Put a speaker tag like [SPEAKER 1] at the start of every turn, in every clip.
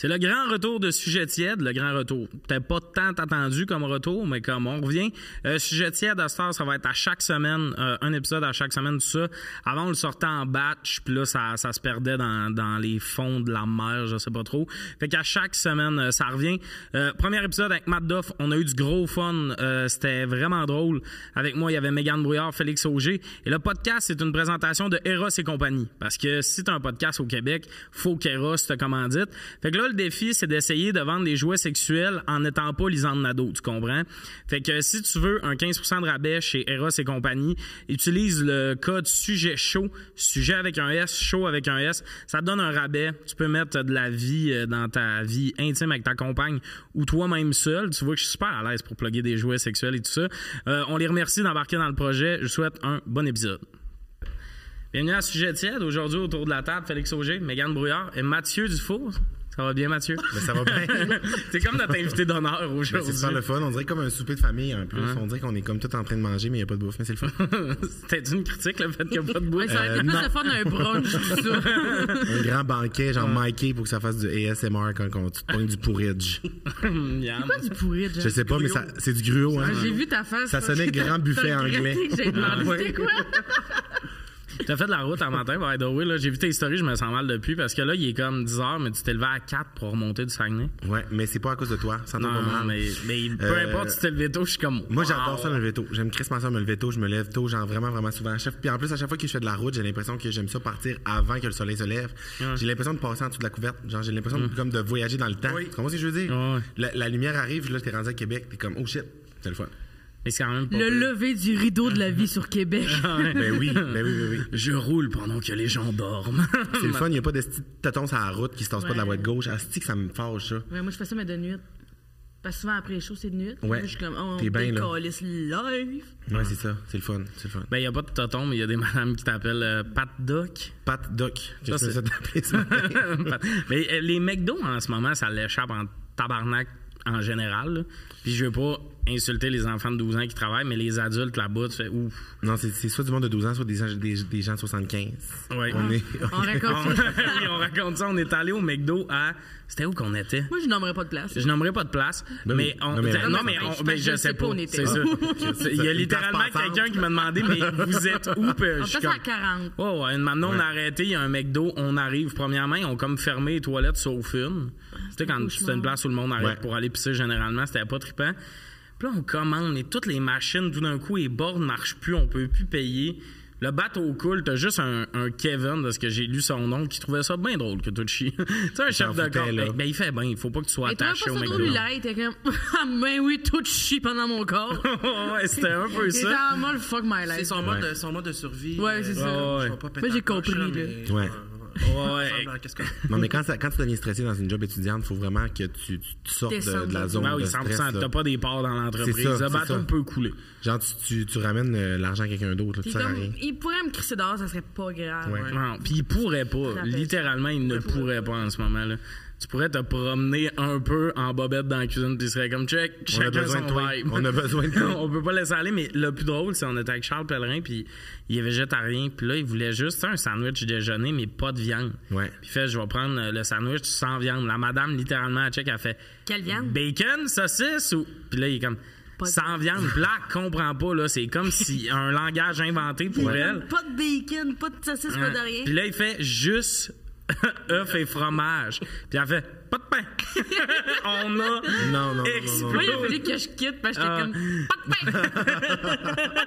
[SPEAKER 1] C'est le grand retour de Sujet tiède, le grand retour. Peut-être pas tant attendu comme retour, mais comme on revient. Euh, Sujet tiède, à cette heure, ça va être à chaque semaine, euh, un épisode à chaque semaine, tout ça. Avant, on le sortait en batch, puis là, ça, ça se perdait dans, dans les fonds de la mer, je sais pas trop. Fait qu'à chaque semaine, euh, ça revient. Euh, premier épisode avec Matt Duff, on a eu du gros fun. Euh, C'était vraiment drôle. Avec moi, il y avait Megan Brouillard, Félix Auger. Et le podcast, c'est une présentation de Eros et compagnie. Parce que si t'as un podcast au Québec, faut qu'Eros te commandite. Fait que là, le défi, c'est d'essayer de vendre des jouets sexuels en n'étant pas Lisande Nadeau, tu comprends? Fait que si tu veux un 15% de rabais chez Eros et compagnie, utilise le code sujet chaud, sujet avec un S, chaud avec un S. Ça te donne un rabais. Tu peux mettre de la vie euh, dans ta vie intime avec ta compagne ou toi-même seul. Tu vois que je suis super à l'aise pour plugger des jouets sexuels et tout ça. Euh, on les remercie d'embarquer dans le projet. Je vous souhaite un bon épisode. Bienvenue à Sujet tiède. Aujourd'hui, autour de la table, Félix Auger, Mégane Brouillard et Mathieu Dufour. Ça va bien, Mathieu?
[SPEAKER 2] Ben, ça va bien.
[SPEAKER 1] T'es comme notre invité d'honneur
[SPEAKER 2] Ben, c'est
[SPEAKER 1] aujourd'hui.
[SPEAKER 2] super le fun. On dirait comme un souper de famille en
[SPEAKER 1] Hein?
[SPEAKER 2] plus. On dirait qu'on est comme tout en train de manger, mais il n'y a pas de bouffe. Mais c'est le fun. Euh,
[SPEAKER 1] C'était une critique, le fait qu'il n'y a pas de bois.
[SPEAKER 3] Ouais, ça aurait été plus le fun d'un brunch, tout ça.
[SPEAKER 2] un grand banquet, genre Mikey, pour que ça fasse du ASMR quand, on tu te pognes du pourridge.
[SPEAKER 1] Miam.
[SPEAKER 3] Pas du pourri, Jeff.
[SPEAKER 2] Je sais pas, mais ça, c'est du gruau. Hein?
[SPEAKER 3] Ah, J'ai vu ta face.
[SPEAKER 2] Ça sonnait
[SPEAKER 3] T'as-
[SPEAKER 2] grand buffet
[SPEAKER 3] t'as regretté
[SPEAKER 2] anglais.
[SPEAKER 3] que J'ai demandé,
[SPEAKER 1] Ah, ouais.
[SPEAKER 3] c'était quoi?
[SPEAKER 1] T'as fait de la route un matin, by the way. là. J'ai vu tes stories, je me sens mal depuis parce que là, il est comme 10 h mais tu t'es levé à 4 pour remonter du Saguenay.
[SPEAKER 2] Ouais, mais c'est pas à cause de toi. Ça tombe
[SPEAKER 1] Non,
[SPEAKER 2] pas mal.
[SPEAKER 1] mais, mais peu
[SPEAKER 2] Euh,
[SPEAKER 1] importe si t'es levé tôt, je suis comme.
[SPEAKER 2] Moi,
[SPEAKER 1] wow.
[SPEAKER 2] j'adore ça me lever tôt. J'aime Chris ça me lever tôt. Je me lève tôt, genre vraiment, vraiment souvent. À chaque- Puis en plus, à chaque fois que je fais de la route, j'ai l'impression que j'aime ça partir avant que le soleil se lève. J'ai l'impression de passer en dessous de la couverte. Genre, j'ai l'impression de- comme de voyager dans le temps. Tu comprends ce que je veux dire?
[SPEAKER 1] Ouais.
[SPEAKER 2] La, la lumière arrive, là, t'es rendu à Québec, t'es comme, oh shit, c'est le fun.
[SPEAKER 1] Mais c'est quand même pas
[SPEAKER 3] Le
[SPEAKER 1] pire.
[SPEAKER 3] lever du rideau de la vie sur Québec.
[SPEAKER 2] Ben oui, ben oui, ben oui.
[SPEAKER 1] Je roule pendant que les gens dorment.
[SPEAKER 2] C'est le fun, il n'y a pas de petits totons sur la route qui se tassent pas de la voie de gauche. Asti que ça me fâche, ça.
[SPEAKER 3] Ouais, moi, je fais ça, mais de nuit. Parce que souvent, après les shows, c'est de nuit.
[SPEAKER 2] Ouais.
[SPEAKER 3] Moi, je suis comme, oh,
[SPEAKER 2] T'es
[SPEAKER 3] on
[SPEAKER 2] bien, là.
[SPEAKER 3] décalisse live.
[SPEAKER 2] Ouais, c'est ça, c'est le fun, c'est le fun.
[SPEAKER 1] ben, il n'y a pas de toton, mais il y a des madames qui t'appellent euh, Pat Doc.
[SPEAKER 2] Pat Doc, je
[SPEAKER 1] Ça,
[SPEAKER 2] sais
[SPEAKER 1] c'est-
[SPEAKER 2] ça t'appeler ce matin.
[SPEAKER 1] mais euh, les McDo en ce moment, ça l'échappe en tabarnak en général. là. Puis je veux pas insulter les enfants de 12 ans qui travaillent, mais les adultes là-bas, tu fais ouf.
[SPEAKER 2] Non, c'est c'est soit du monde de 12 ans, soit des gens, des, des gens de 75.
[SPEAKER 1] Ouais.
[SPEAKER 2] On est.
[SPEAKER 3] On raconte ça.
[SPEAKER 1] oui, Ah, on raconte ça. On est allé au McDo à. C'était où qu'on était?
[SPEAKER 3] Moi, je nommerais pas de place.
[SPEAKER 1] Je nommerai pas de place,
[SPEAKER 2] Ben oui.
[SPEAKER 1] mais on,
[SPEAKER 2] Non, mais-
[SPEAKER 1] t'as- non, mais,
[SPEAKER 3] Ben,
[SPEAKER 1] on-
[SPEAKER 3] je-
[SPEAKER 1] ben,
[SPEAKER 3] je
[SPEAKER 1] je sais pas.
[SPEAKER 3] où on était.
[SPEAKER 1] C'est
[SPEAKER 3] Ah.
[SPEAKER 1] ça. C'est- Il y a
[SPEAKER 2] Une
[SPEAKER 1] littéralement
[SPEAKER 2] place passante.
[SPEAKER 1] quelqu'un qui m'a demandé, mais vous êtes où? Puis je
[SPEAKER 3] On
[SPEAKER 1] suis
[SPEAKER 3] passe
[SPEAKER 1] comme-
[SPEAKER 3] à 40.
[SPEAKER 1] Oh, ouais, maintenant on a arrêté, il y a un McDo, on arrive. Premièrement, ils ont comme fermé les toilettes sauf une. Tu sais, quand c'est une place où le monde arrête
[SPEAKER 2] Ouais.
[SPEAKER 1] pour aller pisser, généralement, c'était pas trippant. Puis là, on commande, et toutes les machines, tout d'un coup, les bornes marchent plus, on peut plus payer. Le bateau coule, t'as juste un, un Kevin, parce que j'ai lu son nom, qui trouvait ça bien drôle que tout chie. tu sais, un chef de
[SPEAKER 2] foutais,
[SPEAKER 1] corps.
[SPEAKER 2] là.
[SPEAKER 1] Ben, ben, il fait bien, il faut pas que tu sois
[SPEAKER 3] Et t'as pas
[SPEAKER 1] attaché
[SPEAKER 3] ça
[SPEAKER 1] au
[SPEAKER 3] trop
[SPEAKER 1] McDo.
[SPEAKER 3] light. T'es comme, ah, ben oui, tout chie pendant mon corps.
[SPEAKER 1] ouais, c'était un peu
[SPEAKER 3] T'es
[SPEAKER 1] ça.
[SPEAKER 3] en mode fuck my
[SPEAKER 4] C'est
[SPEAKER 3] life.
[SPEAKER 4] son mode,
[SPEAKER 2] Ouais.
[SPEAKER 4] son mode de survie.
[SPEAKER 3] Ouais,
[SPEAKER 5] euh,
[SPEAKER 3] c'est ça.
[SPEAKER 4] je vais
[SPEAKER 1] Ouais.
[SPEAKER 4] pas péter
[SPEAKER 3] Moi, j'ai
[SPEAKER 4] la coche,
[SPEAKER 3] compris, là.
[SPEAKER 4] mais-
[SPEAKER 2] Ouais.
[SPEAKER 1] Ouais.
[SPEAKER 4] Semblant, Qu'est-ce que
[SPEAKER 2] Non, mais quand, ça- quand tu deviens stressé dans une job étudiante, il faut vraiment que tu, tu- tu sortes de, de la
[SPEAKER 3] Descendre.
[SPEAKER 2] zone
[SPEAKER 1] Ben oui,
[SPEAKER 2] de
[SPEAKER 1] 100
[SPEAKER 2] stress. là.
[SPEAKER 1] t'as pas des parts dans l'entreprise.
[SPEAKER 2] C'est ça,
[SPEAKER 1] Le
[SPEAKER 2] c'est
[SPEAKER 1] bateau
[SPEAKER 2] ça.
[SPEAKER 1] peut couler.
[SPEAKER 2] Genre, tu, tu, tu ramènes euh, l'argent à quelqu'un d'autre, là, tu
[SPEAKER 3] Puis
[SPEAKER 2] sers à
[SPEAKER 3] comme,
[SPEAKER 2] rien.
[SPEAKER 3] il pourrait me crisser dehors, ça serait pas grave.
[SPEAKER 2] Ouais.
[SPEAKER 1] Non, puis il pourrait pas.
[SPEAKER 3] rappelle.
[SPEAKER 1] Littéralement, il ne pourrait pas en ce moment. là. Tu pourrais te promener un peu en bobette dans la cuisine, puis il serait comme check,
[SPEAKER 2] On a
[SPEAKER 1] chacun
[SPEAKER 2] besoin
[SPEAKER 1] son
[SPEAKER 2] de toi.
[SPEAKER 1] vibe.
[SPEAKER 2] On a besoin de toi.
[SPEAKER 1] on peut pas laisser aller, mais le plus drôle, c'est on était avec Charles Pellerin, puis il est végétarien, puis là, il voulait juste un sandwich déjeuner, mais pas de viande.
[SPEAKER 2] Ouais.
[SPEAKER 1] Puis il fait, je vais prendre euh, le sandwich sans viande. La madame, littéralement, elle check, elle fait
[SPEAKER 3] Quelle viande?
[SPEAKER 1] Bacon, saucisse ou. Puis là, il est comme.
[SPEAKER 3] Pas de-
[SPEAKER 1] sans viande, Puis là, elle comprend pas, là. C'est comme si un langage inventé pour elle.
[SPEAKER 3] Pas de bacon, pas de saucisse, pas de rien.
[SPEAKER 1] Puis là, il fait juste œufs et fromage. Puis elle fait pas de pain. On a
[SPEAKER 2] Non, non, non, non,
[SPEAKER 1] explosé.
[SPEAKER 3] Moi, il a fallu que je quitte parce que j'étais
[SPEAKER 1] Ah.
[SPEAKER 3] comme pas de pain, pas de pain.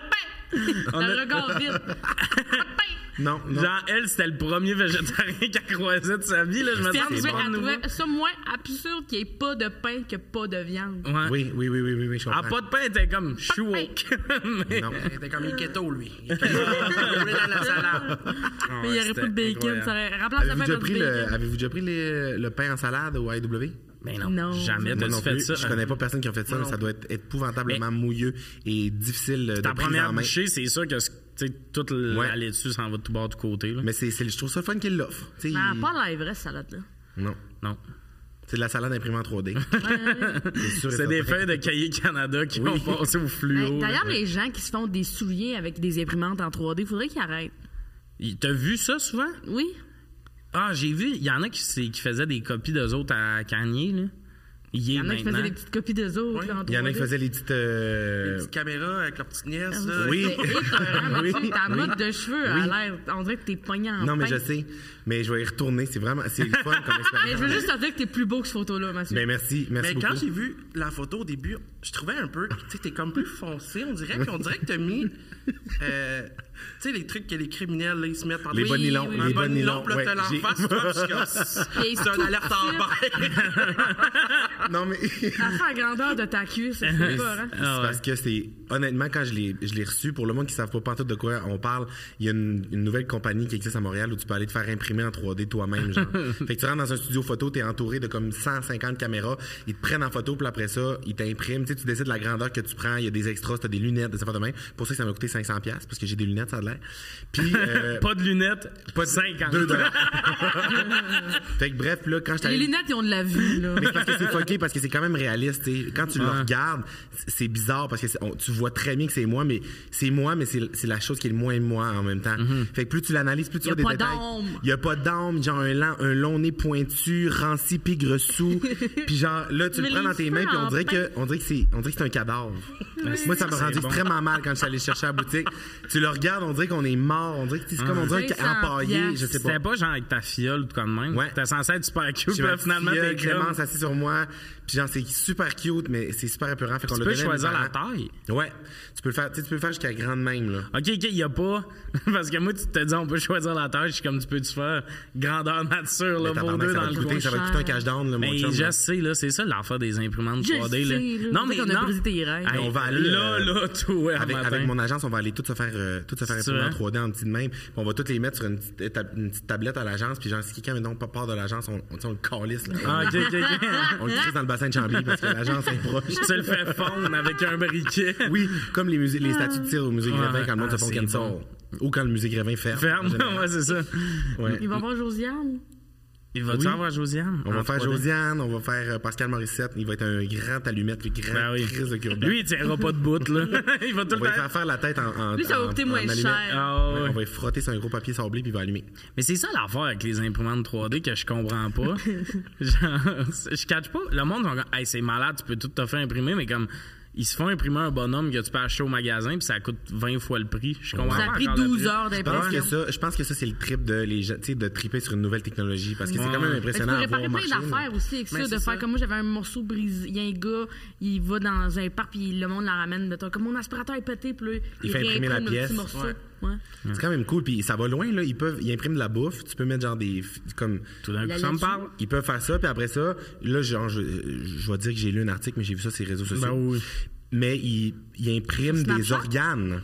[SPEAKER 1] On
[SPEAKER 3] Le
[SPEAKER 1] a-
[SPEAKER 3] regard vide.
[SPEAKER 2] Ah,
[SPEAKER 3] Pas de pain.
[SPEAKER 2] Non, non.
[SPEAKER 1] Genre, elle, c'était le premier végétarien qu'elle croisait de sa vie. Là, je me
[SPEAKER 3] Puis elle trouvait-
[SPEAKER 1] dis, c'est bon
[SPEAKER 3] elle
[SPEAKER 1] nouveau.
[SPEAKER 3] trouvait ça moins absurde qu'il n'y ait pas de pain que pas de viande.
[SPEAKER 1] Ouais.
[SPEAKER 2] Oui, oui, oui, oui, oui, oui, je
[SPEAKER 1] Ah,
[SPEAKER 2] comprends.
[SPEAKER 1] pas de pain, elle était comme, je suis woke. Mais-
[SPEAKER 2] Non.
[SPEAKER 4] Il était comme il est keto, lui. Il est keto. Il roulait dans la salade.
[SPEAKER 1] Ah
[SPEAKER 3] Mais il n'y
[SPEAKER 1] ouais,
[SPEAKER 3] aurait
[SPEAKER 1] c'était
[SPEAKER 3] pas de bacon.
[SPEAKER 1] incroyable.
[SPEAKER 3] Ça aurait- Remplace le
[SPEAKER 2] Avez-vous
[SPEAKER 3] pain par
[SPEAKER 2] déjà
[SPEAKER 3] du
[SPEAKER 2] pris, le,
[SPEAKER 3] bacon.
[SPEAKER 2] avez-vous déjà pris les- euh, le pain en salade au IW?
[SPEAKER 1] Mais non,
[SPEAKER 3] Non.
[SPEAKER 1] jamais
[SPEAKER 2] Moi
[SPEAKER 1] Eh, t'as-tu
[SPEAKER 2] non
[SPEAKER 1] fait
[SPEAKER 2] plus.
[SPEAKER 1] ça.
[SPEAKER 2] Je connais pas personne qui a fait ça. mais ça doit être épouvantablement mouilleux et difficile euh, de
[SPEAKER 1] Ta
[SPEAKER 2] prendre
[SPEAKER 1] première
[SPEAKER 2] en main.
[SPEAKER 1] bouchée, c'est sûr que tu sais, toute
[SPEAKER 2] Ouais.
[SPEAKER 1] la laitue s'en va de tout bord, de tout côté. là.
[SPEAKER 4] Ben,
[SPEAKER 2] Mais c'est, c'est- je trouve ça le fun qu'il l'offre. Tu sais,
[SPEAKER 3] Mais elle
[SPEAKER 2] il-
[SPEAKER 3] a pas l'air vraie, cette salade-là.
[SPEAKER 2] Non.
[SPEAKER 1] Non.
[SPEAKER 2] c'est de la salade imprimée en 3D. C'est sûr et
[SPEAKER 1] C'est des
[SPEAKER 2] certain.
[SPEAKER 1] feuilles de Cahiers Canada qui vont passer au
[SPEAKER 4] Ben,
[SPEAKER 1] fluo. là.
[SPEAKER 4] D'ailleurs, les gens qui se font des souliers avec des imprimantes en 3D, faudrait qu'ils arrêtent.
[SPEAKER 1] Il- T'as vu ça souvent?
[SPEAKER 4] Oui?
[SPEAKER 1] Ah, j'ai vu. Il y en a qui, c'est- qui faisaient des copies d'eux autres à Kanye, là. Il
[SPEAKER 4] Il y en a qui faisaient des petites copies d'eux autres.
[SPEAKER 5] Oui.
[SPEAKER 4] là, en
[SPEAKER 2] Il y en a
[SPEAKER 4] 3D.
[SPEAKER 2] qui faisaient les petites.
[SPEAKER 5] Les
[SPEAKER 2] euh,
[SPEAKER 5] petites caméras avec leur petite nièce.
[SPEAKER 4] Ah,
[SPEAKER 5] là.
[SPEAKER 2] Oui.
[SPEAKER 4] C'est épeurant,
[SPEAKER 2] Oui.
[SPEAKER 4] Mathieu. Ta
[SPEAKER 2] Oui.
[SPEAKER 4] mode de cheveux a l'air. On dirait que t'es pogné en
[SPEAKER 2] Non, mais
[SPEAKER 4] pince.
[SPEAKER 2] je sais. Mais je vais y retourner. C'est vraiment. C'est le fun comme
[SPEAKER 4] Ah, Mais je veux
[SPEAKER 2] expérience.
[SPEAKER 4] juste te dire que t'es plus beau que cette photo-là, Mathieu.
[SPEAKER 2] Ben, merci. Merci
[SPEAKER 5] Mais quand j'ai
[SPEAKER 2] beaucoup.
[SPEAKER 5] vu la photo au début, je trouvais un peu, tu sais, t'es comme plus foncé, on dirait, puis on dirait que t'as mis, euh, tu sais, les trucs que les criminels, là, ils se mettent en
[SPEAKER 2] Les
[SPEAKER 5] Oui,
[SPEAKER 2] bas nylons,
[SPEAKER 5] oui,
[SPEAKER 2] les
[SPEAKER 5] oui.
[SPEAKER 2] bas nylons,
[SPEAKER 5] puis là, t'as
[SPEAKER 2] ouais,
[SPEAKER 5] l'enfance, toi, puis je
[SPEAKER 4] Et
[SPEAKER 5] suis comme, c'est
[SPEAKER 4] tout
[SPEAKER 5] un alerte en bail.
[SPEAKER 2] Non, mais. c'est
[SPEAKER 4] La fin grandeur de ta cuisse, c'est pas, hein?
[SPEAKER 2] Parce que c'est. Honnêtement, quand je l'ai je l'ai reçu, pour le monde qui ne savent pas pantoute de quoi on parle, il y a une, une nouvelle compagnie qui existe à Montréal où tu peux aller te faire imprimer en 3D toi-même. genre. fait que tu rentres dans un studio photo, tu es entouré de comme 150 caméras, ils te prennent en photo, puis après ça, ils t'impriment. Tu sais, tu décides la grandeur que tu prends, il y a des extras, tu as des lunettes, des affaires de même. Pour ça, que ça m'a coûté 500$, piastres, parce que j'ai des lunettes, ça a l'air. Puis. euh,
[SPEAKER 1] Pas de lunettes, pas de 50.
[SPEAKER 2] deux dollars. fait que bref, là, quand je
[SPEAKER 4] Les lunettes, ils ont de la vue, là.
[SPEAKER 2] mais c'est parce que c'est fucké, parce que c'est quand même réaliste. tu sais. Quand tu le regardes, c- c'est bizarre parce que c'est- on- tu vois très bien que c'est moi, mais c'est moi, mais c'est c'est la chose qui est le moins moi en même temps. Fait que plus tu l'analyses, plus tu
[SPEAKER 4] Mm-hmm. Y a
[SPEAKER 2] vois des
[SPEAKER 4] pas
[SPEAKER 2] détails.
[SPEAKER 4] d'âme.
[SPEAKER 2] Il y a pas d'âme, genre un long, un long nez pointu, ranci, pigre sous. puis genre là, tu
[SPEAKER 4] Mais
[SPEAKER 2] le prends
[SPEAKER 4] les
[SPEAKER 2] dans tes
[SPEAKER 4] cheveux
[SPEAKER 2] mains, puis on
[SPEAKER 4] en
[SPEAKER 2] dirait que on dirait que c'est on dirait que c'est un cadavre. moi, ça m'a
[SPEAKER 1] C'est
[SPEAKER 2] rendu
[SPEAKER 1] bon.
[SPEAKER 2] extrêmement mal quand je suis allé chercher à la boutique. tu le regardes, on dirait qu'on est mort, on dirait que c'est comme on dirait
[SPEAKER 4] 500
[SPEAKER 2] un empaillé, je sais pas.
[SPEAKER 1] C'était pas genre avec ta fiole ou de quoi de même.
[SPEAKER 2] Ouais.
[SPEAKER 1] T'es censé être super cute,
[SPEAKER 2] Puis
[SPEAKER 1] puis là,
[SPEAKER 2] ma
[SPEAKER 1] finalement,
[SPEAKER 2] filleule,
[SPEAKER 1] t'es comme...
[SPEAKER 2] Clémence assis sur moi. Puis genre, c'est super cute, mais c'est super épeurant. Fait qu'on
[SPEAKER 1] Tu
[SPEAKER 2] le
[SPEAKER 1] peux
[SPEAKER 2] donnait à mes
[SPEAKER 1] choisir la
[SPEAKER 2] parents.
[SPEAKER 1] taille.
[SPEAKER 2] Ouais. Tu peux le faire, tu sais, tu peux le faire jusqu'à grande même, là.
[SPEAKER 1] OK, OK, il n'y a pas. Parce que moi, tu te dis, on peut choisir la taille. Je suis comme, tu peux-tu faire grandeur nature, là,
[SPEAKER 2] Mais
[SPEAKER 1] pour
[SPEAKER 2] tabarnak,
[SPEAKER 1] deux
[SPEAKER 2] ça
[SPEAKER 1] dans
[SPEAKER 2] va te
[SPEAKER 1] le
[SPEAKER 2] coûter,
[SPEAKER 1] coin.
[SPEAKER 2] ça va te coûter un cash down, là, mon
[SPEAKER 1] Mais
[SPEAKER 2] chum,
[SPEAKER 1] je
[SPEAKER 2] là.
[SPEAKER 1] sais, là, c'est ça l'affaire des imprimantes
[SPEAKER 4] Je
[SPEAKER 1] 3D. là.
[SPEAKER 4] sais, là.
[SPEAKER 1] Non,
[SPEAKER 4] C'est
[SPEAKER 1] mais
[SPEAKER 4] qu'on a
[SPEAKER 1] non.
[SPEAKER 4] brisé tes rêves.
[SPEAKER 1] Hey,
[SPEAKER 2] Mais on va aller,
[SPEAKER 1] Là,
[SPEAKER 2] euh,
[SPEAKER 1] là, tout, ouais,
[SPEAKER 2] Avec,
[SPEAKER 1] matin.
[SPEAKER 2] avec mon agence, on va aller tout se faire, euh, tout se faire
[SPEAKER 1] C'est
[SPEAKER 2] imprimer en
[SPEAKER 1] vrai?
[SPEAKER 2] 3D en petit de même. Puis on va toutes les mettre sur une petite, éta- une petite tablette à l'agence. Puis genre, si quelqu'un, mettons, pas part de l'agence, on, on, tu sais, on le calisse, là.
[SPEAKER 1] Ah, OK, OK, OK.
[SPEAKER 2] On le crisse dans le bassin de Chambly parce que l'agence est proche.
[SPEAKER 1] tu le fais fondre avec un briquet.
[SPEAKER 2] Oui, comme les, musées, les statues de tir au musée Grévin
[SPEAKER 1] ouais.
[SPEAKER 2] quand le monde
[SPEAKER 1] Ah,
[SPEAKER 2] se font
[SPEAKER 1] c'est
[SPEAKER 2] cancel.
[SPEAKER 1] bon.
[SPEAKER 2] Ou quand le musée Grévin ferme. en
[SPEAKER 1] Ferme,
[SPEAKER 2] général.
[SPEAKER 1] ouais, c'est ça.
[SPEAKER 2] Ouais.
[SPEAKER 4] Il va voir Josiane.
[SPEAKER 1] Il va-tu
[SPEAKER 2] Oui.
[SPEAKER 1] avoir Josiane?
[SPEAKER 2] On va
[SPEAKER 1] En
[SPEAKER 2] faire
[SPEAKER 1] 3D?
[SPEAKER 2] Josiane, on va faire euh, Pascal Morissette. Il va être un grand allumette, le grand
[SPEAKER 1] Ben oui.
[SPEAKER 2] crise de cure
[SPEAKER 1] Lui, il tiendra pas de bout, là. Il va tout
[SPEAKER 2] On
[SPEAKER 1] le
[SPEAKER 2] va lui
[SPEAKER 1] faire.
[SPEAKER 2] faire faire la tête en. en
[SPEAKER 4] Lui, ça va
[SPEAKER 2] en-
[SPEAKER 4] coûter
[SPEAKER 2] en
[SPEAKER 4] moins
[SPEAKER 2] allumette.
[SPEAKER 4] cher.
[SPEAKER 1] Ah,
[SPEAKER 2] Ouais,
[SPEAKER 1] ouais.
[SPEAKER 2] On va y frotter sur un gros papier sablé puis il va allumer.
[SPEAKER 1] Mais c'est ça l'affaire avec les imprimantes 3D que je comprends pas. Genre, c'est- je catch pas. Le monde, sont comme, hey, c'est malade, tu peux tout te faire imprimer, mais comme, ils se font imprimer un bonhomme que tu peux acheter au magasin, puis ça coûte 20 fois le prix. Je comprends
[SPEAKER 4] Ça a
[SPEAKER 1] pas
[SPEAKER 4] pris
[SPEAKER 1] encore le
[SPEAKER 4] 12
[SPEAKER 1] prix.
[SPEAKER 4] heures
[SPEAKER 2] Je pense, que
[SPEAKER 4] d'impression.
[SPEAKER 2] ça, je pense que ça, c'est le trip de les gens, tu sais, de triper sur une nouvelle technologie parce que c'est quand même
[SPEAKER 4] Mais Tu peux
[SPEAKER 2] impressionnant à
[SPEAKER 4] réparer
[SPEAKER 2] voir marcher.
[SPEAKER 4] plein
[SPEAKER 2] là.
[SPEAKER 4] d'affaires aussi avec Ben, ça,
[SPEAKER 5] Mais
[SPEAKER 4] de
[SPEAKER 5] c'est
[SPEAKER 4] faire
[SPEAKER 5] ça.
[SPEAKER 4] comme moi, j'avais un morceau brisé. Il y a un gars, il va dans un parc, puis le monde la ramène. mettons, Comme mon aspirateur est pété, puis là,
[SPEAKER 2] Il fait imprimer la
[SPEAKER 4] réimprime le petit
[SPEAKER 2] pièce.
[SPEAKER 4] morceau.
[SPEAKER 5] Ouais.
[SPEAKER 4] Ouais.
[SPEAKER 2] C'est quand même cool. Puis ça va loin, là. Ils peuvent, ils impriment de la bouffe. Tu peux mettre genre des, f- comme,
[SPEAKER 1] Tout d'un
[SPEAKER 4] La
[SPEAKER 1] coup, ça me
[SPEAKER 4] laitue.
[SPEAKER 1] parle.
[SPEAKER 2] Ils peuvent faire ça, puis après ça, là, genre, je, je vais dire que j'ai lu un article, mais j'ai vu ça sur les réseaux sociaux.
[SPEAKER 1] Ben oui.
[SPEAKER 2] Mais ils, ils impriment
[SPEAKER 4] Snapchat?
[SPEAKER 2] des organes.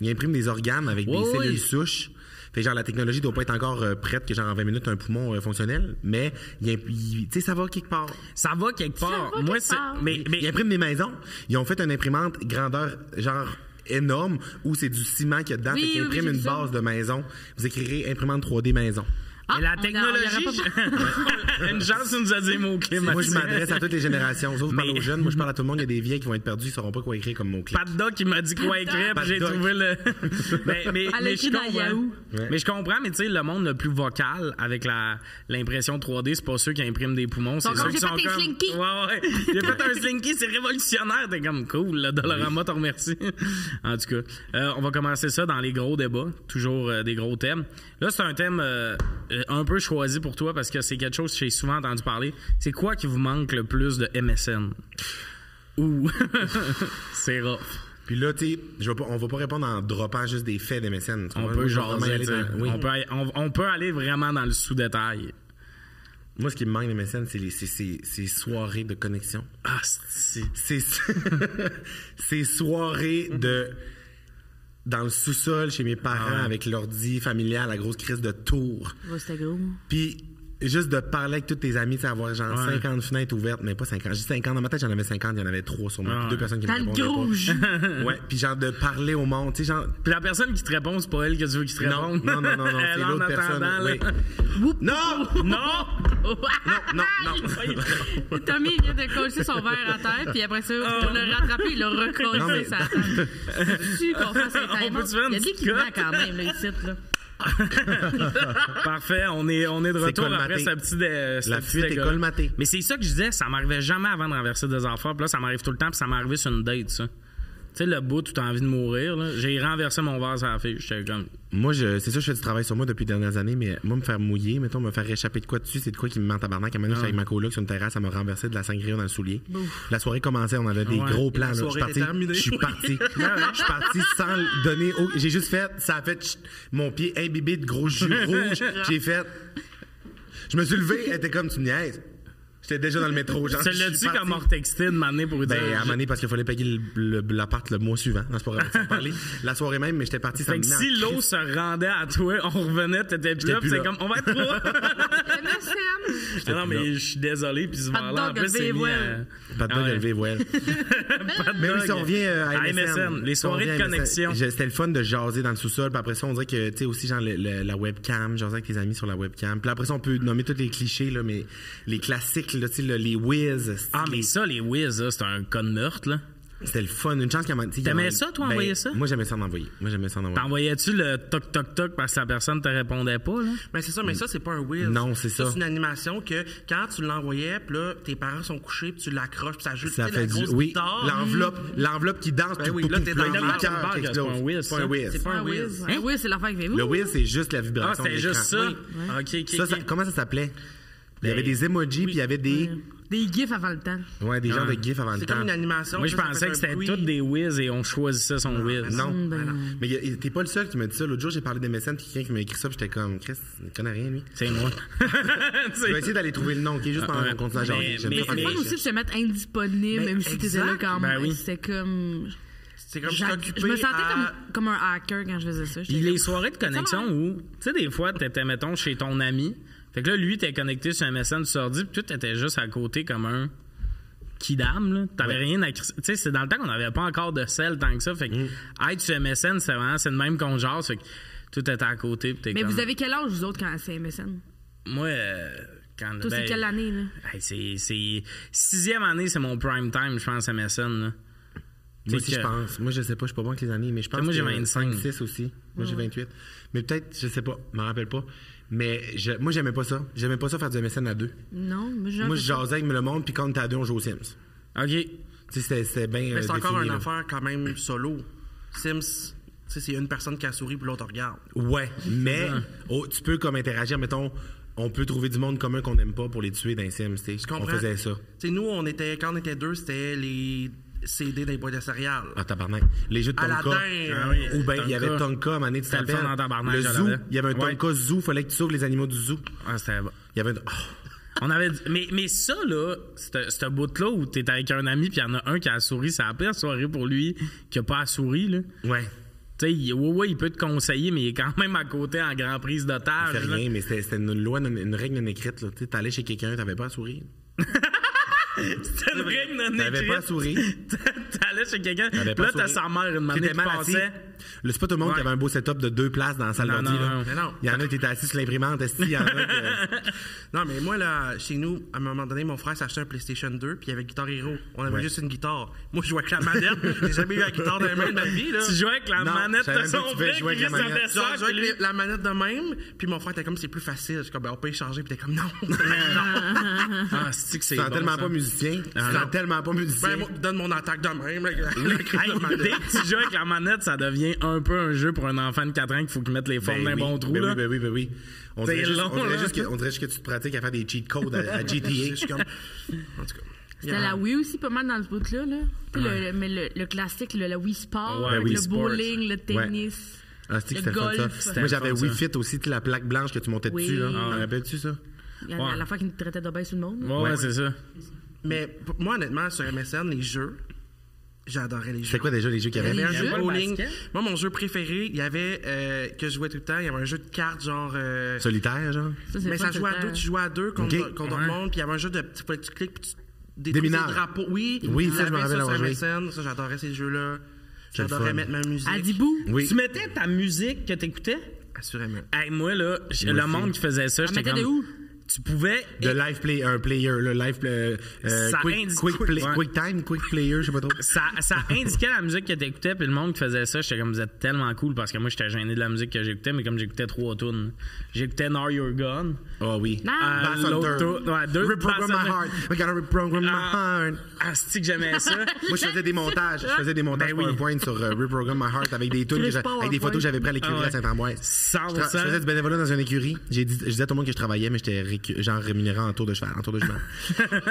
[SPEAKER 2] Ils impriment des organes avec
[SPEAKER 1] Oui,
[SPEAKER 2] des
[SPEAKER 1] oui.
[SPEAKER 2] cellules souches. Fait que genre, la technologie doit pas être encore euh, prête que genre en 20 minutes, un poumon euh, fonctionnel, mais ils imp- ils- tu sais, ça va quelque part.
[SPEAKER 1] Ça va quelque part.
[SPEAKER 4] va
[SPEAKER 1] Moi,
[SPEAKER 4] quelque
[SPEAKER 1] c'est.
[SPEAKER 4] part.
[SPEAKER 1] Mais, mais
[SPEAKER 2] Ils impriment des maisons. Ils ont fait une imprimante grandeur, genre énorme, où c'est du ciment qu'il y a dedans,
[SPEAKER 4] Oui,
[SPEAKER 2] fait qu'ils
[SPEAKER 4] oui,
[SPEAKER 2] impriment
[SPEAKER 4] j'ai vu
[SPEAKER 2] une
[SPEAKER 4] ça.
[SPEAKER 2] base de maison. Vous écrirez imprimante 3D maison.
[SPEAKER 1] mais la
[SPEAKER 4] on a- on
[SPEAKER 1] technologie.
[SPEAKER 4] aurait
[SPEAKER 1] Une chance, tu nous as dit les mots clés,
[SPEAKER 2] Moi, je
[SPEAKER 1] Mathieu.
[SPEAKER 2] m'adresse à toutes les générations. Sauf que je parle
[SPEAKER 1] Mais-
[SPEAKER 2] aux jeunes. Moi, je parle à tout le monde. Il y a des vieilles qui vont être perdus. Ils sauront pas quoi écrire comme mot-clé.
[SPEAKER 1] Pat Doc, il m'a dit quoi écrire,
[SPEAKER 2] Pat
[SPEAKER 1] puis j'ai
[SPEAKER 2] Doc.
[SPEAKER 1] trouvé le. mais, mais,
[SPEAKER 4] Elle a
[SPEAKER 1] mais
[SPEAKER 4] écrit
[SPEAKER 1] je
[SPEAKER 4] dans
[SPEAKER 1] comprends.
[SPEAKER 4] Yahoo.
[SPEAKER 2] Ouais.
[SPEAKER 1] Mais je comprends, mais tu sais, le monde le plus vocal avec la, l'impression 3D, c'est pas ceux qui impriment des poumons, c'est
[SPEAKER 4] Donc,
[SPEAKER 1] ceux
[SPEAKER 4] j'ai
[SPEAKER 1] qui
[SPEAKER 4] fait
[SPEAKER 1] sont
[SPEAKER 4] un
[SPEAKER 1] comme.
[SPEAKER 4] slinky.
[SPEAKER 1] Ouais, ouais. J'ai fait un slinky, c'est révolutionnaire. T'es comme cool, le Dollarama, t'en remercie. en tout cas, euh, on va commencer ça dans les gros débats, toujours euh, des gros thèmes. Là, c'est un thème euh, euh, un peu choisi pour toi parce que c'est quelque chose que j'ai souvent entendu parler. C'est quoi qui vous manque le plus de MSN? Ouh, c'est rough.
[SPEAKER 2] Puis là, tu sais, je vais pas- on va pas répondre en droppant juste des faits des MSN.
[SPEAKER 1] On peut
[SPEAKER 2] genre
[SPEAKER 1] jaser, t'sais. on, peut aller, on- on peut aller vraiment dans le sous-détail.
[SPEAKER 2] Moi, ce qui me manque des MSN, c'est les, c'est- c'est- ces soirées de connexion.
[SPEAKER 1] Ah, c'est...
[SPEAKER 2] Ces, ces soirées de... Dans le sous-sol, chez mes parents,
[SPEAKER 1] Ah
[SPEAKER 2] avec l'ordi familial, la grosse crise de tour.
[SPEAKER 4] Ouais, c'était gros.
[SPEAKER 2] Puis juste de parler avec tous tes amis, tu sais, avoir genre
[SPEAKER 1] Ouais.
[SPEAKER 2] 50 fenêtres ouvertes, mais pas 50. J'ai 50 dans ma tête, j'en avais 50, il y en avait 3 sur moi, puis
[SPEAKER 1] Ah Ouais.
[SPEAKER 2] deux personnes qui me
[SPEAKER 4] Dans le
[SPEAKER 2] répondaient
[SPEAKER 4] gros jus.
[SPEAKER 2] pas. Ouais, puis genre de parler au monde, tu sais genre
[SPEAKER 1] Puis la personne qui te répond, c'est pas elle que tu veux qui te
[SPEAKER 2] non,
[SPEAKER 1] réponde.
[SPEAKER 2] non non non non,
[SPEAKER 1] Elle
[SPEAKER 2] c'est
[SPEAKER 1] en
[SPEAKER 2] l'autre
[SPEAKER 1] attendant,
[SPEAKER 2] personne.
[SPEAKER 1] là.
[SPEAKER 2] oui. Non!
[SPEAKER 1] Non!
[SPEAKER 2] non, non.
[SPEAKER 4] Tommy vient de coller son verre à terre, puis après ça, on l'a rattrapé, il l'a recollé
[SPEAKER 2] Oh. Non, mais-
[SPEAKER 4] sa table. C'est qu'on fasse un
[SPEAKER 1] On
[SPEAKER 4] timer.
[SPEAKER 1] peut-tu faire une
[SPEAKER 4] Il y a des
[SPEAKER 1] petite
[SPEAKER 4] clients
[SPEAKER 1] cote?
[SPEAKER 4] quand même, là, ici, là.
[SPEAKER 1] Parfait, on est, on est de retour
[SPEAKER 2] colmaté.
[SPEAKER 1] après ce petit dé- ce
[SPEAKER 2] La
[SPEAKER 1] petit
[SPEAKER 2] fuite est
[SPEAKER 1] dégât.
[SPEAKER 2] colmatée.
[SPEAKER 1] Mais c'est ça que je disais, ça m'arrivait jamais avant de renverser des affaires. Puis là, ça m'arrive tout le temps, puis ça m'est arrivé sur une date, ça. Tu sais, le bout où t'as envie de mourir, là. J'ai renversé mon verre sur la fille. J'étais comme.
[SPEAKER 2] Moi, je, c'est sûr, je fais du travail sur moi depuis les dernières années, mais moi, me faire mouiller, mettons, me faire échapper de quoi dessus, c'est de quoi qui me ment tabarnak. À un moment donné, j'étais avec ma coloc sur une terrasse, ça m'a renversé de la sangria dans le soulier. La soirée commençait, on avait des
[SPEAKER 1] Ouais.
[SPEAKER 2] gros plans. là.
[SPEAKER 5] La
[SPEAKER 2] Je
[SPEAKER 5] soirée
[SPEAKER 2] suis parti.
[SPEAKER 5] était terminée.
[SPEAKER 2] Je suis parti. Je suis parti sans le donner. au- J'ai juste fait, ça a fait chut, mon pied imbibé de gros jus rouge. J'ai fait. Je me suis levé, elle était comme, tu me niaises. J'étais déjà dans le métro. Genre,
[SPEAKER 1] Tu
[SPEAKER 2] je suis
[SPEAKER 1] l'as-tu
[SPEAKER 2] parti.
[SPEAKER 1] comme hors texté de m'amener pour lui dire.
[SPEAKER 2] Ben, à un
[SPEAKER 1] je-
[SPEAKER 2] moment donné, parce qu'il fallait payer le- le- l'appart le mois suivant. Non, c'est pas grave, on s'en parlait. La soirée même, mais j'étais parti. ça
[SPEAKER 1] Fait
[SPEAKER 2] me
[SPEAKER 1] que
[SPEAKER 2] met en
[SPEAKER 1] si l'eau se rendait à toi, on revenait, t'étais plus
[SPEAKER 2] J'étais
[SPEAKER 1] là, puis
[SPEAKER 2] plus
[SPEAKER 1] c'est
[SPEAKER 2] là.
[SPEAKER 1] comme, on va être trois.
[SPEAKER 4] MSM.
[SPEAKER 1] Ah non, mais je suis désolé, puis ce verre-là, en
[SPEAKER 4] dog,
[SPEAKER 1] plus, c'est
[SPEAKER 4] levé,
[SPEAKER 1] mis
[SPEAKER 4] ouais.
[SPEAKER 1] à-
[SPEAKER 2] Pas de
[SPEAKER 1] Ah ouais.
[SPEAKER 2] levé, ouais.
[SPEAKER 1] Pas de
[SPEAKER 2] Mais oui,
[SPEAKER 1] dog.
[SPEAKER 2] si on revient euh, à
[SPEAKER 1] À
[SPEAKER 2] MSN.
[SPEAKER 1] MSN, les
[SPEAKER 2] Si on
[SPEAKER 1] soirées de
[SPEAKER 2] revient à MSN,
[SPEAKER 1] connexion.
[SPEAKER 2] je- C'était le fun de jaser dans le sous-sol. Puis après ça, on dirait que, tu sais, aussi, genre, le- le- la webcam, jaser avec tes amis sur la webcam. Puis après ça, on peut nommer tous les clichés, là, mais les classiques, là, tu sais, le- les whiz.
[SPEAKER 1] Ah, mais
[SPEAKER 2] les-
[SPEAKER 1] ça, les whiz, là, c'est un con de meurtre, là.
[SPEAKER 2] C'était le fun. Une chance qu'il y en a- tu sais, qu'il y en a-
[SPEAKER 1] T'aimais ça, toi,
[SPEAKER 2] Ben,
[SPEAKER 1] envoyer ça?
[SPEAKER 2] Moi, j'aimais ça en envoyer. Moi, j'aimais ça en envoyer.
[SPEAKER 1] T'envoyais-tu le toc-toc-toc parce que la personne te répondait pas, là?
[SPEAKER 5] Mais Ben, c'est ça, mais ça, c'est pas un whiz.
[SPEAKER 2] Mm. Non, c'est ça.
[SPEAKER 5] C'est une animation que quand tu l'envoyais, puis là, tes parents sont couchés, puis tu l'accroches, puis ça joue,
[SPEAKER 2] Ça
[SPEAKER 5] tu sais, la
[SPEAKER 2] fait du.
[SPEAKER 5] grosse
[SPEAKER 2] Oui,
[SPEAKER 5] guitare.
[SPEAKER 2] l'enveloppe. L'enveloppe qui danse.
[SPEAKER 5] Ben oui,
[SPEAKER 2] tout-
[SPEAKER 5] là,
[SPEAKER 2] tout-
[SPEAKER 5] t'es
[SPEAKER 2] tout-
[SPEAKER 5] dans
[SPEAKER 2] le
[SPEAKER 5] le
[SPEAKER 2] cœur qui
[SPEAKER 1] bar, c'est
[SPEAKER 2] explose.
[SPEAKER 1] pas un whiz,
[SPEAKER 2] C'est pas un
[SPEAKER 1] ça.
[SPEAKER 2] whiz.
[SPEAKER 5] C'est pas un
[SPEAKER 4] Ah oui,
[SPEAKER 5] whiz.
[SPEAKER 4] c'est- oui, c'est l'affaire qui fait.
[SPEAKER 2] Le
[SPEAKER 4] ouh.
[SPEAKER 2] whiz, c'est juste la
[SPEAKER 1] Ah,
[SPEAKER 2] vibration. de
[SPEAKER 1] c'était juste ça?
[SPEAKER 2] l'écran.
[SPEAKER 5] Oui.
[SPEAKER 1] OK, OK,
[SPEAKER 2] Ça, ça-
[SPEAKER 1] OK. Ben,
[SPEAKER 2] comment ça s'appelait? Il y avait des emojis, puis il y avait des.
[SPEAKER 4] Des gifs avant le temps.
[SPEAKER 2] Ouais, des genres de gifs avant le
[SPEAKER 5] C'est
[SPEAKER 2] temps.
[SPEAKER 5] comme une animation.
[SPEAKER 1] Moi, je
[SPEAKER 5] puis ça,
[SPEAKER 1] pensais
[SPEAKER 5] ça fait
[SPEAKER 1] que
[SPEAKER 5] un
[SPEAKER 1] c'était
[SPEAKER 5] bruit.
[SPEAKER 1] toutes des whiz et on choisissait son whiz.
[SPEAKER 2] Non.
[SPEAKER 4] Hum, ben,
[SPEAKER 2] Mais y a- y- t'es pas le seul qui m'a dit ça. L'autre jour, j'ai parlé des mécènes, puis quelqu'un qui m'a écrit ça, puis j'étais comme, Chris, il connaît rien, lui.
[SPEAKER 1] C'est moi.
[SPEAKER 2] Je vais essayer d'aller trouver le nom, ok? Juste pendant
[SPEAKER 1] ouais.
[SPEAKER 2] qu'on continue à
[SPEAKER 1] Mais-
[SPEAKER 2] jaser. J'aime
[SPEAKER 1] mais-
[SPEAKER 2] ça faire
[SPEAKER 4] C'est
[SPEAKER 2] des
[SPEAKER 4] fun aussi de
[SPEAKER 2] recherches.
[SPEAKER 4] se mettre indisponible,
[SPEAKER 5] Ben,
[SPEAKER 4] même si t'étais là
[SPEAKER 5] exact.
[SPEAKER 4] quand
[SPEAKER 1] Ben
[SPEAKER 4] même.
[SPEAKER 1] oui.
[SPEAKER 4] C'était comme.
[SPEAKER 5] C'est comme je suis
[SPEAKER 4] j'a-
[SPEAKER 5] occupé
[SPEAKER 4] Je me sentais
[SPEAKER 5] à-
[SPEAKER 4] comme, comme un hacker quand je faisais ça. J'étais
[SPEAKER 1] Puis les
[SPEAKER 4] comme-
[SPEAKER 1] soirées de connexion
[SPEAKER 4] Ça va.
[SPEAKER 1] où, tu sais, des fois, t'étais, mettons, chez ton ami. Fait que là, lui, t'es connecté sur MSN, tu ordi, puis toi, t'étais juste à côté comme un kidam, là. T'avais rien à... crisser. Tu sais, c'est dans le temps qu'on n'avait pas encore de sel tant que ça. Fait que
[SPEAKER 4] Mm.
[SPEAKER 1] être sur MSN, c'est vraiment, c'est le même qu'on jase. Fait que tout était à côté, puis t'es
[SPEAKER 4] Mais
[SPEAKER 1] comme-
[SPEAKER 4] vous avez quel âge, vous autres, quand c'est MSN?
[SPEAKER 1] Moi, euh, quand...
[SPEAKER 4] Toi, c'est
[SPEAKER 1] ben,
[SPEAKER 4] quelle année, là?
[SPEAKER 1] hey, c'est, c'est... Sixième année, c'est mon prime time, je pense, MSN, là.
[SPEAKER 2] Moi aussi,
[SPEAKER 1] que-
[SPEAKER 2] je pense. Moi, je sais pas, je suis pas bon avec les années, mais je pense.
[SPEAKER 1] Moi, j'ai
[SPEAKER 2] que
[SPEAKER 1] 25.
[SPEAKER 2] 6 aussi. Moi, j'ai 28. Mais peut-être, je sais pas, je m'en rappelle pas. Mais je- moi, j'aimais pas ça. J'aimais pas ça faire du MSN à deux.
[SPEAKER 4] Non, moi, j'ai
[SPEAKER 2] Moi, je jasais avec le monde, puis quand on était à deux, on jouait aux Sims.
[SPEAKER 1] OK.
[SPEAKER 2] Tu sais, c'était- c'était bien.
[SPEAKER 5] Mais c'est
[SPEAKER 2] euh,
[SPEAKER 5] encore
[SPEAKER 2] défini,
[SPEAKER 5] une
[SPEAKER 2] là.
[SPEAKER 5] affaire quand même solo. Sims, tu sais, c'est une personne qui a souri, puis l'autre regarde.
[SPEAKER 2] Ouais, mais oh, tu peux comme interagir, mettons, on peut trouver du monde commun qu'on n'aime pas pour les tuer dans les Sims, tu sais.
[SPEAKER 5] Tu
[SPEAKER 2] On
[SPEAKER 5] comprends?
[SPEAKER 2] faisait ça.
[SPEAKER 5] Tu sais, nous, on était, quand on était deux, c'était les CD dans les boîtes de céréales.
[SPEAKER 2] Ah, tabarnak. Les jeux de Tonka.
[SPEAKER 5] Aladdin,
[SPEAKER 2] Ah
[SPEAKER 1] oui,
[SPEAKER 2] Ou bien, il y
[SPEAKER 1] Tonka.
[SPEAKER 2] avait Tonka, à un moment donné, tu
[SPEAKER 1] C'était le fun
[SPEAKER 2] t'appelles.
[SPEAKER 1] en tabarnak,
[SPEAKER 2] Le
[SPEAKER 1] je
[SPEAKER 2] zoo.
[SPEAKER 1] l'avais.
[SPEAKER 2] Il y avait un
[SPEAKER 1] Ouais.
[SPEAKER 2] Tonka zoo, fallait que tu sauves les animaux du zoo.
[SPEAKER 1] Ah, c'était bon.
[SPEAKER 2] Il y avait un... oh,
[SPEAKER 1] On avait dit- mais, mais ça, là, ce ce bout-là où t'es avec un ami puis il y en a un qui a la souris, c'est la pire soirée pour lui qui a pas la souris, là.
[SPEAKER 2] Ouais.
[SPEAKER 1] Tu sais, il- ouais, ouais, il peut te conseiller, mais il est quand même à côté en grand prise
[SPEAKER 2] Il
[SPEAKER 1] d'otage.
[SPEAKER 2] fait
[SPEAKER 1] là.
[SPEAKER 2] rien, mais c'était c'était une loi, non- une règle non écrite, là. Tu sais, t'allais chez quelqu'un, t'avais pas à sourire.
[SPEAKER 1] C'était une règle non
[SPEAKER 2] T'avais pas à
[SPEAKER 1] écrite.
[SPEAKER 2] sourire.
[SPEAKER 1] T'allais chez quelqu'un,
[SPEAKER 2] T'avais
[SPEAKER 1] puis
[SPEAKER 2] pas
[SPEAKER 1] là,
[SPEAKER 2] à
[SPEAKER 1] t'as
[SPEAKER 2] sourire.
[SPEAKER 1] sa mère une manée
[SPEAKER 2] T'étais
[SPEAKER 1] qui
[SPEAKER 2] mal assis.
[SPEAKER 1] passait.
[SPEAKER 2] Le c'est pas tout le monde qui
[SPEAKER 1] Ouais.
[SPEAKER 2] avait un beau setup de deux places dans la salle
[SPEAKER 1] Non,
[SPEAKER 2] d'ordi,
[SPEAKER 1] non,
[SPEAKER 2] là.
[SPEAKER 5] Mais non.
[SPEAKER 2] Il y en a qui étaient assis sur l'imprimante, esti, il y en a qui...
[SPEAKER 5] Non, mais moi, là, chez nous, à un moment donné, mon frère s'est acheté un PlayStation 2, puis il y avait Guitar Hero. On avait
[SPEAKER 2] Ouais.
[SPEAKER 5] juste une guitare. Moi, je jouais avec la manette. J'ai jamais eu la guitare de même de ma vie, là.
[SPEAKER 1] Tu jouais avec la
[SPEAKER 2] Non,
[SPEAKER 1] manette
[SPEAKER 2] je savais
[SPEAKER 1] de
[SPEAKER 2] même pas que
[SPEAKER 1] son
[SPEAKER 2] tu pouvais
[SPEAKER 1] frère qui
[SPEAKER 2] jouer avec la
[SPEAKER 1] lui sortait
[SPEAKER 2] manette.
[SPEAKER 5] Genre,
[SPEAKER 1] ça.
[SPEAKER 5] je jouais
[SPEAKER 1] puis lui-
[SPEAKER 5] avec la manette de même, puis mon frère était comme, c'est plus facile. Je suis comme, ben, on peut échanger, puis t'es comme, non. Ben,
[SPEAKER 1] Ah, c'est que c'est
[SPEAKER 2] Tu sens
[SPEAKER 1] bon,
[SPEAKER 2] tellement
[SPEAKER 1] ça.
[SPEAKER 2] pas musicien. Tu
[SPEAKER 1] Ah, non.
[SPEAKER 2] sens tellement pas musicien.
[SPEAKER 5] ben, moi, donne mon attaque de même, là, avec la- avec
[SPEAKER 1] Hey,
[SPEAKER 5] la manette.
[SPEAKER 1] dès que tu joues avec la manette, ça devient un peu un jeu pour un enfant de 4 ans qu'il faut qu'il mette les formes
[SPEAKER 2] Ben
[SPEAKER 1] d'un
[SPEAKER 2] oui,
[SPEAKER 1] bon trou.
[SPEAKER 2] ben
[SPEAKER 1] là.
[SPEAKER 2] Oui, ben oui, ben oui. On
[SPEAKER 1] C'est
[SPEAKER 2] dirait, juste,
[SPEAKER 1] long,
[SPEAKER 2] on, dirait
[SPEAKER 1] là.
[SPEAKER 2] juste que, on dirait juste que tu te pratiques à faire des cheat codes à, à
[SPEAKER 5] Je
[SPEAKER 2] GTA.
[SPEAKER 5] suis comme, en tout cas.
[SPEAKER 4] C'était la Wii aussi, pas mal dans ce bout-là. là. Tu sais, le- le- mais le, le classique, le, la Wii Sport,
[SPEAKER 1] Ouais,
[SPEAKER 4] avec
[SPEAKER 1] Wii
[SPEAKER 4] le
[SPEAKER 1] Sport.
[SPEAKER 4] bowling, le tennis.
[SPEAKER 2] Ah, c'est que
[SPEAKER 4] Le
[SPEAKER 2] c'était le fun,
[SPEAKER 4] golf.
[SPEAKER 2] ça.
[SPEAKER 4] C'était
[SPEAKER 2] Moi,
[SPEAKER 1] le
[SPEAKER 2] j'avais
[SPEAKER 1] fun,
[SPEAKER 2] Wii
[SPEAKER 1] ça.
[SPEAKER 2] Fit aussi, tu sais, la plaque blanche que tu montais
[SPEAKER 4] Oui.
[SPEAKER 2] dessus, là.
[SPEAKER 4] Ah,
[SPEAKER 2] T'en
[SPEAKER 4] ouais.
[SPEAKER 2] rappelles-tu, ça?
[SPEAKER 4] Il y a
[SPEAKER 1] Ouais.
[SPEAKER 4] la- l'affaire qui nous traitait de sur le monde.
[SPEAKER 1] Ouais, ouais, c'est ça.
[SPEAKER 5] Mais pour- moi, honnêtement, sur MSN, les jeux, j'adorais les jeux.
[SPEAKER 2] C'était quoi déjà les jeux qu'il y
[SPEAKER 5] Il y
[SPEAKER 2] avait?
[SPEAKER 5] avait un
[SPEAKER 4] Les
[SPEAKER 5] jeu de
[SPEAKER 4] jeux?
[SPEAKER 5] bowling.
[SPEAKER 1] Basket?
[SPEAKER 5] Moi, mon jeu préféré, il y avait, euh, que je jouais tout le temps, il y avait un jeu de cartes, genre. euh,
[SPEAKER 2] Solitaire, genre?
[SPEAKER 4] Ça, c'est
[SPEAKER 5] mais
[SPEAKER 4] pas
[SPEAKER 5] ça
[SPEAKER 4] tout
[SPEAKER 5] jouait
[SPEAKER 4] le
[SPEAKER 5] à deux,
[SPEAKER 4] temps.
[SPEAKER 5] tu jouais à deux contre,
[SPEAKER 2] Ok.
[SPEAKER 5] contre
[SPEAKER 1] Ouais.
[SPEAKER 5] le monde, puis il y avait un jeu de. Tu fallait que tu cliques, puis tu détruis
[SPEAKER 2] mineurs.
[SPEAKER 5] des drapeaux. Oui,
[SPEAKER 2] Oui,
[SPEAKER 5] il
[SPEAKER 2] ça, je me
[SPEAKER 5] avait
[SPEAKER 2] rappelle avoir joué.
[SPEAKER 5] sur MSN, ça, j'adorais ces jeux-là.
[SPEAKER 2] C'est le
[SPEAKER 5] J'adorais
[SPEAKER 2] fun.
[SPEAKER 5] mettre ma musique.
[SPEAKER 4] À Dibou.
[SPEAKER 2] Oui.
[SPEAKER 1] Tu mettais ta musique que t'écoutais?
[SPEAKER 5] Assurément.
[SPEAKER 1] Hey, moi, là, j-
[SPEAKER 2] Moi
[SPEAKER 1] le
[SPEAKER 2] aussi.
[SPEAKER 1] monde qui faisait ça, j'étais
[SPEAKER 4] mettait
[SPEAKER 1] comme...
[SPEAKER 4] de Ah, où?
[SPEAKER 1] tu pouvais
[SPEAKER 2] De live play, un player, le live play, euh,
[SPEAKER 1] Ça
[SPEAKER 2] quick,
[SPEAKER 1] indique-
[SPEAKER 2] quick play-
[SPEAKER 1] ouais.
[SPEAKER 2] quick time, quick player, je sais pas trop.
[SPEAKER 1] ça, ça indiquait la musique que t'écoutais, puis le monde qui faisait ça, j'étais comme, vous êtes tellement cool, parce que moi, j'étais gêné de la musique que j'écoutais, mais comme j'écoutais trois tunes, j'écoutais Know Your Gun.
[SPEAKER 2] Ah oui.
[SPEAKER 4] Non.
[SPEAKER 2] Bass
[SPEAKER 1] Euh,
[SPEAKER 2] Hunter.
[SPEAKER 1] l'autre tour- ouais, deux-
[SPEAKER 2] reprogram
[SPEAKER 1] Bass
[SPEAKER 2] my
[SPEAKER 1] Hunter.
[SPEAKER 2] heart. We gotta reprogram
[SPEAKER 1] Ah.
[SPEAKER 2] my heart.
[SPEAKER 1] Asti que j'aimais ça.
[SPEAKER 2] Moi, je faisais des montages. Je faisais des montages
[SPEAKER 1] Ben oui.
[SPEAKER 2] PowerPoint sur euh, Reprogram My Heart avec des tunes, que j'a-
[SPEAKER 4] PowerPoint.
[SPEAKER 2] avec des photos que j'avais prises à l'écurie
[SPEAKER 1] Ah ouais.
[SPEAKER 2] à Saint-Amboise.
[SPEAKER 1] Sans
[SPEAKER 2] Je, tra- je
[SPEAKER 1] ça.
[SPEAKER 2] faisais du bénévolat dans une écurie. J'ai dit- je disais à tout le monde que je travaillais, mais j'étais récu- genre rémunéré en tour de cheval. En tour de cheval.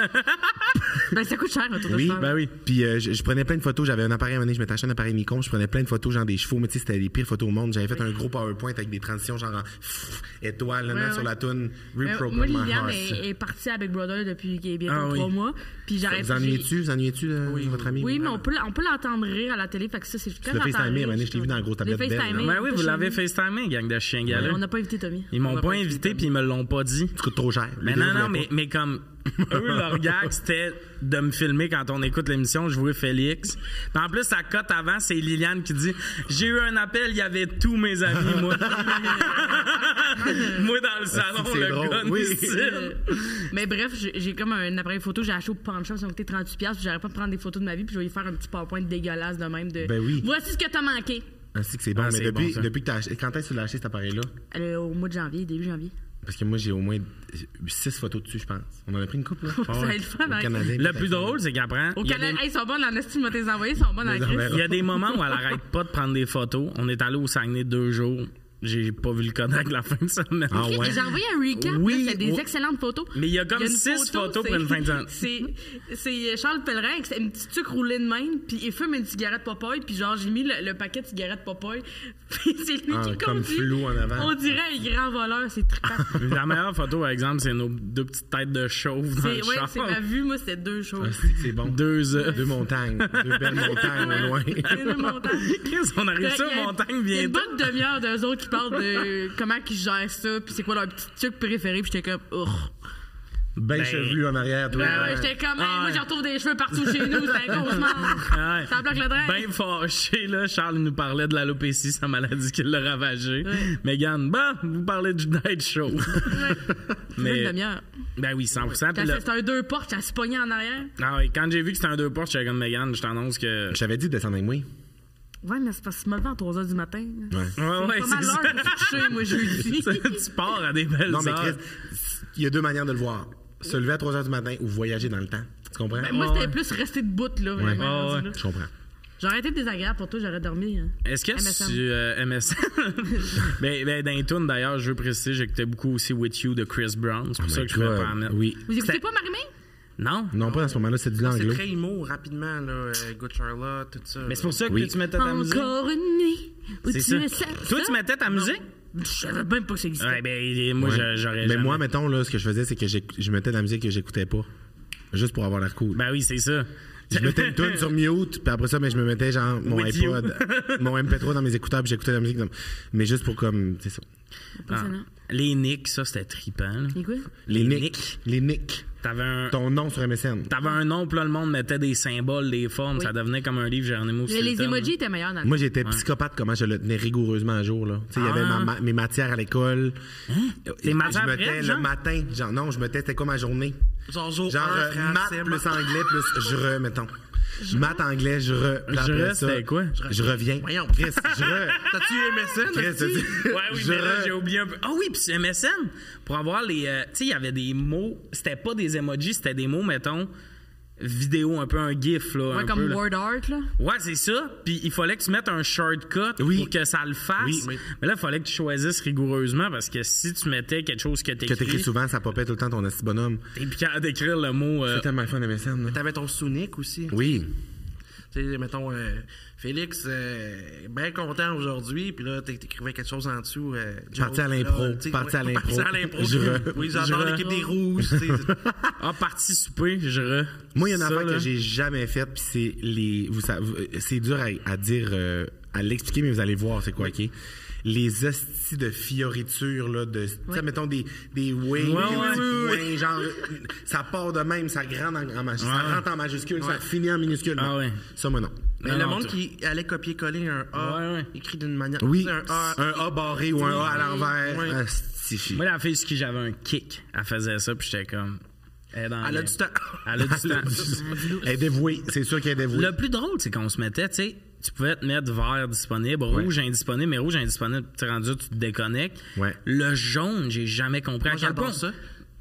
[SPEAKER 4] Ben, ça coûte cher, un tour de
[SPEAKER 2] Oui,
[SPEAKER 4] cheval.
[SPEAKER 1] ben oui.
[SPEAKER 2] Puis euh, je, je prenais plein de photos. J'avais un appareil à un moment donné, je m'étais acheté un appareil Nikon. Je prenais plein de photos, genre des chevaux, mais tu sais, c'était les pires photos au monde. J'avais fait un gros PowerPoint avec des transitions, genre en pff, étoile, là,
[SPEAKER 4] Ouais,
[SPEAKER 2] sur
[SPEAKER 4] ouais.
[SPEAKER 2] la toune
[SPEAKER 4] Euh,
[SPEAKER 2] Reprogram
[SPEAKER 4] Moi,
[SPEAKER 2] My
[SPEAKER 4] Liliane
[SPEAKER 2] Heart.
[SPEAKER 4] est, est partie à Big Brother depuis qu'il est bientôt
[SPEAKER 1] Ah oui.
[SPEAKER 4] trois mois. Puis j'arrête.
[SPEAKER 2] Vous ennuyez-tu, vous ennuyez-tu, euh, votre ami?
[SPEAKER 4] Oui, mais on peut, l- on peut l'entendre rire à la télé, fait que ça, c'est quand
[SPEAKER 2] l'as
[SPEAKER 4] j'entends
[SPEAKER 2] FaceTimé,
[SPEAKER 4] rire,
[SPEAKER 2] à un moment donné,
[SPEAKER 4] je
[SPEAKER 2] je t'ai vu dans la grosse
[SPEAKER 4] Je l'ai
[SPEAKER 2] tablette belle,
[SPEAKER 4] FaceTimé,
[SPEAKER 2] non?
[SPEAKER 1] Ben oui, vous
[SPEAKER 4] je
[SPEAKER 1] l'avez
[SPEAKER 4] l'ai-
[SPEAKER 1] FaceTimé, gang de chiens galeux.
[SPEAKER 4] Ben On n'a pas invité Tommy.
[SPEAKER 1] Ils m'ont pas invité, puis ils me l'ont pas dit.
[SPEAKER 2] C'est trop cher. Les
[SPEAKER 1] Mais
[SPEAKER 2] deux, je
[SPEAKER 1] non, non,
[SPEAKER 2] voulais
[SPEAKER 1] mais,
[SPEAKER 2] pas.
[SPEAKER 1] mais comme eux, leur gag, c'était de me filmer quand on écoute l'émission, jouer Félix. Puis en plus, sa cote avant, c'est Liliane qui dit J'ai eu un appel, il y avait tous mes amis, moi. moi dans le salon,
[SPEAKER 2] Ah, c'est
[SPEAKER 1] le
[SPEAKER 2] drôle,
[SPEAKER 1] gars de
[SPEAKER 2] oui.
[SPEAKER 1] Lucille.
[SPEAKER 4] Euh, Mais bref, j'ai j'ai comme un appareil photo, j'ai acheté au punch shop, ça m'a coûté 38$, puis j'arrive pas à prendre des photos de ma vie, puis je vais y faire un petit PowerPoint dégueulasse de même. De...
[SPEAKER 2] Ben oui.
[SPEAKER 4] Voici ce que t'as manqué.
[SPEAKER 2] Ainsi que c'est bon.
[SPEAKER 1] Ah,
[SPEAKER 2] mais
[SPEAKER 1] c'est
[SPEAKER 2] depuis,
[SPEAKER 1] bon, ça.
[SPEAKER 2] depuis que t'as acheté, quand est-ce que tu l'as acheté cet appareil-là?
[SPEAKER 4] Euh, au mois de janvier, début janvier.
[SPEAKER 2] Parce que moi, j'ai au moins six photos dessus, je pense. On en a pris une couple, là.
[SPEAKER 4] Ça va être fun,
[SPEAKER 2] Au
[SPEAKER 4] hein?
[SPEAKER 2] Canadien,
[SPEAKER 1] Le
[SPEAKER 2] peut-être.
[SPEAKER 1] plus drôle, c'est qu'après,
[SPEAKER 4] Au
[SPEAKER 1] il y a des-
[SPEAKER 4] Canada, hey, ils sont bonnes, en estime, m'a tes envoyés, ils sont bonnes en
[SPEAKER 2] Les
[SPEAKER 4] crise.
[SPEAKER 2] enverras.
[SPEAKER 1] il y a des moments où elle arrête pas de prendre des photos. On est allé au Saguenay deux jours. J'ai pas vu le Kodak la fin de semaine.
[SPEAKER 2] Ah ouais? oh.
[SPEAKER 4] J'ai envoyé un recap,
[SPEAKER 1] Oui,
[SPEAKER 4] là, c'est des
[SPEAKER 1] oui.
[SPEAKER 4] excellentes photos.
[SPEAKER 1] Mais il y a comme
[SPEAKER 4] une
[SPEAKER 1] six
[SPEAKER 4] photo,
[SPEAKER 1] photos pour
[SPEAKER 4] c'est-
[SPEAKER 1] une fin de semaine.
[SPEAKER 4] C'est, c'est Charles Pellerin avec une petite tuque roulée de même, puis il fume une cigarette Popeye, puis genre j'ai mis le, le paquet de cigarettes Popeye, puis c'est lui
[SPEAKER 2] Ah,
[SPEAKER 4] qui
[SPEAKER 2] comme
[SPEAKER 4] conduit.
[SPEAKER 2] flou en avant.
[SPEAKER 4] On dirait un grand voleur, c'est trippant.
[SPEAKER 1] La meilleure photo, par exemple, c'est nos deux petites têtes de chauve dans
[SPEAKER 4] c'est,
[SPEAKER 1] le
[SPEAKER 4] ouais,
[SPEAKER 1] char.
[SPEAKER 4] c'est ma vue, moi, c'était deux choses.
[SPEAKER 2] Ainsi que Ah, c'est bon.
[SPEAKER 1] Deux œufs.
[SPEAKER 2] Deux montagnes. Deux belles montagnes au loin.
[SPEAKER 4] C'est le montage.
[SPEAKER 1] Qu'est-ce qu'on arrive ça,
[SPEAKER 4] Il y a-
[SPEAKER 1] montagne
[SPEAKER 4] Il y a une
[SPEAKER 1] bientôt?
[SPEAKER 4] bonne demi-heure d'eux autres qui parlent de comment qu'ils gèrent ça, puis c'est quoi leur petit truc préféré, puis j'étais comme, Urgh.
[SPEAKER 2] Ben, chevelu en arrière, toi.
[SPEAKER 4] Ouais, ben ouais, j'étais comme, hey,
[SPEAKER 1] Ah,
[SPEAKER 4] moi,
[SPEAKER 1] ouais.
[SPEAKER 4] je retrouve des cheveux partout chez nous, c'est un gros
[SPEAKER 1] Ah ouais.
[SPEAKER 4] Ça bloque le drain.
[SPEAKER 1] Ben fâché, là. Charles nous parlait de l'alopécie, sa maladie qui l'a ravagé. Mais Megan, bah, vous parlez du night show.
[SPEAKER 4] Une
[SPEAKER 1] Mais,
[SPEAKER 4] demi-heure.
[SPEAKER 1] ben oui, 100%. Puis
[SPEAKER 4] Quand
[SPEAKER 1] là-
[SPEAKER 4] c'était un deux portes, elle se pognait en arrière.
[SPEAKER 1] ah ouais, quand j'ai vu que c'était un deux portes, j'étais comme Megan, je t'annonce que.
[SPEAKER 2] Je t'avais dit de descendre avec moi.
[SPEAKER 4] Ouais, mais c'est parce que je me levais à 3 h du matin. là.
[SPEAKER 2] Ouais.
[SPEAKER 1] Ouais, ouais,
[SPEAKER 4] Pas mal
[SPEAKER 1] c'est
[SPEAKER 4] l'heure
[SPEAKER 1] ça.
[SPEAKER 4] de coucher, moi, jeudi.
[SPEAKER 1] tu pars à des belles
[SPEAKER 2] Non, mais
[SPEAKER 1] heures.
[SPEAKER 2] Chris, il y a deux manières de le voir. Se lever à 3 h du matin ou voyager dans le temps. Tu comprends?
[SPEAKER 4] Ben, Moi,
[SPEAKER 1] Ouais.
[SPEAKER 4] c'était plus rester debout, là, vraiment.
[SPEAKER 1] Ouais, ouais.
[SPEAKER 4] rendu là.
[SPEAKER 2] Je comprends.
[SPEAKER 4] J'aurais été désagréable pour toi, j'aurais dormi. hein.
[SPEAKER 1] Est-ce que
[SPEAKER 4] MSN?
[SPEAKER 1] tu. euh, MSN? ben, ben, dans les tunes, d'ailleurs, je veux préciser, j'écoutais beaucoup aussi With You de Chris Brown. C'est pour ça que je pouvais
[SPEAKER 2] Oh God,
[SPEAKER 1] pas en mettre.
[SPEAKER 2] Oui.
[SPEAKER 4] Vous écoutez
[SPEAKER 1] C'était-
[SPEAKER 4] pas Marimé?
[SPEAKER 1] Non?
[SPEAKER 2] Non, pas dans ce moment-là, c'est du
[SPEAKER 5] C'est
[SPEAKER 2] langlo.
[SPEAKER 5] très emo, rapidement, là. euh, Good Charlotte, tout ça.
[SPEAKER 1] Mais c'est pour ça que
[SPEAKER 2] Oui.
[SPEAKER 1] tu mettais ta musique.
[SPEAKER 4] Encore une nuit où tu
[SPEAKER 1] C'est ça.
[SPEAKER 4] es seul.
[SPEAKER 1] Toi, tu mettais ta musique?
[SPEAKER 4] Je savais même pas que ça existait.
[SPEAKER 1] Ouais, ben, il- moi,
[SPEAKER 2] Ouais.
[SPEAKER 1] je- j'aurais.
[SPEAKER 2] Mais
[SPEAKER 1] jamais-
[SPEAKER 2] moi, mettons, là, ce que je faisais, c'est que j'éc- je mettais de la musique que j'écoutais pas. Juste pour avoir l'air cool.
[SPEAKER 1] Ben oui, c'est ça.
[SPEAKER 2] je mettais une tune sur mute, puis après ça, mais je me mettais genre mon
[SPEAKER 1] With you.
[SPEAKER 2] iPod, mon MP3 dans mes écouteurs, puis j'écoutais de la musique. dans- Mais juste pour comme, c'est ça.
[SPEAKER 1] ah.
[SPEAKER 4] Impressionnant.
[SPEAKER 1] Les nicks, ça, c'était trippant. là.
[SPEAKER 4] C'est quoi?
[SPEAKER 2] Les
[SPEAKER 1] Les
[SPEAKER 2] nicks. Les nicks.
[SPEAKER 1] T'avais un.
[SPEAKER 2] Ton nom sur MSN.
[SPEAKER 1] T'avais un nom, puis là, le monde mettait des symboles, des formes. Ça devenait comme un livre Geronimo
[SPEAKER 4] Les, les
[SPEAKER 1] Stilton.
[SPEAKER 4] emojis étaient meilleurs dans le
[SPEAKER 2] Moi, j'étais psychopathe comment je le tenais rigoureusement à jour. là. Tu sais, Il y avait
[SPEAKER 1] Ah.
[SPEAKER 2] ma- ma- mes matières à l'école.
[SPEAKER 1] Tes matières
[SPEAKER 2] Je me
[SPEAKER 1] prêtes,
[SPEAKER 2] tais le
[SPEAKER 1] genre?
[SPEAKER 2] matin. Genre, non, je me tais, c'était quoi ma journée?
[SPEAKER 5] Genre, jour
[SPEAKER 2] Genre,
[SPEAKER 5] un,
[SPEAKER 2] euh, maths
[SPEAKER 5] français,
[SPEAKER 2] plus
[SPEAKER 5] maths-
[SPEAKER 2] anglais plus je re, mettons. Maths, anglais, je re. Puis après
[SPEAKER 1] re,
[SPEAKER 2] ça,
[SPEAKER 1] c'était quoi?
[SPEAKER 2] Je reviens.
[SPEAKER 5] Voyons.
[SPEAKER 2] Chris, je re.
[SPEAKER 5] T'as-tu aimé ça?
[SPEAKER 2] Chris,
[SPEAKER 5] t'as-tu?
[SPEAKER 2] tu-
[SPEAKER 1] Ouais, oui,
[SPEAKER 2] je
[SPEAKER 1] mais là,
[SPEAKER 2] re.
[SPEAKER 1] j'ai oublié un peu. Ah oui, puis c'est MSN, pour avoir les. euh, tu sais, il y avait des mots. C'était pas des emojis, c'était des mots, mettons, vidéo, un peu un GIF, là.
[SPEAKER 4] Ouais,
[SPEAKER 1] un
[SPEAKER 4] comme
[SPEAKER 1] peu, là.
[SPEAKER 4] Word Art, là.
[SPEAKER 1] Ouais, c'est ça. Puis il fallait que tu mettes un shortcut
[SPEAKER 2] Oui.
[SPEAKER 1] pour que ça le fasse.
[SPEAKER 2] Oui, oui.
[SPEAKER 1] Mais là, il fallait que tu choisisses rigoureusement parce que si tu mettais quelque chose que
[SPEAKER 2] Que t'écris
[SPEAKER 1] t'écris,
[SPEAKER 2] souvent, ça popait tout le temps ton asti bonhomme.
[SPEAKER 1] t'es piquant d'écrire le mot. euh,
[SPEAKER 2] C'était tellement fun, MSN. là.
[SPEAKER 5] T'avais ton Sonic aussi.
[SPEAKER 2] Oui.
[SPEAKER 5] Tu sais, mettons, euh, Félix, euh, bien content aujourd'hui, puis là, t'é- t'écrivais quelque chose en dessous. euh,
[SPEAKER 2] Parti à
[SPEAKER 5] joke,
[SPEAKER 2] l'impro,
[SPEAKER 5] là, tu sais,
[SPEAKER 2] parti à
[SPEAKER 5] ouais,
[SPEAKER 2] l'impro.
[SPEAKER 5] Parti à l'impro.
[SPEAKER 2] Je re-
[SPEAKER 5] Oui,
[SPEAKER 1] je
[SPEAKER 5] j'adore
[SPEAKER 1] re-
[SPEAKER 5] l'équipe des rouges. tu sais.
[SPEAKER 1] Ah, participer, je re.
[SPEAKER 2] Moi, il y en a
[SPEAKER 1] Ça,
[SPEAKER 2] un affaire
[SPEAKER 1] là.
[SPEAKER 2] que j'ai jamais faite, puis c'est les. Vous savez, c'est dur à, à dire, euh, à l'expliquer, mais vous allez voir c'est quoi, ok? Les hosties de fioritures, là, de. Tu sais, mettons des, des wings, des
[SPEAKER 1] Ouais,
[SPEAKER 2] petits
[SPEAKER 1] ouais.
[SPEAKER 2] points, genre. euh, Ça part de même, ça, grande en, en maj- ça
[SPEAKER 1] Ouais.
[SPEAKER 2] rentre en majuscule, ça finit en minuscule.
[SPEAKER 1] Ah
[SPEAKER 2] Non.
[SPEAKER 1] ouais.
[SPEAKER 2] Ça, moi, non.
[SPEAKER 5] Mais
[SPEAKER 1] Non,
[SPEAKER 5] le
[SPEAKER 1] non,
[SPEAKER 5] monde
[SPEAKER 1] tu-
[SPEAKER 5] qui allait copier-coller un A
[SPEAKER 1] Ouais, Ah, ouais.
[SPEAKER 5] écrit d'une manière.
[SPEAKER 2] Oui,
[SPEAKER 5] C'est un A.
[SPEAKER 2] barré ou un A à l'envers. Ah,
[SPEAKER 5] Oui.
[SPEAKER 2] Asti, chi.
[SPEAKER 1] Moi, la fille, ce qui j'avais un kick, elle faisait ça, puis j'étais comme. Elle, est dans
[SPEAKER 5] Elle a
[SPEAKER 1] le-
[SPEAKER 5] du temps.
[SPEAKER 1] Elle a du temps.
[SPEAKER 2] Elle est dévouée, c'est sûr qu'elle est dévouée.
[SPEAKER 1] Le plus drôle, c'est qu'on se mettait, tu sais, tu pouvais te mettre vert disponible, rouge indisponible, mais rouge indisponible, tu es rendu, tu te déconnectes.
[SPEAKER 2] Ouais.
[SPEAKER 1] Le jaune, j'ai jamais compris. à quel
[SPEAKER 5] j'adore
[SPEAKER 1] point,
[SPEAKER 5] ça.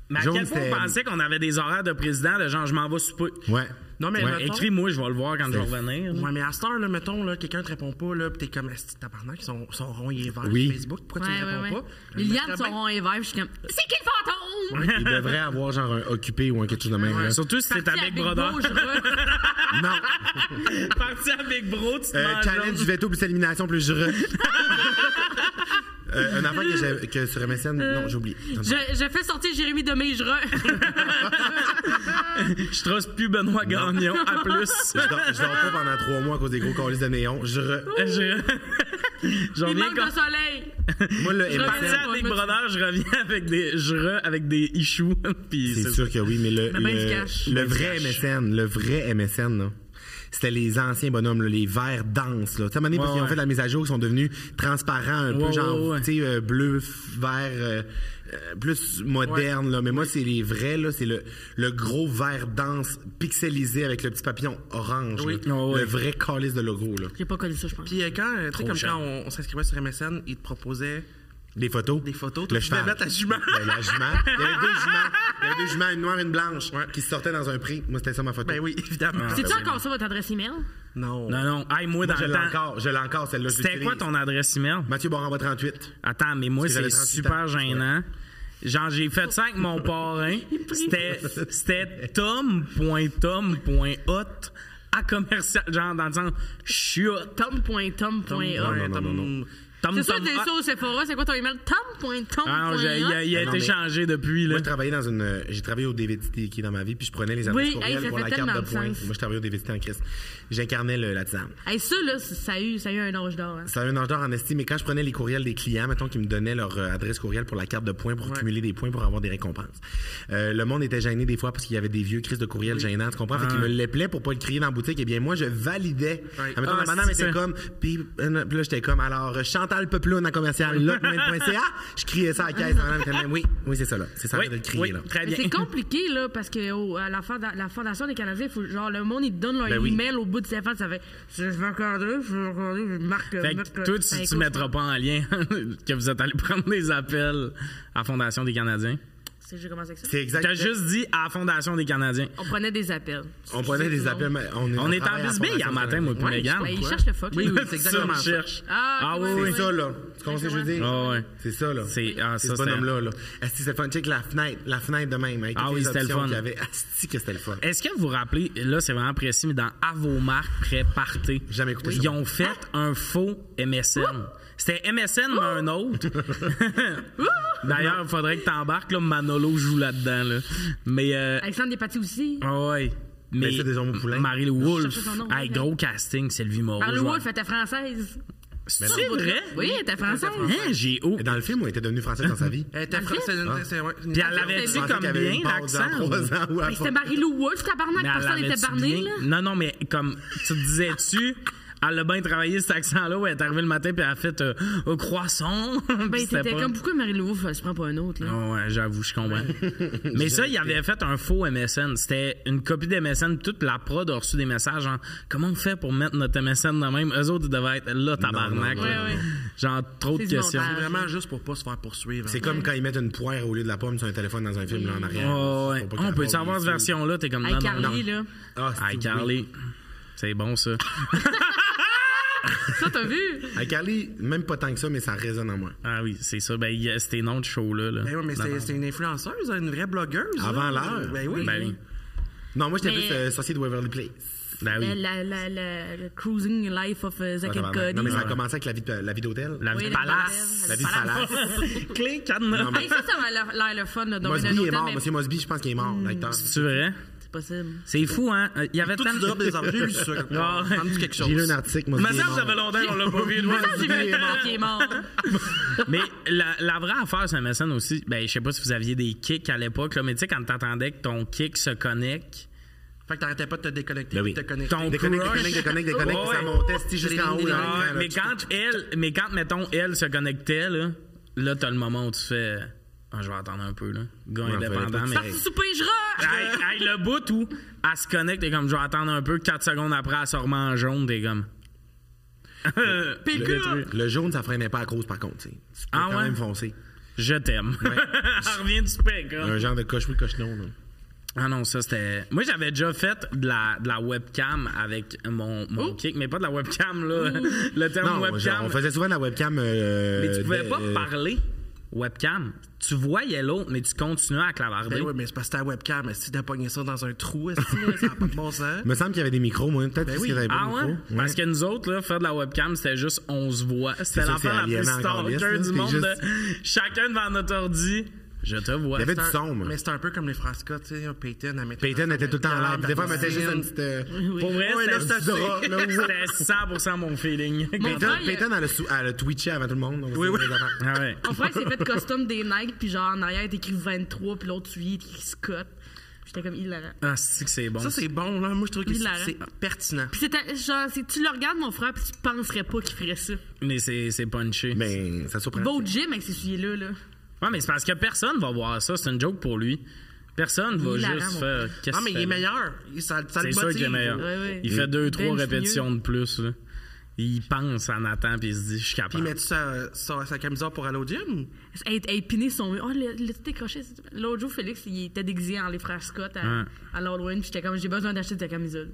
[SPEAKER 1] Mais à
[SPEAKER 2] Jaune,
[SPEAKER 1] quel point
[SPEAKER 2] c'était-
[SPEAKER 1] on pensait qu'on avait des horaires de président, de genre, je m'en vais souper.
[SPEAKER 2] Ouais.
[SPEAKER 5] Non, mais
[SPEAKER 1] Ouais,
[SPEAKER 5] mettons-
[SPEAKER 1] Écris-moi, je vais le voir quand je vais
[SPEAKER 2] C'est-
[SPEAKER 1] revenir. là.
[SPEAKER 5] Ouais, mais à cette heure, là, mettons, là, quelqu'un te répond pas, là, pis t'es comme, Asti, tabarnak, son, son rond, il est vert
[SPEAKER 2] Oui.
[SPEAKER 5] sur Facebook, pourquoi tu me réponds pas? Je
[SPEAKER 4] Les
[SPEAKER 5] me
[SPEAKER 4] liades
[SPEAKER 5] mettrais
[SPEAKER 4] sont
[SPEAKER 5] bien-
[SPEAKER 4] ronds et verts, puis je suis comme, c'est qui le fantôme?
[SPEAKER 2] Il devrait avoir genre un occupé ou un quelque chose de même. là.
[SPEAKER 1] Surtout si c'est
[SPEAKER 4] Parti à
[SPEAKER 1] avec Brother.
[SPEAKER 4] Bro, je re-
[SPEAKER 2] Non.
[SPEAKER 1] Parti avec Bro, tu te
[SPEAKER 2] Euh,
[SPEAKER 1] manges
[SPEAKER 2] challenge
[SPEAKER 1] l'autre.
[SPEAKER 2] veto plus élimination plus je re. Euh, un affaire que, j'ai- que sur MSN, non, j'ai oublié.
[SPEAKER 4] je, je fais sortir Jérémy Demé, je re.
[SPEAKER 1] Je trace plus Benoît Gagnon, à plus.
[SPEAKER 2] Je dors, je dors pas pendant trois mois à cause des gros colis de néon. Je re.
[SPEAKER 1] Je- J'en
[SPEAKER 4] Il
[SPEAKER 1] viens
[SPEAKER 4] manque
[SPEAKER 1] comme...
[SPEAKER 4] de soleil.
[SPEAKER 2] Moi, le
[SPEAKER 1] Parti
[SPEAKER 2] MSN,
[SPEAKER 1] à Big Brother, je reviens avec des... Je re avec des issues. puis
[SPEAKER 2] c'est sûr que oui, mais le,
[SPEAKER 4] Mais ben
[SPEAKER 2] le,
[SPEAKER 4] du cash.
[SPEAKER 2] le
[SPEAKER 4] Ben
[SPEAKER 2] vrai
[SPEAKER 1] du cash.
[SPEAKER 2] MSN, le vrai MSN, là, c'était les anciens bonhommes, là, les verts denses. Là. Tu sais, à un moment donné, parce
[SPEAKER 1] Ouais,
[SPEAKER 2] qu'ils ont
[SPEAKER 1] ouais.
[SPEAKER 2] fait la mise à jour, ils sont devenus transparents, un peu
[SPEAKER 1] Ouais,
[SPEAKER 2] genre,
[SPEAKER 1] ouais, ouais.
[SPEAKER 2] tu sais, euh, bleu, f- vert, euh, euh, plus moderne. Là. Mais moi, c'est les vrais, là, c'est le, le gros vert dense pixelisé avec le petit papillon orange.
[SPEAKER 5] Oui.
[SPEAKER 2] là.
[SPEAKER 1] Ouais, ouais.
[SPEAKER 2] Le vrai calice de logo. Là.
[SPEAKER 4] J'ai pas connu ça, je pense.
[SPEAKER 5] Puis euh, quand, un truc
[SPEAKER 1] Trop
[SPEAKER 5] comme
[SPEAKER 1] cher.
[SPEAKER 5] quand on, on s'inscrivait sur MSN, ils te proposaient
[SPEAKER 2] Des photos.
[SPEAKER 5] des photos.
[SPEAKER 2] Le
[SPEAKER 5] Toi, tu devais
[SPEAKER 2] cheval.
[SPEAKER 5] mettre ta jument.
[SPEAKER 2] Ben, la jument. Il y avait deux juments. Il y avait deux juments, une noire et une blanche, qui se sortaient dans un prix. Moi, c'était ça ma photo.
[SPEAKER 5] Ben oui, évidemment.
[SPEAKER 2] Ah.
[SPEAKER 4] C'est-tu encore ça, votre adresse email?
[SPEAKER 5] Non.
[SPEAKER 1] Non, non. Hey, moi,
[SPEAKER 2] Moi,
[SPEAKER 1] dans
[SPEAKER 2] je
[SPEAKER 1] le
[SPEAKER 2] l'ai
[SPEAKER 1] temps-
[SPEAKER 2] encore. Je l'ai encore, celle-là. je
[SPEAKER 1] C'était quoi
[SPEAKER 2] l'utilise.
[SPEAKER 1] ton adresse email?
[SPEAKER 2] Mathieu Boranba 38.
[SPEAKER 1] Attends, mais moi,
[SPEAKER 2] Parce que
[SPEAKER 1] c'est
[SPEAKER 2] j'avais 38
[SPEAKER 1] super
[SPEAKER 2] ans.
[SPEAKER 1] gênant. Genre, j'ai fait ça avec mon parrain. C'était, c'était tom.tom.hot à commercial. Genre, dans le sens, je suis hot.
[SPEAKER 4] Tom.tom.a.
[SPEAKER 2] Non, non, non, non, non.
[SPEAKER 1] Tom,
[SPEAKER 4] C'est sûr
[SPEAKER 1] Tom,
[SPEAKER 4] que c'est
[SPEAKER 1] hot.
[SPEAKER 4] ça au Sephora, c'est quoi ton email?
[SPEAKER 1] Ah non, j'ai- il a,
[SPEAKER 4] Tom.tom.a.
[SPEAKER 1] il a
[SPEAKER 2] Mais
[SPEAKER 1] été
[SPEAKER 2] non, mais-
[SPEAKER 1] changé depuis, là.
[SPEAKER 2] Moi, je travaillais dans une. euh, J'ai travaillé au DVTT qui est dans ma vie, puis je prenais les adresses
[SPEAKER 4] Oui, hey,
[SPEAKER 2] courriel
[SPEAKER 4] ça
[SPEAKER 2] pour
[SPEAKER 4] fait
[SPEAKER 2] la carte de
[SPEAKER 4] tellement de
[SPEAKER 2] points.
[SPEAKER 4] sens.
[SPEAKER 2] Moi, je travaillais au DVTT en Christ. J'incarnais le- la tisane.
[SPEAKER 4] Hey, ça, là, c- ça a eu, ça a eu un ange d'or. hein.
[SPEAKER 2] Ça avait un ange d'or en estime, mais quand je prenais les courriels des clients, mettons qu'ils me donnaient leur euh, adresse courriel pour la carte de points, pour cumuler des points, pour avoir des récompenses. Euh, le monde était gêné des fois parce qu'il y avait des vieux crises de courriel gênants, tu comprends? Fait
[SPEAKER 1] Ah.
[SPEAKER 2] qu'ils me l'épelaient pour pas le crier dans la boutique. Eh bien, moi, je validais. Ah, mettons,
[SPEAKER 1] Ah,
[SPEAKER 2] la madame
[SPEAKER 1] c'est ça.
[SPEAKER 2] était comme, puis euh, puis là, j'étais comme, alors, euh, Chantal Peplon en commercial, lotmail.ca. Je criais ça à la caisse. La madame était comme, oui, oui, c'est ça, là. C'est ça,
[SPEAKER 1] Oui,
[SPEAKER 2] de le crier,
[SPEAKER 1] oui,
[SPEAKER 2] là.
[SPEAKER 1] très
[SPEAKER 4] Mais
[SPEAKER 1] bien.
[SPEAKER 4] c'est compliqué, là, parce que oh, à la, fond- la Fondation des Canadiens, il faut, genre, le monde, il te donne leur
[SPEAKER 2] Ben oui.
[SPEAKER 4] email au bout de ses fêtes. Ça fait Je vais encoder, je vais encoder, je marque.
[SPEAKER 1] Fait
[SPEAKER 4] marque- Ben,
[SPEAKER 1] que toi, tu,
[SPEAKER 4] Hey,
[SPEAKER 1] tu mettras pas en lien que vous êtes allé prendre des appels à Fondation des Canadiens.
[SPEAKER 4] C'est que j'ai commencé avec ça.
[SPEAKER 2] C'est exact.
[SPEAKER 1] T'as juste dit à Fondation des Canadiens.
[SPEAKER 4] On prenait des appels.
[SPEAKER 2] On prenait des
[SPEAKER 4] Non.
[SPEAKER 2] appels. mais On est,
[SPEAKER 1] On est en
[SPEAKER 2] travaille à la
[SPEAKER 1] Bisbee hier
[SPEAKER 2] formation.
[SPEAKER 1] matin, moi, pour
[SPEAKER 5] Ouais,
[SPEAKER 1] Mégane.
[SPEAKER 4] Ouais, ils cherchent Ben, le fuck.
[SPEAKER 5] Oui,
[SPEAKER 4] là.
[SPEAKER 5] oui, c'est exactement
[SPEAKER 1] ça. on
[SPEAKER 5] ça.
[SPEAKER 1] cherche.
[SPEAKER 4] Ah, ok,
[SPEAKER 1] oui,
[SPEAKER 4] ouais,
[SPEAKER 1] oui.
[SPEAKER 2] C'est ça, là. Tu comprends ce que je veux dire?
[SPEAKER 1] Ah ouais.
[SPEAKER 2] C'est ça, là.
[SPEAKER 1] C'est- ah, ça,
[SPEAKER 2] ce
[SPEAKER 1] c'était-
[SPEAKER 2] bonhomme-là, là. Asti, c'est le fun. Check la fenêtre, la fenêtre de même. Avec
[SPEAKER 1] Ah
[SPEAKER 2] toutes
[SPEAKER 1] oui,
[SPEAKER 2] les
[SPEAKER 1] c'était le
[SPEAKER 2] options
[SPEAKER 1] fun.
[SPEAKER 2] qu'il y avait. Asti, que c'était le fun.
[SPEAKER 1] Est-ce que vous vous rappelez, là c'est vraiment précis, mais dans À vos marques, prêt, partez.
[SPEAKER 2] Jamais écouté ça.
[SPEAKER 1] Ils ont fait un faux MSN. C'était MSN, mais un autre. D'ailleurs, il faudrait que t'embarques, là. Manolo joue là-dedans, là. Mais, euh,
[SPEAKER 4] Alexandre Despatie aussi.
[SPEAKER 1] ah ouais.
[SPEAKER 2] Mais c'est des hommes au poulain.
[SPEAKER 1] Marie-Lou Wolfe.
[SPEAKER 4] cherchais son nom,
[SPEAKER 1] Hey,
[SPEAKER 4] ouais.
[SPEAKER 1] gros casting, Sylvie Moreau.
[SPEAKER 4] Par le
[SPEAKER 1] je vois.
[SPEAKER 4] Wolf, elle était française.
[SPEAKER 1] C'est vrai?
[SPEAKER 4] Oui, elle était française.
[SPEAKER 1] Hein, j'ai haut.
[SPEAKER 2] Mais Dans le film, il était devenu français dans sa vie.
[SPEAKER 5] Elle était fra- c'est
[SPEAKER 2] Ah.
[SPEAKER 5] une- c'est- ouais, une-
[SPEAKER 1] Puis elle l'avait
[SPEAKER 4] Je
[SPEAKER 1] dit
[SPEAKER 2] Pensais
[SPEAKER 1] comme
[SPEAKER 2] qu'il avait
[SPEAKER 1] bien,
[SPEAKER 2] une pause dans
[SPEAKER 1] l'accent.
[SPEAKER 2] trois ans ou
[SPEAKER 4] Mais
[SPEAKER 2] avant.
[SPEAKER 4] C'était Marie-Lou Wolf, tabarnak,
[SPEAKER 1] Mais elle
[SPEAKER 4] personne n'était
[SPEAKER 1] l'avait-tu
[SPEAKER 4] barnée, là. Ben,
[SPEAKER 1] bien? Non, non, mais comme tu te disais-tu, elle a bien travaillé cet accent-là, où elle est arrivée le matin, puis elle a fait euh, un croissant.
[SPEAKER 4] Ben,
[SPEAKER 1] Puis c'était
[SPEAKER 4] c'était
[SPEAKER 1] pas-
[SPEAKER 4] comme, pourquoi Marie-Lou Wolf, elle se prend pas un autre, là?
[SPEAKER 1] Ah ouais, j'avoue, je comprends. Mais ça, il avait fait un faux MSN. C'était une copie de MSN. Toute la prod a reçu des messages genre Comment on fait pour mettre notre MSN dans le même Eux autres, ils devaient être là, tabarnak.
[SPEAKER 2] non, non,
[SPEAKER 1] là.
[SPEAKER 4] non, Ouais, ouais.
[SPEAKER 1] Genre, trop de
[SPEAKER 4] C'est du
[SPEAKER 1] questions.
[SPEAKER 4] montage.
[SPEAKER 5] Vraiment juste pour pas se faire poursuivre. hein.
[SPEAKER 2] C'est comme quand ils mettent une poire au lieu de la pomme sur un téléphone dans un film, là, en arrière.
[SPEAKER 1] Oh, ouais.
[SPEAKER 2] Faut pas
[SPEAKER 1] Ah,
[SPEAKER 2] que
[SPEAKER 1] on
[SPEAKER 2] la
[SPEAKER 1] peut
[SPEAKER 2] pomme,
[SPEAKER 1] savoir
[SPEAKER 2] il
[SPEAKER 1] cette
[SPEAKER 2] faut-
[SPEAKER 1] version-là. T'es comme
[SPEAKER 4] Hey,
[SPEAKER 1] non, non, non.
[SPEAKER 4] Carly, là.
[SPEAKER 2] Ah, c'est
[SPEAKER 1] Hey,
[SPEAKER 2] oui.
[SPEAKER 1] Carly. C'est bon, ça.
[SPEAKER 4] Ça, t'as vu?
[SPEAKER 2] Hey, Carly, même pas tant que ça, mais ça résonne en moi.
[SPEAKER 1] Ah oui, c'est ça. Ben, il y a- c'était non de show-là. Là.
[SPEAKER 5] Ben oui, mais c'est- c'est une influenceuse, hein, une vraie blogueuse.
[SPEAKER 2] Avant
[SPEAKER 5] hein.
[SPEAKER 2] l'heure.
[SPEAKER 5] Ben oui.
[SPEAKER 1] Ben oui.
[SPEAKER 2] Non, moi, j'étais
[SPEAKER 4] Mais-
[SPEAKER 2] plus euh, sorcier de Waverly Place.
[SPEAKER 1] Ben oui.
[SPEAKER 4] Euh, La, la, la, le cruising life of euh,
[SPEAKER 2] Ah,
[SPEAKER 4] Zack and
[SPEAKER 2] tabarnak.
[SPEAKER 4] Cody.
[SPEAKER 2] Non, mais ça a commencé avec la vie de- la vie d'hôtel.
[SPEAKER 1] La
[SPEAKER 4] Oui,
[SPEAKER 1] vie
[SPEAKER 4] le
[SPEAKER 1] de palace.
[SPEAKER 4] palace.
[SPEAKER 2] La vie de palace.
[SPEAKER 1] Clé, cadenas.
[SPEAKER 2] Non, mais-
[SPEAKER 4] Hey, ça, ça m'a l'air l'air le fun, là, dans un
[SPEAKER 2] Mosby est
[SPEAKER 4] hôtel,
[SPEAKER 2] mort.
[SPEAKER 4] mais Hmm.
[SPEAKER 2] Monsieur Mosby, je pense qu'il est mort, l'acteur.
[SPEAKER 1] C'est vrai?
[SPEAKER 4] c'est possible.
[SPEAKER 1] C'est fou, hein? Euh, Il y avait
[SPEAKER 5] Tout
[SPEAKER 1] tant
[SPEAKER 5] tu drops des
[SPEAKER 1] de...
[SPEAKER 5] arbres. J'ai eu ça. quelque part.
[SPEAKER 1] Ah,
[SPEAKER 5] Ça me dit quelque chose.
[SPEAKER 2] J'ai lu un article, Mosby
[SPEAKER 1] Ma
[SPEAKER 2] est
[SPEAKER 1] sœur,
[SPEAKER 2] mort.
[SPEAKER 1] ça fait longtemps qu'on l'a pas vu.
[SPEAKER 4] Mais
[SPEAKER 1] loin.
[SPEAKER 4] ça, j'ai vu un temps qui est mort.
[SPEAKER 1] Mais la, la vraie affaire sur MSN aussi, ben, je sais pas si vous aviez des kicks à l'époque, là, mais tu sais, quand t'attendais que ton kick se connecte,
[SPEAKER 5] Fait que t'arrêtais pas de te déconnecter,
[SPEAKER 2] Ben oui.
[SPEAKER 5] de te connecter.
[SPEAKER 1] Ton
[SPEAKER 2] Déconnecte,
[SPEAKER 1] crush.
[SPEAKER 2] déconnecte, déconnecte, déconnecte, puis ça
[SPEAKER 1] Ouais.
[SPEAKER 2] montait si jusqu'en haut. dans
[SPEAKER 1] Ah,
[SPEAKER 2] l'écran, là.
[SPEAKER 1] mais quand elle, mais quand mettons elle se connectait là, là t'as le moment où tu fais, Ah, je vais attendre un peu là, gars
[SPEAKER 2] Ouais,
[SPEAKER 1] indépendant,
[SPEAKER 2] fallait
[SPEAKER 1] mais
[SPEAKER 2] pas que
[SPEAKER 3] Parti souper, je rush!
[SPEAKER 1] Hey, hey, le bout où elle se connecte et comme je vais attendre un peu, 4 secondes après, elle se remet en jaune, des gommes.
[SPEAKER 2] Le, le jaune, ça freinait pas à cause, par contre. tu sais. Tu peux
[SPEAKER 1] Ah
[SPEAKER 2] quand
[SPEAKER 1] ouais?
[SPEAKER 2] même foncer.
[SPEAKER 1] Je t'aime. Elle revient du pick, hein.
[SPEAKER 2] Un genre de coche oui, coche non. là.
[SPEAKER 1] Ah non, ça c'était. Moi j'avais déjà fait de la, de la webcam avec mon, mon kick, mais pas de la webcam là. Le terme
[SPEAKER 2] Oh. Non,
[SPEAKER 1] webcam.
[SPEAKER 2] genre, on faisait souvent de la webcam. euh,
[SPEAKER 1] Mais tu pouvais
[SPEAKER 2] de-
[SPEAKER 1] pas
[SPEAKER 2] euh,
[SPEAKER 1] parler webcam. Tu voyais l'autre, mais tu continuais à
[SPEAKER 5] Ben
[SPEAKER 1] clavarder.
[SPEAKER 5] oui, mais c'est parce que ta webcam, mais si t'as pogné ça dans un trou, est-ce que ça n'a pas de bon sens?
[SPEAKER 2] Il me semble qu'il y avait des micros, moi. Peut-être parce
[SPEAKER 5] oui.
[SPEAKER 2] qu'il y avait pas
[SPEAKER 1] Ah
[SPEAKER 2] de
[SPEAKER 1] ouais?
[SPEAKER 2] micros. Ouais.
[SPEAKER 1] Parce que nous autres, là, faire de la webcam, c'était juste on se voit. C'était
[SPEAKER 2] ça, c'est
[SPEAKER 1] l'enfer la plus
[SPEAKER 2] aliénant encore, yes,
[SPEAKER 1] stalker
[SPEAKER 2] là,
[SPEAKER 1] du
[SPEAKER 2] c'est
[SPEAKER 1] monde.
[SPEAKER 2] juste-
[SPEAKER 1] de- Chacun devant notre ordi. Je te vois.
[SPEAKER 2] Il y avait
[SPEAKER 1] C'est
[SPEAKER 2] du
[SPEAKER 1] un-
[SPEAKER 2] son, moi.
[SPEAKER 5] Mais c'est Ah, un peu comme les phrases Scott, tu sais, Peyton, elle mettait
[SPEAKER 2] Peyton
[SPEAKER 5] ça
[SPEAKER 2] était
[SPEAKER 5] sur
[SPEAKER 2] tout le temps en
[SPEAKER 5] webcam,
[SPEAKER 2] live. Puis Des fois, elle mettait juste une
[SPEAKER 5] cuisine.
[SPEAKER 2] petite. euh,
[SPEAKER 1] Pour vrai,
[SPEAKER 5] Ouais, là,
[SPEAKER 1] c'était-
[SPEAKER 5] c'est assez.
[SPEAKER 2] drop, là, ouais.
[SPEAKER 1] c'était 100% mon feeling.
[SPEAKER 3] Mon
[SPEAKER 2] Peyton,
[SPEAKER 3] frère, il-
[SPEAKER 2] Peyton, elle a, sou- elle a twitché avant tout le monde.
[SPEAKER 5] Oui, oui.
[SPEAKER 1] Ah ouais.
[SPEAKER 4] Mon frère s'est fait costume des Nike, puis genre en arrière, il est écrit 23, puis l'autre suivi, il est écrit Scott. J'étais comme hilarant.
[SPEAKER 1] Ah, c'est que c'est bon.
[SPEAKER 5] Ça, c'est bon, là. Moi, je trouve que c'est
[SPEAKER 4] Hilarant.
[SPEAKER 5] c'est pertinent.
[SPEAKER 4] Puis c'était genre, si tu le regardes, mon frère, puis tu penserais pas qu'il ferait ça.
[SPEAKER 1] mais c'est c'est punché.
[SPEAKER 2] Mais ça surprend.
[SPEAKER 4] Va au gym avec ces souliers-là, là.
[SPEAKER 1] Ouais, mais c'est parce que personne va voir ça. C'est une joke pour lui. Personne va
[SPEAKER 4] Il est
[SPEAKER 1] juste
[SPEAKER 4] hilarant,
[SPEAKER 1] faire. Qu'est-ce
[SPEAKER 5] Non, Ah, mais
[SPEAKER 1] que
[SPEAKER 5] il est
[SPEAKER 1] tu fais là?
[SPEAKER 5] meilleur. Il- Ça, ça le
[SPEAKER 1] C'est sûr qu'il est
[SPEAKER 5] motive.
[SPEAKER 1] meilleur.
[SPEAKER 4] Ouais, ouais.
[SPEAKER 1] Il fait deux, trois
[SPEAKER 4] Bench
[SPEAKER 1] répétitions de plus. là. Il pense en attendant puis il se dit, je suis
[SPEAKER 5] Puis il
[SPEAKER 1] capable.
[SPEAKER 5] met sa, sa, sa camisole pour aller au gym.
[SPEAKER 4] Elle est- elle est pinée son mur. Oh, le- le tu décroché? c'est- L'autre jour, Félix, il était déguisé en les frères Scott à,
[SPEAKER 1] Ouais.
[SPEAKER 4] à l'Halloween, puis j'étais comme, j'ai besoin d'acheter de ta camisole.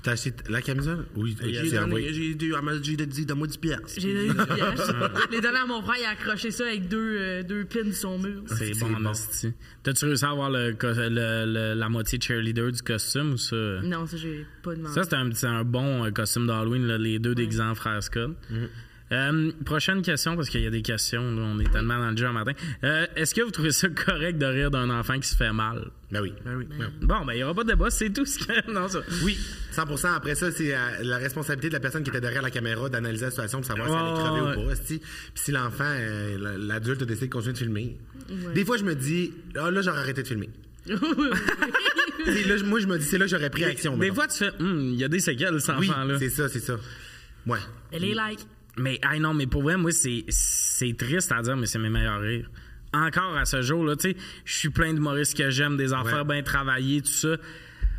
[SPEAKER 2] Puis t'as acheté la camisole? Oui, tu
[SPEAKER 5] J'ai
[SPEAKER 2] l'as
[SPEAKER 5] donné-
[SPEAKER 2] envoyé.
[SPEAKER 5] j'ai dit, elle m'a- j'ai dit, donne-moi 10 piastres.
[SPEAKER 4] J'ai donné du piège. les donné à mon frère, il a accroché ça avec deux, euh, deux pins de son mur.
[SPEAKER 1] C'est
[SPEAKER 2] c'est
[SPEAKER 1] bon,
[SPEAKER 2] bon.
[SPEAKER 1] en esti. T'as-tu réussi à avoir le, co- le- le- la moitié cheerleader du costume ou ça?
[SPEAKER 4] Non, ça, j'ai pas demandé.
[SPEAKER 1] Ça, c'est un, c'est un bon euh, costume d'Halloween, là, les deux déguisés en frère Scott.
[SPEAKER 2] Mhm.
[SPEAKER 1] Euh, prochaine question, parce qu'il y a des questions, là, on est tellement dans le jeu un matin. Euh, Est-ce que vous trouvez ça correct de rire d'un enfant qui se fait mal?
[SPEAKER 2] Ben oui.
[SPEAKER 5] Ben oui.
[SPEAKER 1] Bon, ben, il n'y aura pas de débat, c'est tout ce que. Non, ça.
[SPEAKER 2] Oui, 100 Après ça, c'est euh, la responsabilité de la personne qui était derrière la caméra d'analyser la situation pour savoir si elle
[SPEAKER 1] Ouais,
[SPEAKER 2] est crevée
[SPEAKER 1] ouais.
[SPEAKER 2] ou pas. esti. Puis si l'enfant, euh, l- l'adulte a décidé de continuer de filmer. Des fois, je me dis, ah, là, j'aurais arrêté de filmer. C'est là, moi, je me dis, c'est là que j'aurais pris action.
[SPEAKER 1] Des
[SPEAKER 2] mettons.
[SPEAKER 1] fois, tu fais, Hum, il y a des séquelles, cet
[SPEAKER 2] oui,
[SPEAKER 1] enfant-là.
[SPEAKER 2] c'est ça, c'est ça. Ouais.
[SPEAKER 4] Elle est like.
[SPEAKER 1] Mais, ah non, mais pour vrai, moi, c'est, c'est triste à dire, mais c'est mes meilleurs rires. Encore à ce jour-là, tu sais, je suis plein d'humoristes que j'aime, des affaires bien travaillées, tout ça.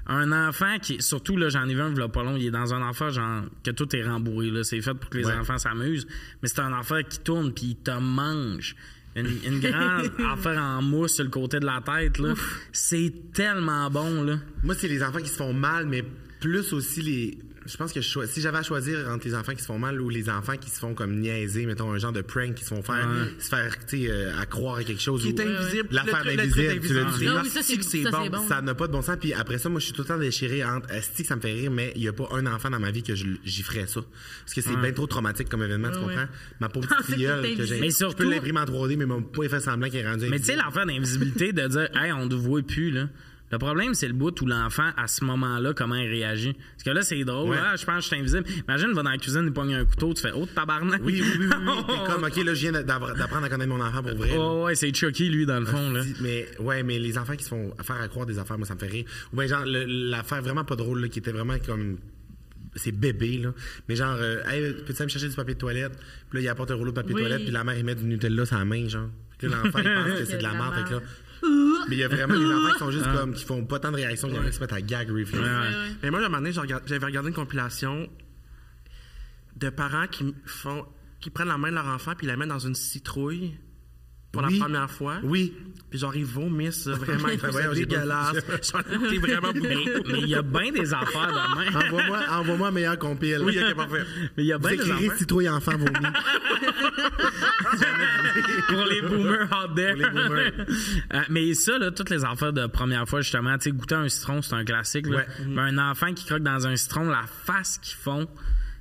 [SPEAKER 1] Un enfant qui, surtout, là, j'en ai vu un, v'là pas long, il est dans un enfant, genre, que tout est rembourré, là. C'est fait pour que les
[SPEAKER 2] Ouais.
[SPEAKER 1] enfants s'amusent. Mais c'est un enfant qui tourne, puis il te mange. Une, une grande affaire en mousse sur le côté de la tête, là. C'est tellement bon, là.
[SPEAKER 2] Moi, c'est les enfants qui se font mal, mais plus aussi les. Je pense que je choi- si j'avais à choisir entre les enfants qui se font mal ou les enfants qui se font comme niaiser, mettons un genre de prank qui se font faire, se faire, tu sais, euh, à croire à quelque chose.
[SPEAKER 5] Qui est
[SPEAKER 2] ou- euh,
[SPEAKER 5] invisible.
[SPEAKER 2] L'affaire
[SPEAKER 5] Le truc- le truc
[SPEAKER 2] invisible, tu l'as dit.
[SPEAKER 5] invisible.
[SPEAKER 4] Ah oui, ça, c'est-
[SPEAKER 5] Merci que
[SPEAKER 4] ça,
[SPEAKER 5] bon.
[SPEAKER 4] c'est bon.
[SPEAKER 2] Ça n'a pas de bon sens. Puis après ça, moi, je suis tout le temps déchiré entre Asti, que ça me fait rire, mais il n'y a pas un enfant dans ma vie que je- j'y ferais ça. Parce que c'est bien trop traumatique comme événement, tu comprends? Ma pauvre petite
[SPEAKER 4] c'est
[SPEAKER 2] filleule
[SPEAKER 4] que
[SPEAKER 2] que
[SPEAKER 4] t'es
[SPEAKER 2] j'ai.
[SPEAKER 1] Mais
[SPEAKER 2] Je peux
[SPEAKER 1] surtout-
[SPEAKER 2] l'imprimer en 3D, mais mon pas fait semblant qu'il est rendu.
[SPEAKER 1] Mais tu sais, l'enfant d'invisibilité, de dire, hey, on ne voit plus, là. Le problème, c'est le bout où l'enfant, à ce moment-là, comment il réagit. Parce que là, c'est drôle.
[SPEAKER 2] Ouais.
[SPEAKER 1] Ah, je pense que je suis invisible. Imagine, va dans la cuisine, il pogne un couteau, tu fais, oh, tabarnak.
[SPEAKER 2] Oui, oui, oui, oui. oui. T'es comme, OK, là, je viens d'appre- d'apprendre à connaître mon enfant pour vrai. là.
[SPEAKER 1] Ouais, ouais, c'est Chucky, lui, dans le fond, là.
[SPEAKER 2] Dis- Mais ouais, mais les enfants qui se font faire à croire des affaires, moi ça me fait rire. Ou bien genre le- l'affaire vraiment pas drôle là, qui était vraiment comme c'est bébé là, mais genre euh, hey, peux-tu aller me chercher du papier de toilette Puis là il apporte un rouleau de papier
[SPEAKER 4] Oui.
[SPEAKER 2] de toilette puis la mère il met du Nutella sur la main genre. Puis là l'enfant il pense que c'est de la
[SPEAKER 4] la
[SPEAKER 2] merde fait que là
[SPEAKER 4] merde.
[SPEAKER 2] mais il y a vraiment des enfants qui sont
[SPEAKER 5] Ah.
[SPEAKER 2] juste comme qui font pas tant de réactions qu'ils arrivent à se mettre à gag reflex.
[SPEAKER 5] Mais moi, à un moment donné, j'ai regard- j'avais regardé une compilation de parents qui m- font qui prennent la main de leur enfant puis ils la mettent dans une citrouille pour
[SPEAKER 2] Oui.
[SPEAKER 5] la première fois.
[SPEAKER 2] Oui.
[SPEAKER 5] Puis genre, ils vomissent ça, vraiment. Ils trouvent ça
[SPEAKER 2] Voyons, j'ai pas
[SPEAKER 5] dégueulasse. J'en ai écouté vraiment beaucoup.
[SPEAKER 1] Mais il y a bien des affaires de même.
[SPEAKER 2] Envoie-moi envoie-moi un meilleur compile.
[SPEAKER 5] Oui, ok, parfait.
[SPEAKER 1] Mais il y a
[SPEAKER 2] Vous
[SPEAKER 1] bien des
[SPEAKER 2] écrirez
[SPEAKER 1] affaires.
[SPEAKER 2] citrouille enfant vomi.
[SPEAKER 1] pour les boomers out there.
[SPEAKER 2] Pour les boomers.
[SPEAKER 1] Euh, mais ça, là, toutes les affaires de première fois, justement, tu sais, goûter un citron, c'est un classique. là.
[SPEAKER 2] Ouais.
[SPEAKER 1] Mais un enfant qui croque dans un citron, la face qu'ils font,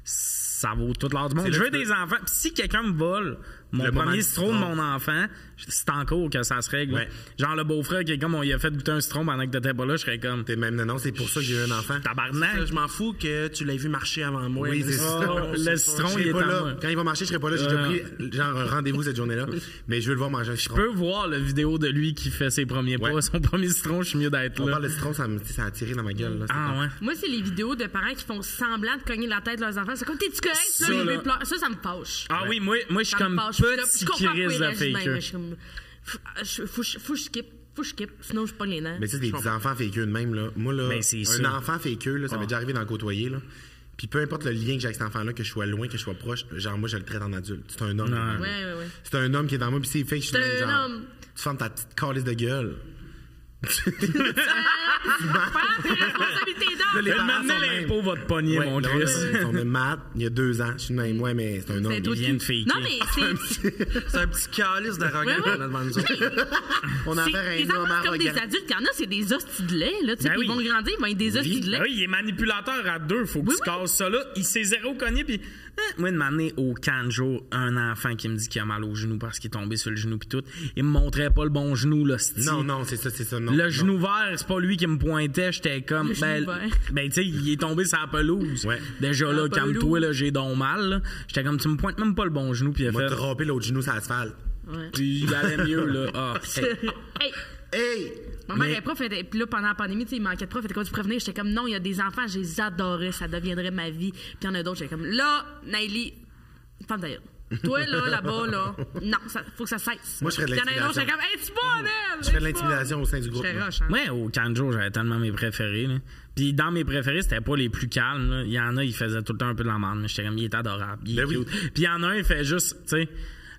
[SPEAKER 1] ça vaut toute l'heure du monde.
[SPEAKER 2] C'est
[SPEAKER 1] Je
[SPEAKER 2] là
[SPEAKER 1] veux
[SPEAKER 2] que tu
[SPEAKER 1] des enfants. Puis si quelqu'un me vole mon
[SPEAKER 2] Le moment
[SPEAKER 1] premier
[SPEAKER 2] du
[SPEAKER 1] citron de
[SPEAKER 2] citron.
[SPEAKER 1] mon enfant, c'est en cours que ça se règle.
[SPEAKER 2] Ouais.
[SPEAKER 1] Genre le beau-frère qui est comme on lui a fait goûter un citron pendant que t'étais pas là, je serais comme
[SPEAKER 2] T'es même non, non, c'est pour ça que j'ai eu un enfant.
[SPEAKER 1] tabarnak.
[SPEAKER 5] Je m'en fous que tu l'aies vu marcher avant moi.
[SPEAKER 2] Oui, c'est
[SPEAKER 1] Oh,
[SPEAKER 2] ça.
[SPEAKER 1] le citron,
[SPEAKER 2] Je
[SPEAKER 1] il
[SPEAKER 2] serai
[SPEAKER 1] est
[SPEAKER 2] pas
[SPEAKER 1] en
[SPEAKER 2] là.
[SPEAKER 1] moi.
[SPEAKER 2] Quand il va marcher, je serai pas là. J'ai déjà pris genre un rendez-vous cette journée-là. Mais je veux le voir manger un citron.
[SPEAKER 1] Euh. Je peux voir la vidéo de lui qui fait ses premiers
[SPEAKER 2] Ouais.
[SPEAKER 1] pas, son premier citron, je suis mieux d'être
[SPEAKER 2] On
[SPEAKER 1] là.
[SPEAKER 2] parle de citron, ça, me- ça a tiré dans ma gueule. Là, c'est
[SPEAKER 1] Ah
[SPEAKER 2] bon.
[SPEAKER 1] ouais.
[SPEAKER 4] Moi, c'est les vidéos de parents qui font semblant de cogner la tête de leurs enfants. C'est comme, t'es-tu correct? Puis
[SPEAKER 1] Ça,
[SPEAKER 4] là, le
[SPEAKER 1] là.
[SPEAKER 4] bébé pleure. Ça, ça me fâche.
[SPEAKER 1] Ah oui, moi, moi je suis
[SPEAKER 4] Ça me
[SPEAKER 1] comme
[SPEAKER 4] fâche.
[SPEAKER 1] petit
[SPEAKER 4] comprends
[SPEAKER 1] qui
[SPEAKER 4] pourquoi
[SPEAKER 1] risque
[SPEAKER 4] ils
[SPEAKER 1] la
[SPEAKER 4] réagissent de même,
[SPEAKER 1] fake.
[SPEAKER 4] mais je suis comme, faut- je- faut que je- faut que je skip. Faut que je skip. Sinon, je pogne les nerfs.
[SPEAKER 2] Mais tu sais, des petits enfants fécus de même, là. Moi, là,
[SPEAKER 1] Ben, c'est Ah.
[SPEAKER 2] un
[SPEAKER 1] sûr.
[SPEAKER 2] enfant fécus, là, ça m'est déjà arrivé d'en côtoyer, là. Puis peu importe le lien que j'ai avec cet enfant-là, que je sois loin, que je sois proche, genre, moi, je le traite en adulte. C'est un homme. quand même.
[SPEAKER 4] Ouais, ouais, ouais.
[SPEAKER 2] C'est un homme qui est dans moi, puis c'est fait, je suis
[SPEAKER 4] C'est
[SPEAKER 2] même,
[SPEAKER 4] un
[SPEAKER 2] genre,
[SPEAKER 4] homme.
[SPEAKER 2] Tu fermes ta petite calice de gueule.
[SPEAKER 4] Prends tes responsabilités
[SPEAKER 2] Là,
[SPEAKER 4] d'homme.
[SPEAKER 2] les
[SPEAKER 1] Le
[SPEAKER 2] parents
[SPEAKER 1] maintenant,
[SPEAKER 2] sont de même.
[SPEAKER 1] l'impôt va te pogner,
[SPEAKER 2] Ben, Ouais,
[SPEAKER 1] mon
[SPEAKER 2] là,
[SPEAKER 1] Chris.
[SPEAKER 2] on est- On est mat, il y a deux ans. Je suis de même, ouais, mais c'est un homme.
[SPEAKER 4] C'est toi
[SPEAKER 1] vient
[SPEAKER 4] qui-
[SPEAKER 1] de faker.
[SPEAKER 4] Non, mais c'est.
[SPEAKER 5] C'est un petit calice d'arrogant
[SPEAKER 4] Ouais, ouais.
[SPEAKER 5] là, devant nous autres.
[SPEAKER 2] On
[SPEAKER 4] c'est-
[SPEAKER 2] envers
[SPEAKER 4] Les
[SPEAKER 2] un homme
[SPEAKER 4] enfants, c'est comme des
[SPEAKER 2] arrogant.
[SPEAKER 4] adultes. Il y en a, c'est des hosties de lait, là. Tu sais,
[SPEAKER 1] Ben
[SPEAKER 4] puis ils
[SPEAKER 1] oui.
[SPEAKER 4] vont grandir, ils vont être des hosties de lait.
[SPEAKER 1] Ah oui, il est manipulateur à deux. Faut que
[SPEAKER 4] Oui,
[SPEAKER 1] tu
[SPEAKER 4] oui.
[SPEAKER 1] casses ça là. Il s'est zéro cogné. Puis, hein, moi, de m'amener au camp de jour, un enfant qui me dit qu'il a mal au genou parce qu'il est tombé sur le genou. Puis tout. Il me montrait pas le bon genou, là. c'ti.
[SPEAKER 2] Non, non, c'est ça, c'est ça. Non,
[SPEAKER 1] le
[SPEAKER 2] non.
[SPEAKER 1] genou vert, c'est pas lui qui me pointait. J'étais comme. ben,
[SPEAKER 4] genou vert.
[SPEAKER 1] ben, tu sais, il est tombé sur la pelouse.
[SPEAKER 2] Ouais.
[SPEAKER 1] Déjà là,
[SPEAKER 4] La
[SPEAKER 1] calme-toi,
[SPEAKER 4] pelouse.
[SPEAKER 1] là, j'ai donc mal. là. J'étais comme, tu me pointes même pas le bon genou. Puis il a
[SPEAKER 2] Moi,
[SPEAKER 1] fait.
[SPEAKER 2] tromper l'autre genou sur l'asphalte. Ben
[SPEAKER 1] Puis il allait mieux, là. Ah, hey.
[SPEAKER 4] Hey,
[SPEAKER 2] Hey!
[SPEAKER 4] ma mère
[SPEAKER 1] Mais-
[SPEAKER 4] est prof, elle était- puis là, pendant la pandémie, tu sais, il manquait de prof, elle était comme tu prévenir. J'étais comme, non, il y a des enfants, je les adorais, ça deviendrait ma vie. Puis il y en a d'autres, j'étais comme, là, Naïli, femme d'ailleurs. Toi, là, là-bas, là, non, ça, faut que ça cesse.
[SPEAKER 2] Moi, je ferais de
[SPEAKER 4] Puis il y en a d'autres, j'étais
[SPEAKER 2] l'intimidation.
[SPEAKER 4] comme, hey, tu bonne, elle!
[SPEAKER 2] Je ferais de l'intimidation au sein du groupe.
[SPEAKER 4] J'étais
[SPEAKER 2] là.
[SPEAKER 4] roche, hein.
[SPEAKER 1] Ouais, au camp de jour, j'avais tellement mes préférés. là. Puis dans mes préférés, c'était pas les plus calmes. là. Il y en a, il faisait tout le temps un peu de la merde, mais j'étais comme, il est adorable. Il est
[SPEAKER 2] Ben oui.
[SPEAKER 1] cute. Puis il y en a un, il fait juste, tu sais.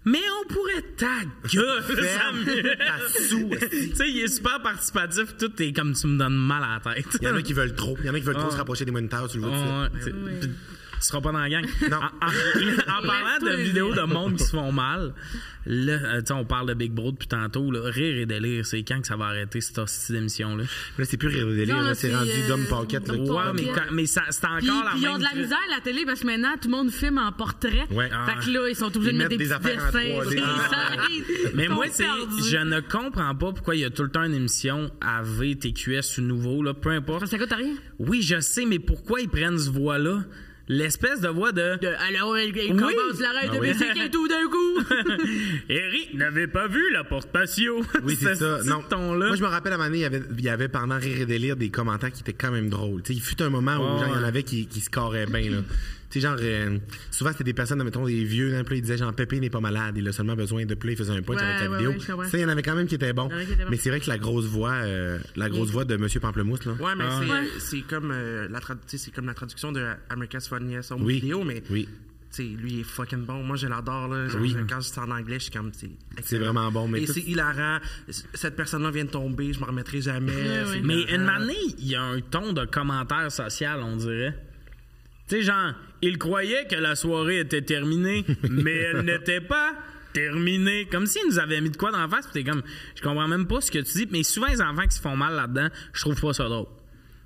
[SPEAKER 1] Mais on pourrait ta gueule,
[SPEAKER 2] Ferme
[SPEAKER 1] Samuel.
[SPEAKER 2] ta sou,
[SPEAKER 1] Tu sais, il est super participatif, tout est comme tu me donnes mal à la tête.
[SPEAKER 2] Il y en a qui veulent trop. Il y en a qui veulent trop se rapprocher des moniteurs, tu le vois. tout de suite.
[SPEAKER 1] Ouais, t'sais, pis Tu seras pas dans la gang.
[SPEAKER 2] Non.
[SPEAKER 1] En, en- en parlant de
[SPEAKER 4] Laisse-toi
[SPEAKER 1] vidéos de
[SPEAKER 4] vivre.
[SPEAKER 1] monde qui se font mal, là, euh, t'sais, on parle de Big Bro depuis tantôt. là. rire et délire, c'est quand que ça va arrêter cette hostie d'émission-là?
[SPEAKER 2] Là, c'est plus rire au délire,
[SPEAKER 4] Non,
[SPEAKER 2] là,
[SPEAKER 4] là,
[SPEAKER 2] c'est
[SPEAKER 4] c'est,
[SPEAKER 2] rendu
[SPEAKER 4] euh,
[SPEAKER 2] d'homme pocket. là,
[SPEAKER 4] Dumb
[SPEAKER 2] qui-
[SPEAKER 1] Ouais,
[SPEAKER 4] Pocket.
[SPEAKER 1] mais, quand- mais ça, c'est encore
[SPEAKER 4] Puis,
[SPEAKER 1] la
[SPEAKER 4] puis ils
[SPEAKER 1] même
[SPEAKER 4] ont de la
[SPEAKER 1] crise.
[SPEAKER 4] misère à la télé parce que maintenant tout le monde filme en portrait.
[SPEAKER 2] Ouais.
[SPEAKER 4] Fait que là, ils sont obligés
[SPEAKER 2] Ils
[SPEAKER 4] de mettre des,
[SPEAKER 2] mettent des
[SPEAKER 4] petits
[SPEAKER 2] affaires en 3D.
[SPEAKER 4] dessins. Ils s'arrêtent.
[SPEAKER 1] Mais
[SPEAKER 4] Ils sont
[SPEAKER 1] moi, c'est,
[SPEAKER 4] perdus.
[SPEAKER 1] je ne comprends pas pourquoi il y a tout le temps une émission AV, TQS ou nouveau, là, peu importe.
[SPEAKER 4] Parce que ça coûte rien.
[SPEAKER 1] Oui, je sais, mais pourquoi ils prennent ce voix-là? L'espèce de voix de...
[SPEAKER 4] De, alors, elle, elle
[SPEAKER 1] Oui.
[SPEAKER 4] commence la reine
[SPEAKER 2] Ah
[SPEAKER 4] de
[SPEAKER 2] oui.
[SPEAKER 4] BCK tout d'un coup.
[SPEAKER 1] Eric n'avait pas vu la porte patio.
[SPEAKER 2] Oui,
[SPEAKER 1] Ce
[SPEAKER 2] c'est ça.
[SPEAKER 1] petit
[SPEAKER 2] Non.
[SPEAKER 1] ton-là.
[SPEAKER 2] Moi, je me rappelle à un moment donné, il y avait, il y avait pendant Rire et Délire des commentaires qui étaient quand même drôles. Tu sais, il fut un moment où
[SPEAKER 1] Ouais,
[SPEAKER 2] genre, il y en
[SPEAKER 1] ouais.
[SPEAKER 2] avait qui, qui scoraient bien. Là. Tu sais, genre, euh, souvent, c'était des personnes, mettons, des vieux, hein, puis là, ils disaient genre, Pépé n'est pas malade, il a seulement besoin de plus, il faisait un point
[SPEAKER 4] Ouais,
[SPEAKER 2] avec la
[SPEAKER 4] ouais, ouais, je
[SPEAKER 2] vidéo.
[SPEAKER 4] comprends.
[SPEAKER 2] Ça, il y en avait quand même qui étaient bons.
[SPEAKER 4] Il y en avait qui étaient bons.
[SPEAKER 2] Mais c'est vrai que la grosse voix, euh, la grosse voix de Monsieur Pamplemousse, là.
[SPEAKER 5] Ouais, mais c'est-
[SPEAKER 4] Ouais.
[SPEAKER 5] c'est comme, euh, la trad- tu sais, c'est comme la traduction de America's Funniest Home
[SPEAKER 2] Oui.
[SPEAKER 5] Video, mais
[SPEAKER 2] Oui.
[SPEAKER 5] tu sais, lui il est fucking bon. Moi, je l'adore. Là. Genre,
[SPEAKER 2] Oui.
[SPEAKER 5] je- Quand c'est en anglais, je suis comme. C'est excellent.
[SPEAKER 2] vraiment bon, mais
[SPEAKER 5] Et
[SPEAKER 2] tout-
[SPEAKER 5] c'est hilarant. C- Cette personne-là vient de tomber, je m'en remettrai jamais.
[SPEAKER 4] oui.
[SPEAKER 5] C'est
[SPEAKER 1] Mais
[SPEAKER 2] Mhm.
[SPEAKER 5] hilarant.
[SPEAKER 1] une année, il y a un ton de commentaire social, on dirait. Tu sais, genre, il croyait que la soirée était terminée, mais elle n'était pas terminée. Comme s'il nous avait mis de quoi dans la face, pis t'es comme, je comprends même pas ce que tu dis. Mais souvent, les enfants qui se font mal là-dedans, je trouve pas ça drôle.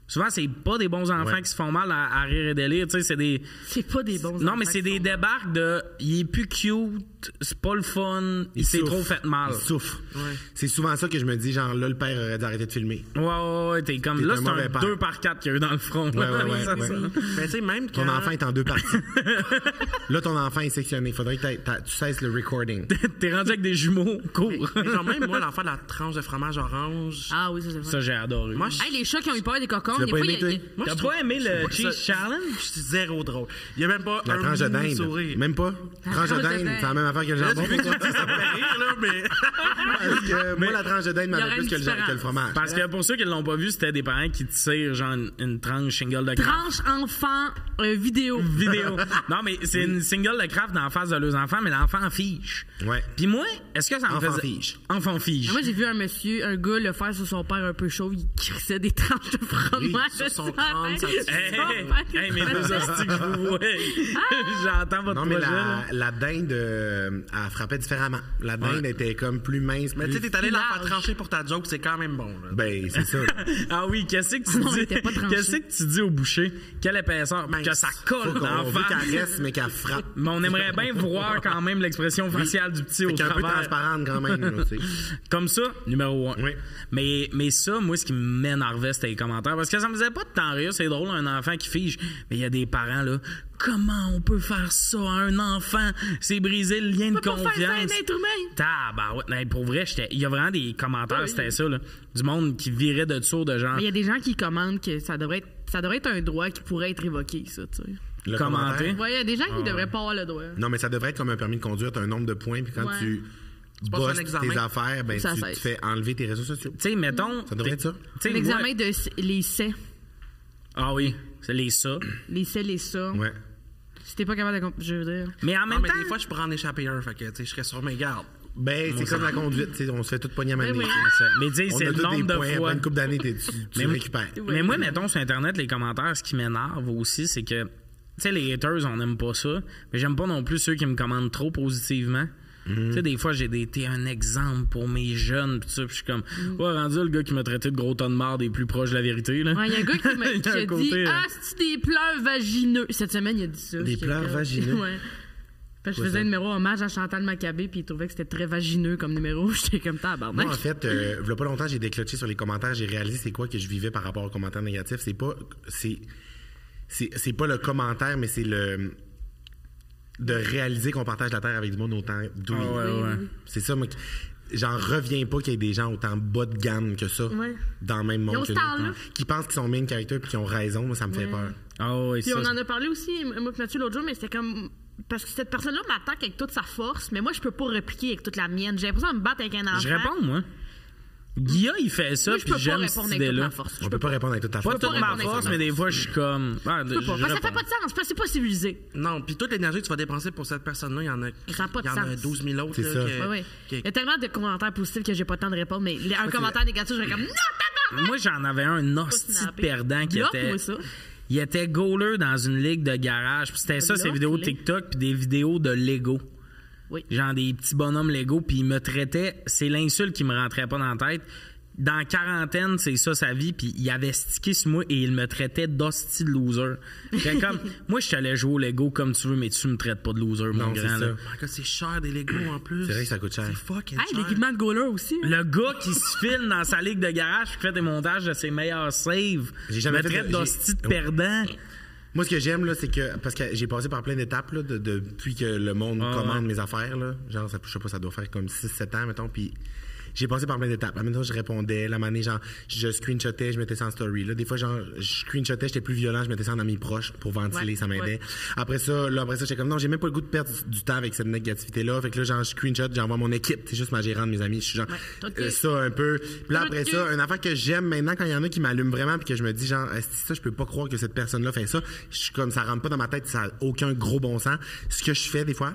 [SPEAKER 1] Souvent, c'est pas des bons enfants
[SPEAKER 2] Ouais.
[SPEAKER 1] qui se font mal à, à rire et délire. Tu sais, c'est des.
[SPEAKER 4] C'est pas des bons
[SPEAKER 1] Non,
[SPEAKER 4] enfants
[SPEAKER 1] mais c'est
[SPEAKER 4] qui
[SPEAKER 1] des
[SPEAKER 4] sont-
[SPEAKER 1] débarques de. Il est plus cute, c'est pas le fun, il, s'est
[SPEAKER 2] souffre.
[SPEAKER 1] trop fait mal.
[SPEAKER 2] Il souffre. C'est souvent ça que je me dis, genre, là, le père aurait dû arrêter de filmer.
[SPEAKER 1] Ouais, ouais, ouais, t'es comme.
[SPEAKER 2] T'es
[SPEAKER 1] là,
[SPEAKER 2] un
[SPEAKER 1] c'est
[SPEAKER 2] mauvais
[SPEAKER 1] un
[SPEAKER 2] père.
[SPEAKER 1] 2 par 4 qu'il y a eu dans le front.
[SPEAKER 2] Ouais, ouais, ouais,
[SPEAKER 1] Ça,
[SPEAKER 2] ouais.
[SPEAKER 1] ça.
[SPEAKER 5] Mais Ben, tu sais, même quand.
[SPEAKER 2] Ton enfant est en deux parties. là, ton enfant est sectionné. Faudrait que t'ailles- t'as- tu cesses le recording.
[SPEAKER 1] T'es rendu avec des jumeaux, cours.
[SPEAKER 5] Mais quand même, moi, l'enfant de la tranche de fromage orange.
[SPEAKER 4] Ah oui, ça c'est vrai.
[SPEAKER 1] Ça, j'ai adoré.
[SPEAKER 5] Moi, je
[SPEAKER 4] Hey, les chats qui ont eu peur des cocons,
[SPEAKER 2] l'as
[SPEAKER 4] des
[SPEAKER 2] pas
[SPEAKER 4] fois,
[SPEAKER 2] aimé,
[SPEAKER 4] il y a-
[SPEAKER 2] toi?
[SPEAKER 5] moi,
[SPEAKER 1] T'as
[SPEAKER 5] je trouve-
[SPEAKER 1] pas aimé
[SPEAKER 5] je sais
[SPEAKER 1] le
[SPEAKER 5] pas,
[SPEAKER 1] Cheese
[SPEAKER 5] ça-
[SPEAKER 1] Challenge?
[SPEAKER 5] Je suis zéro drôle. Il y a même pas
[SPEAKER 2] La
[SPEAKER 5] un
[SPEAKER 2] tranche de
[SPEAKER 5] mini
[SPEAKER 2] dinde.
[SPEAKER 5] sourire.
[SPEAKER 2] Même pas. Tranche de
[SPEAKER 4] tranche de
[SPEAKER 2] dinde,
[SPEAKER 4] dinde.
[SPEAKER 2] c'est la même affaire que le
[SPEAKER 5] Là,
[SPEAKER 2] jambon.
[SPEAKER 5] depuis que tu dis ça me fait rire, là, mais.
[SPEAKER 2] Parce que moi, la tranche de dinde
[SPEAKER 4] Il y
[SPEAKER 2] m'avait
[SPEAKER 4] aurait
[SPEAKER 2] plus
[SPEAKER 4] une
[SPEAKER 2] que le, jam- que le
[SPEAKER 4] différence.
[SPEAKER 2] fromage.
[SPEAKER 1] Parce que pour ceux qui l'ont pas vu, c'était des parents qui tirent genre une, une tranche single de craft
[SPEAKER 4] Tranche enfant euh, vidéo.
[SPEAKER 1] vidéo. Non, mais c'est une single de craft dans la face de leurs enfants, mais l'enfant fiche.
[SPEAKER 2] Ouais.
[SPEAKER 1] Puis moi, est-ce que ça me
[SPEAKER 2] Enfant
[SPEAKER 1] faisait...
[SPEAKER 2] fiche.
[SPEAKER 1] Enfant fiche.
[SPEAKER 4] Moi, j'ai vu un monsieur, un gars le faire sur son père un peu chaud, il crissait des tranches de fromage.
[SPEAKER 5] sur
[SPEAKER 4] sur
[SPEAKER 5] son
[SPEAKER 4] la
[SPEAKER 5] crâne,
[SPEAKER 4] tête.
[SPEAKER 5] ça tue.
[SPEAKER 1] Hey, hey, hey, Ah!
[SPEAKER 4] Sur son père.
[SPEAKER 1] mais les hosties que je vous vois. J'entends votre
[SPEAKER 2] Non, mais
[SPEAKER 1] projet,
[SPEAKER 2] la,
[SPEAKER 1] là.
[SPEAKER 2] la dinde, euh, euh, elle frappait différemment. La dinde était comme plus mince,
[SPEAKER 5] Mais tu
[SPEAKER 2] plus...
[SPEAKER 5] sais, t'es allé la faire
[SPEAKER 4] large.
[SPEAKER 5] trancher pour ta joke, c'est quand même bon. Là.
[SPEAKER 2] Ben, c'est ça.
[SPEAKER 1] Ah oui, qu'est-ce que tu
[SPEAKER 4] Non, elle
[SPEAKER 1] dis?
[SPEAKER 4] était pas tranchée.
[SPEAKER 1] Qu'est-ce que tu dis au boucher? Quelle épaisseur?
[SPEAKER 5] Mince.
[SPEAKER 1] Que ça colle
[SPEAKER 2] On
[SPEAKER 1] en
[SPEAKER 2] veut
[SPEAKER 1] face.
[SPEAKER 2] qu'elle reste, mais qu'elle frappe.
[SPEAKER 1] Mais on aimerait bien voir quand même l'expression faciale du petit au
[SPEAKER 2] Fait qu'elle est un peu
[SPEAKER 1] travers.
[SPEAKER 2] transparente quand même, là, tu sais.
[SPEAKER 1] Comme ça, numéro un.
[SPEAKER 2] Oui.
[SPEAKER 1] Mais, mais ça, moi, ce qui m'énervait, c'était les commentaires. Parce que ça me faisait pas de temps rire. C'est drôle, un enfant qui fige. Mais il y a des parents, là. Comment on peut faire ça à un enfant? C'est briser le lien de
[SPEAKER 4] peut pas
[SPEAKER 1] confiance.
[SPEAKER 4] faire ça à un être humain.
[SPEAKER 1] Tabarouette. Non, pour vrai, j'étais- il y a vraiment des commentaires, c'était ça, là. Du monde qui virait de dessous de genre.
[SPEAKER 4] Mais il y a des gens qui commandent que ça devrait être, ça devrait être un droit qui pourrait être évoqué, ça, tu sais.
[SPEAKER 2] Le
[SPEAKER 1] Commenter.
[SPEAKER 2] commentaire.
[SPEAKER 4] Ouais, il y a des gens qui devraient pas avoir le droit.
[SPEAKER 2] Non, mais ça devrait être comme un permis de conduire. T'as un nombre de points, puis quand
[SPEAKER 4] Ouais.
[SPEAKER 2] tu
[SPEAKER 5] passes un
[SPEAKER 2] bosses
[SPEAKER 5] examen.
[SPEAKER 2] tes affaires, ben,
[SPEAKER 4] Ça
[SPEAKER 2] tu te
[SPEAKER 4] cesse.
[SPEAKER 2] fais enlever tes réseaux sociaux.
[SPEAKER 1] Tu sais, mettons.
[SPEAKER 2] Ça devrait être ça.
[SPEAKER 1] t'sais, moi-
[SPEAKER 4] L'examen de c- les C,
[SPEAKER 1] Ah oui, c'est les ça.
[SPEAKER 4] les C, les ça.
[SPEAKER 2] Ouais.
[SPEAKER 4] Si t'es pas capable de comp- je veux dire.
[SPEAKER 1] Mais en
[SPEAKER 5] Non,
[SPEAKER 1] même
[SPEAKER 5] mais
[SPEAKER 1] temps.
[SPEAKER 5] des fois, je pourrais en échapper un, fait que, tu sais, je serais sur mes gardes.
[SPEAKER 2] Ben, c'est comme la conduite. tu sais, On se fait tout pogner à manier.
[SPEAKER 4] oui.
[SPEAKER 1] Ça. Mais tu sais,
[SPEAKER 2] On
[SPEAKER 1] c'est
[SPEAKER 2] a
[SPEAKER 1] le
[SPEAKER 2] tous des
[SPEAKER 1] nombre de
[SPEAKER 2] points. Après
[SPEAKER 1] fois.
[SPEAKER 2] une couple d'années, t'es- tu, tu
[SPEAKER 1] moi-
[SPEAKER 2] récupères.
[SPEAKER 1] Mais moi, mettons, sur Internet, les commentaires, ce qui m'énerve aussi, c'est que, tu sais, les haters, on n'aime pas ça. Mais j'aime pas non plus ceux qui me commandent trop positivement. Tu sais, des fois, j'ai des- été un exemple pour mes jeunes, pis ça, pis je suis comme,
[SPEAKER 4] Hmm.
[SPEAKER 1] ouais, rendu le gars qui m'a traité de gros tonne marde et plus proche de la vérité, là.
[SPEAKER 4] Ouais, Il y a un gars qui m'a
[SPEAKER 1] Il y a
[SPEAKER 4] qui
[SPEAKER 1] un
[SPEAKER 4] a dit
[SPEAKER 1] côté, euh,
[SPEAKER 4] Ah, c'est des pleurs vagineux. Cette semaine, il a dit ça.
[SPEAKER 2] Des
[SPEAKER 4] J'étais
[SPEAKER 2] pleurs
[SPEAKER 4] comme-
[SPEAKER 2] vagineux?
[SPEAKER 4] ouais. Parce que je
[SPEAKER 2] Quoi,
[SPEAKER 4] faisais
[SPEAKER 2] ça?
[SPEAKER 4] un numéro hommage à Chantal Maccabé, puis il trouvait que c'était très vagineux comme numéro. J'étais comme
[SPEAKER 2] Moi,
[SPEAKER 4] tabarnak.
[SPEAKER 2] en fait, euh, il y a pas longtemps, j'ai déclenché sur les commentaires. J'ai réalisé c'est quoi que je vivais par rapport aux commentaires négatifs. C'est pas. C'est. C'est c'est pas le commentaire, mais c'est le. De réaliser qu'on partage la terre avec du monde autant doué.
[SPEAKER 1] Ah ouais, ouais.
[SPEAKER 2] C'est ça, moi. qui- J'en reviens pas qu'il y ait des gens autant bas de gamme que ça
[SPEAKER 4] Ouais.
[SPEAKER 2] dans le même
[SPEAKER 4] Ils ont
[SPEAKER 2] monde que
[SPEAKER 4] ce temps-là.
[SPEAKER 2] nous, qui pensent qu'ils sont main character puis qui ont raison. Moi, ça me fait peur.
[SPEAKER 1] Ah oui,
[SPEAKER 4] Puis
[SPEAKER 1] ça,
[SPEAKER 4] on en a parlé aussi, moi et Mathieu, l'autre jour, mais c'était comme. Parce que cette personne-là m'attaque avec toute sa force, mais moi, je peux pas répliquer avec toute la mienne. J'ai l'impression de me battre avec un enfant.
[SPEAKER 1] Je réponds, moi. Guilla, il fait ça,
[SPEAKER 4] Moi, je
[SPEAKER 1] puis
[SPEAKER 4] peux pas
[SPEAKER 1] j'aime
[SPEAKER 4] répondre
[SPEAKER 1] cette
[SPEAKER 4] avec toute
[SPEAKER 1] idée-là.
[SPEAKER 4] ma force.
[SPEAKER 2] On peut pas répondre avec toute ta
[SPEAKER 1] Pas
[SPEAKER 2] force.
[SPEAKER 1] toute ma
[SPEAKER 2] on répond avec
[SPEAKER 1] force,
[SPEAKER 2] sa
[SPEAKER 1] mais des fois, je suis comme. Ah,
[SPEAKER 4] Je peux pas.
[SPEAKER 1] je
[SPEAKER 4] Parce que ça fait
[SPEAKER 1] réponds.
[SPEAKER 4] pas de sens, parce que c'est pas civilisé.
[SPEAKER 5] Non, puis toute l'énergie que tu vas dépenser pour cette personne-là, il y en a,
[SPEAKER 4] Ça a pas de
[SPEAKER 5] il y en a
[SPEAKER 4] sens.
[SPEAKER 5] 12 000 autres.
[SPEAKER 2] C'est
[SPEAKER 5] là,
[SPEAKER 2] ça.
[SPEAKER 5] que-
[SPEAKER 4] Ouais, ouais.
[SPEAKER 5] que-
[SPEAKER 4] Il y a tellement de commentaires positifs que j'ai pas le temps de répondre, mais les- un commentaire négatif, je vais comme non, tabarnak!
[SPEAKER 1] Moi, j'en avais un hostie de
[SPEAKER 4] snapper.
[SPEAKER 1] perdant qui
[SPEAKER 4] Bloque-moi
[SPEAKER 1] était.
[SPEAKER 4] ça.
[SPEAKER 1] Il était goaler dans une ligue de garage. Puis c'était ça, ses
[SPEAKER 4] Bloque-les.
[SPEAKER 1] vidéos TikTok, puis des vidéos de Lego.
[SPEAKER 4] Oui.
[SPEAKER 1] Genre des petits bonhommes Lego, puis il me traitait. C'est l'insulte qui me rentrait pas dans la tête. Dans quarantaine, c'est ça sa vie, puis il avait stické sur moi et il me traitait d'hostie de loser. J'étais comme, moi, je t'allais jouer au Lego comme tu veux, mais tu me traites pas de loser, mon
[SPEAKER 2] c'est
[SPEAKER 1] grand.
[SPEAKER 2] ça.
[SPEAKER 1] là.
[SPEAKER 5] Oh My God, c'est cher des Legos en plus.
[SPEAKER 2] C'est vrai que ça coûte cher.
[SPEAKER 5] C'est fucking
[SPEAKER 4] Hey,
[SPEAKER 5] cher.
[SPEAKER 4] l'équipement de goaler aussi. hein.
[SPEAKER 1] Le gars qui se filme dans sa ligue de garage puis qui fait des montages de ses meilleurs saves.
[SPEAKER 2] J'ai Oh. jamais
[SPEAKER 1] me
[SPEAKER 2] fait
[SPEAKER 1] traite
[SPEAKER 2] de-
[SPEAKER 1] d'hostie de
[SPEAKER 2] j'ai-
[SPEAKER 1] perdant.
[SPEAKER 2] Moi, ce que j'aime, là, c'est que. Parce que j'ai passé par plein d'étapes, là, de- de- depuis que le monde
[SPEAKER 4] Ah,
[SPEAKER 2] commande mes affaires, là. Genre, ça, je sais pas, ça doit faire comme 6-7 ans, mettons. Puis j'ai passé par plein d'étapes. La je répondais. La manée, genre, je screenshotais, je mettais ça en story. Là, des fois, genre, je screenshotais, j'étais plus violent, je mettais ça en amis proches pour ventiler,
[SPEAKER 4] Ouais,
[SPEAKER 2] ça m'aidait.
[SPEAKER 4] ouais.
[SPEAKER 2] Après ça, là, après ça, j'étais comme, non, j'ai même pas le goût de perdre du- du temps avec cette négativité-là. Fait que là, genre, je screenshot, j'envoie à mon équipe. C'est juste ma gérante, mes amis. Je suis genre,
[SPEAKER 4] Ouais, ok.
[SPEAKER 2] euh, ça un peu. Puis là, après
[SPEAKER 4] Ok.
[SPEAKER 2] ça, une affaire que j'aime maintenant quand il y en a qui m'allument vraiment puis que je me dis genre Esti, ça je peux pas croire que cette personne là fait ça je suis comme ça rentre pas dans ma tête ça a aucun gros bon sens ce que je fais des fois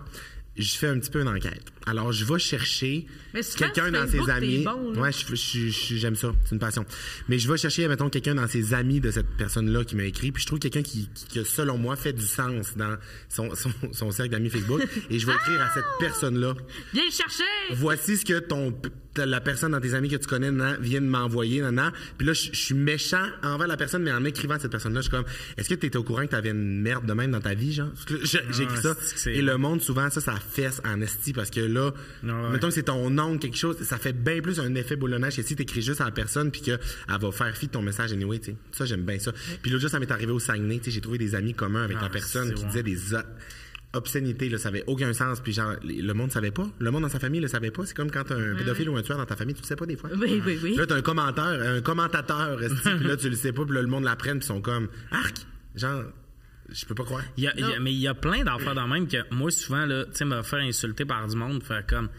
[SPEAKER 2] je fais un petit peu une enquête alors je vais chercher
[SPEAKER 4] Mais souvent,
[SPEAKER 2] quelqu'un
[SPEAKER 4] sur
[SPEAKER 2] dans ses
[SPEAKER 4] Facebook,
[SPEAKER 2] amis
[SPEAKER 4] t'es bon, là.
[SPEAKER 2] ouais je- je- je- j'aime ça c'est une passion mais je vais chercher mettons quelqu'un dans ses amis de cette personne là qui m'a écrit puis je trouve quelqu'un qui, qui- que selon moi fait du sens dans son, son, son cercle d'amis Facebook et je vais écrire à cette personne là
[SPEAKER 4] Viens le chercher!
[SPEAKER 2] voici ce que ton la personne dans tes amis que tu connais nan, vient de m'envoyer nan, puis là je je suis méchant envers la personne mais en écrivant à cette personne là je suis comme est-ce que tu étais au courant que tu avais une merde de même dans ta vie genre Parce que là, je- j'écris ça
[SPEAKER 1] Ah, c'est que c'est- Ah
[SPEAKER 2] et le monde souvent ça ça fesse en esti parce que là
[SPEAKER 1] ouais.
[SPEAKER 2] mettons que c'est ton oncle quelque chose ça fait bien plus un effet boulonnage que si t'écris juste à la personne puis que elle va faire fi de ton message anyway tu sais. ça j'aime bien ça puis l'autre jour ça m'est arrivé au Saguenay tu sais, j'ai trouvé des amis communs avec la personne
[SPEAKER 1] Ah, c'est
[SPEAKER 2] qui
[SPEAKER 1] bon.
[SPEAKER 2] disait des o- obscénités, là, ça avait aucun sens. Puis genre, les- le monde savait pas. Le monde dans sa famille le savait pas. C'est comme quand t'as un pédophile ou un tueur dans ta famille, tu le sais pas des fois.
[SPEAKER 4] Oui, oui, oui.
[SPEAKER 2] Là, t'as un commentateur, un commentateur, esti, puis là, tu le sais pas, puis là, le monde l'apprenne, puis ils sont comme, arc, genre, je peux pas croire.
[SPEAKER 1] Il y a- il y a- mais il y a plein d'affaires dans le même que moi, souvent, là, tu sais, me faire insulter par du monde, faire comme.